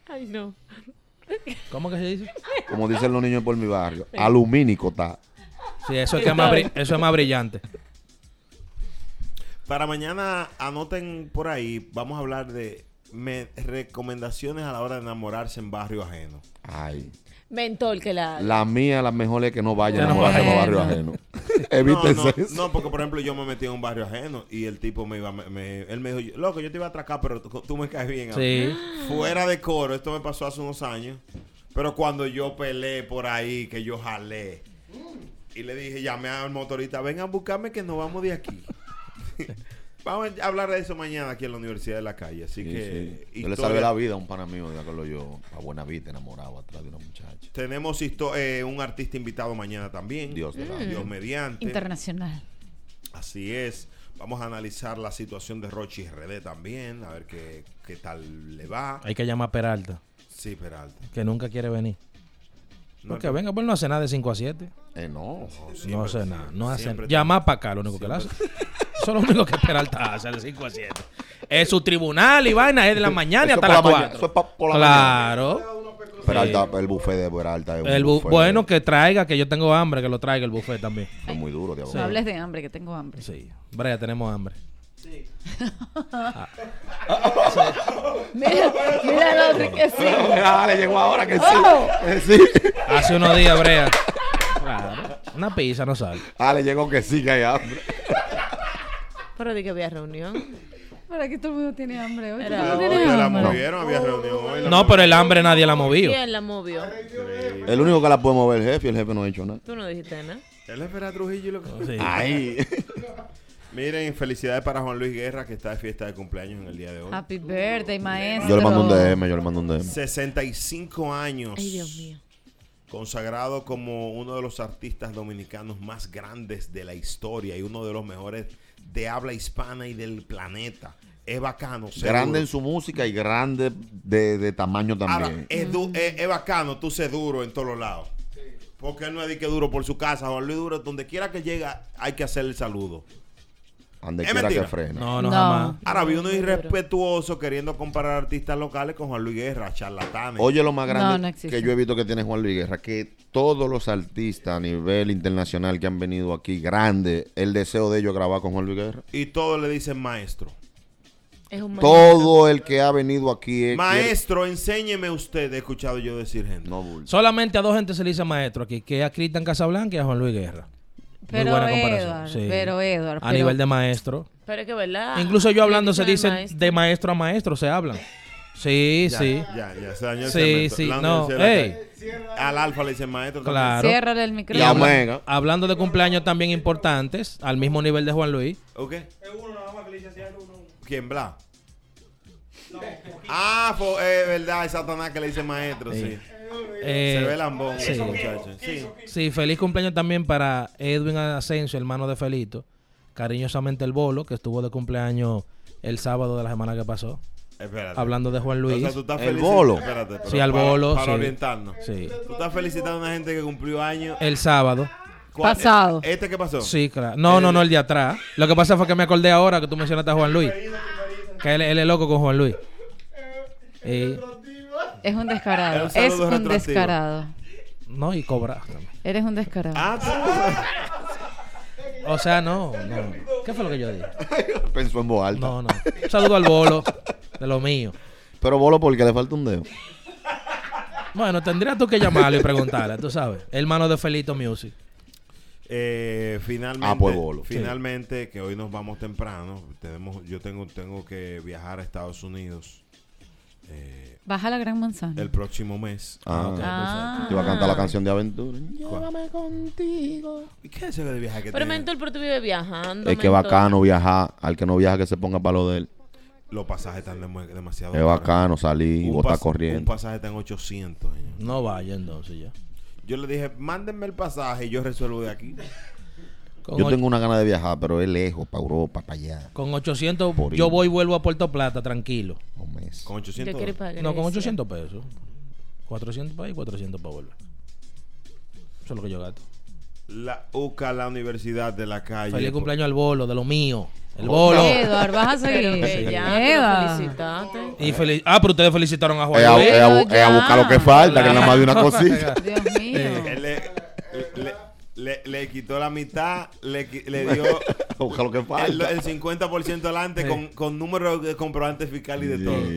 Speaker 3: Ay, no.
Speaker 6: ¿Cómo que se dice?
Speaker 4: Como dicen los niños por mi barrio. Alumínico está.
Speaker 6: Sí, eso es, que es más, bri- eso es más brillante.
Speaker 2: Para mañana anoten por ahí, vamos a hablar de me- recomendaciones a la hora de enamorarse en barrio ajeno.
Speaker 4: Ay.
Speaker 3: Mentol que la...
Speaker 4: La mía, la mejor es que no vayan
Speaker 6: Ya
Speaker 4: a
Speaker 6: no
Speaker 4: morar en
Speaker 5: vayan.
Speaker 4: los barrios ajenos.
Speaker 2: No,
Speaker 4: Evítense
Speaker 2: no,
Speaker 4: eso.
Speaker 2: no, porque por ejemplo yo me metí en un barrio ajeno y el tipo me iba, me- me- él me dijo, loco, yo te iba a atracar, pero tú, tú me caes bien. a mí".
Speaker 6: Sí.
Speaker 2: Fuera de coro, esto me pasó hace unos años, pero cuando yo peleé por ahí, que yo jalé, y le dije, llamé al motorista, vengan a buscarme que nos vamos de aquí. vamos a hablar de eso mañana aquí en la Universidad de la Calle,
Speaker 4: Sí,
Speaker 2: así que...
Speaker 4: sí. Yo le
Speaker 2: historia-
Speaker 4: salvé la vida a un pana mío, de acuerdo yo, a buena vida, enamorado, atrás de una muchacha.
Speaker 2: Tenemos histo- eh, un artista invitado mañana también.
Speaker 4: Dios de la
Speaker 2: Dios mediante.
Speaker 5: Internacional.
Speaker 2: Así es. Vamos a analizar la situación de Rochi RD también, a ver qué, qué tal le va.
Speaker 6: Hay que llamar a Peralta,
Speaker 2: Sí, Peralta.
Speaker 6: que nunca quiere venir.
Speaker 2: No,
Speaker 6: Porque venga, pues no hace nada de 5 a 7.
Speaker 4: Eh, no.
Speaker 6: no
Speaker 2: siempre,
Speaker 6: hace nada, no hace
Speaker 2: siempre
Speaker 6: nada.
Speaker 2: te-
Speaker 6: Llama para acá, lo único que le hace. Eso es lo único que Peralta hace, de 5 a 7. Es su tribunal y vaina, es de la mañana y
Speaker 4: Eso
Speaker 6: hasta las
Speaker 4: por la maña-
Speaker 6: 4.
Speaker 4: eso es pa- por la
Speaker 6: claro.
Speaker 4: Peralta, el buffet de Peralta es un
Speaker 6: El bu-
Speaker 4: buffet
Speaker 6: bueno, que traiga, que yo tengo hambre, que lo traiga el buffet también.
Speaker 4: es muy duro, diablo.
Speaker 5: No hables de hambre, que tengo hambre.
Speaker 6: Sí. Brea, tenemos hambre.
Speaker 3: Mira, mira el otro que sí.
Speaker 4: Ah, le llegó ahora que sí.
Speaker 3: Oh.
Speaker 4: Que sí.
Speaker 6: Hace unos días, Brea. Claro. Una pizza no sale.
Speaker 4: Ah, le llegó que sí, que hay hambre.
Speaker 3: Pero di que había reunión.
Speaker 5: Para que todo el mundo tiene hambre hoy.
Speaker 3: Era
Speaker 5: ¿Tú no
Speaker 3: hoy,
Speaker 5: tienes
Speaker 2: la
Speaker 5: hambre?
Speaker 2: movieron, había reunión hoy. la
Speaker 6: No, pero el hambre nadie la ha movido.
Speaker 3: ¿Quién la movió?
Speaker 4: El único que la puede mover el jefe y el jefe no ha hecho nada.
Speaker 3: Tú no dijiste nada.
Speaker 2: Él espera a Trujillo y lo que-
Speaker 6: Sí.
Speaker 4: Ay.
Speaker 2: Miren, felicidades para Juan Luis Guerra, que está de fiesta de cumpleaños en el día de
Speaker 3: Ah.
Speaker 2: hoy.
Speaker 5: Happy birthday, maestro.
Speaker 4: Yo le mando un DM, yo le mando un DM.
Speaker 2: 65 años.
Speaker 3: Ay, Dios mío.
Speaker 2: Consagrado como uno de los artistas dominicanos más grandes de la historia y uno de los mejores de habla hispana y del planeta. Es bacano. seguro.
Speaker 4: Grande en su música y grande de, de tamaño
Speaker 2: Ahora,
Speaker 4: también.
Speaker 2: es, du- es- es bacano, tú sé duro en todos los lados. Porque él no es de que duro por su casa, Juan Luis Duro, donde quiera que llega, hay que hacer el saludo.
Speaker 4: Ande
Speaker 2: es
Speaker 4: quiera que
Speaker 2: mentira.
Speaker 4: frena.
Speaker 6: No, no,
Speaker 5: No.
Speaker 6: jamás.
Speaker 4: Ah.
Speaker 2: Ahora, vi uno
Speaker 3: Muy duro.
Speaker 2: irrespetuoso queriendo comparar artistas locales con Juan Luis Guerra, charlatanes.
Speaker 4: Oye, lo más grande
Speaker 5: No, no existe.
Speaker 4: que yo he visto que tiene Juan Luis Guerra, que todos los artistas a nivel internacional que han venido aquí, grande, el deseo de ellos es grabar con Juan Luis Guerra.
Speaker 2: Y todos le dicen maestro.
Speaker 3: Es un
Speaker 4: Todo el que ha venido aquí es.
Speaker 2: Maestro, enséñeme usted, he escuchado yo decir gente.
Speaker 4: No, bulto.
Speaker 6: Solamente a dos gente se le dice maestro aquí, que es a Cristian Casablanca y a Juan Luis Guerra. Muy
Speaker 5: Pero
Speaker 6: buena comparación,
Speaker 5: Edward,
Speaker 6: sí.
Speaker 5: pero Edward.
Speaker 6: A
Speaker 5: pero- Ah,
Speaker 6: nivel de maestro.
Speaker 3: Pero es que verdad.
Speaker 6: Incluso yo hablando se
Speaker 3: Le dicen
Speaker 6: dice
Speaker 3: al maestro.
Speaker 6: de maestro a maestro, se hablan. Sí,
Speaker 2: Ya,
Speaker 6: sí.
Speaker 2: Ya, ya, se dañó el
Speaker 6: Sí,
Speaker 2: segmento.
Speaker 6: sí,
Speaker 2: La
Speaker 6: no,
Speaker 2: universidad de la
Speaker 6: ey.
Speaker 2: calle. Al alfa le dicen maestro. también.
Speaker 6: Claro.
Speaker 5: Ciérrale el
Speaker 4: Y a
Speaker 5: micrófono.
Speaker 4: Omega.
Speaker 6: Hablando de cumpleaños también importantes, al mismo nivel de Juan Luis.
Speaker 2: ¿O qué? Es uno nada más que le dice así uno. ¿Quién, Bla? Ah, fo- eh, verdad, es Satanás que le dice maestro, sí.
Speaker 6: Eh,
Speaker 2: se ve lambón
Speaker 6: sí.
Speaker 2: ese muchacho. Sí.
Speaker 6: Sí, feliz cumpleaños también para Edwin Asensio, hermano de Felito. Cariñosamente el bolo, que estuvo de cumpleaños el sábado de la semana que pasó.
Speaker 2: Espérate.
Speaker 6: Hablando de Juan Luis.
Speaker 2: O sea, tú estás
Speaker 4: El
Speaker 2: felicit-
Speaker 4: bolo.
Speaker 2: Espérate, pero
Speaker 6: Sí, al
Speaker 2: para-
Speaker 6: bolo,
Speaker 2: Para
Speaker 6: sí.
Speaker 2: orientarnos.
Speaker 6: Sí.
Speaker 2: Tú estás felicitando a una gente que cumplió años.
Speaker 6: El sábado.
Speaker 2: ¿Cuál-
Speaker 5: Pasado.
Speaker 2: ¿Este qué pasó?
Speaker 6: Sí, claro. No, no, no, el de atrás. Lo que pasa fue que me acordé ahora que tú mencionaste a Juan Luis. Que él, él es loco con Juan Luis. Y-
Speaker 5: Es un descarado.
Speaker 2: Un
Speaker 5: Es
Speaker 2: saludo
Speaker 5: un
Speaker 2: retroactivo.
Speaker 5: descarado.
Speaker 6: no, y cobra también.
Speaker 5: Eres un descarado.
Speaker 2: Ah, tú-
Speaker 6: O sea, no, no. ¿Qué fue lo que yo dije?
Speaker 4: Pensó en voz alta.
Speaker 6: No, no. Un saludo al bolo, de lo mío.
Speaker 4: Pero bolo porque le falta un dedo.
Speaker 6: Bueno, tendrías tú que llamarlo y preguntarle, tú sabes. Hermano de Felito Music.
Speaker 2: Eh, finalmente,
Speaker 4: Ah, pues, bolo.
Speaker 2: finalmente que hoy nos vamos temprano. Tenemos, yo tengo, tengo que viajar a Estados Unidos eh,
Speaker 5: Baja la gran manzana.
Speaker 2: el próximo mes.
Speaker 4: Ah,
Speaker 6: pues,
Speaker 5: Ah.
Speaker 4: Te iba a cantar la canción de aventura.
Speaker 2: ¿Y qué es eso de viaje que
Speaker 3: Pero
Speaker 2: tiene?
Speaker 3: Mentol, pero tú vives viajando.
Speaker 4: Es que
Speaker 3: Mentol.
Speaker 4: bacano viajar. Al que no viaja, que se ponga para lo de él.
Speaker 2: Los pasajes están demu- demasiado
Speaker 4: Es
Speaker 2: caros.
Speaker 4: bacano salir y
Speaker 2: Un
Speaker 4: botar
Speaker 2: pas- Un
Speaker 4: corriendo.
Speaker 2: pasaje está en 800, señor.
Speaker 6: No vaya entonces ya.
Speaker 2: Yo le dije, mándenme el pasaje y yo resuelvo de aquí.
Speaker 6: Con,
Speaker 4: Yo
Speaker 6: och-
Speaker 4: tengo una gana de viajar, pero es lejos, para Europa, para allá.
Speaker 6: con 800
Speaker 4: Por
Speaker 6: yo
Speaker 4: ir.
Speaker 6: voy y vuelvo a Puerto Plata, tranquilo.
Speaker 4: Un mes.
Speaker 2: Con
Speaker 3: Yo
Speaker 2: 800.
Speaker 3: quiero ir para
Speaker 6: No, con
Speaker 3: Grecia.
Speaker 6: 800 pesos. 400 para ir, 400 para volver. Eso es lo que yo gasto.
Speaker 2: La UCA, la Universidad de la Calle.
Speaker 6: Feliz
Speaker 2: Por-
Speaker 6: cumpleaños al bolo, de lo mío.
Speaker 2: Oh,
Speaker 6: El bolo.
Speaker 5: Edward, vas a seguir.
Speaker 3: Pero que ya,
Speaker 5: Edward.
Speaker 3: tú lo felicitaste.
Speaker 6: Y feliz- ah, pero ustedes felicitaron a
Speaker 4: Es
Speaker 6: Juan
Speaker 4: Eh, a,
Speaker 6: Luis.
Speaker 4: es a
Speaker 6: Ah,
Speaker 4: bu- es a buscar lo que falta,
Speaker 6: Claro.
Speaker 4: que
Speaker 6: Eh,
Speaker 4: nada más de una cosita.
Speaker 5: Dios mío.
Speaker 2: Eh, le, le- le- le quitó la mitad, le, qui- le dio
Speaker 4: Ojalá lo que
Speaker 2: el,
Speaker 4: falta.
Speaker 2: el 50% adelante
Speaker 6: Sí.
Speaker 2: con, con número de comprobante fiscal y de todo.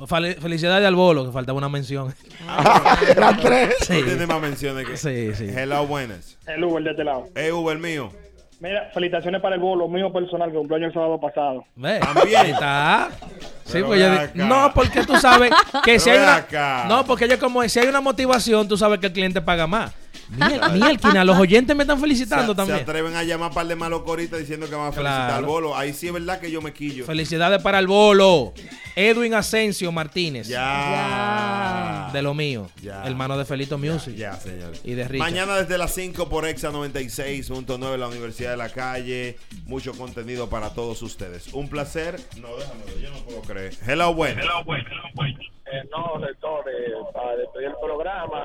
Speaker 4: Sí.
Speaker 6: Fel- Felicidades al bolo, que faltaba una mención.
Speaker 4: Ah, Eran tres.
Speaker 6: Sí.
Speaker 2: No Ah, tiene más menciones que
Speaker 6: Sí, sí.
Speaker 2: Hello, buenas.
Speaker 9: El Uber de este lado.
Speaker 2: Hey, Eh, Uber mío.
Speaker 9: Mira, felicitaciones para el bolo mío personal que cumpleaños el sábado pasado.
Speaker 6: Ve,
Speaker 2: También.
Speaker 6: ahí está. Sí,
Speaker 2: Pero
Speaker 6: pues yo
Speaker 2: ven
Speaker 6: di-
Speaker 2: acá.
Speaker 6: No, porque tú sabes que si hay
Speaker 2: Pero
Speaker 6: una.
Speaker 2: ven acá.
Speaker 6: No, porque yo como si hay una motivación, tú sabes que el cliente paga más. Miel- Mielquina, los oyentes me están felicitando
Speaker 2: se,
Speaker 6: también.
Speaker 2: se atreven a llamar par de malocoristas diciendo que van a felicitar
Speaker 6: Claro.
Speaker 2: al bolo. Ahí sí es verdad que yo me quillo.
Speaker 6: Felicidades para el bolo. Edwin Asensio Martínez.
Speaker 2: ya.
Speaker 6: De lo mío.
Speaker 2: Ya.
Speaker 6: Hermano de Felito Music.
Speaker 2: Ya, señores.
Speaker 6: Y de Richard.
Speaker 2: Mañana desde las 5 por Exa 96.9, la Universidad de la Calle. Mucho contenido para todos ustedes. Un placer. No, déjamelo, yo no puedo creer. Hello, bueno.
Speaker 10: Eh, no, rector, eh, para despedir el programa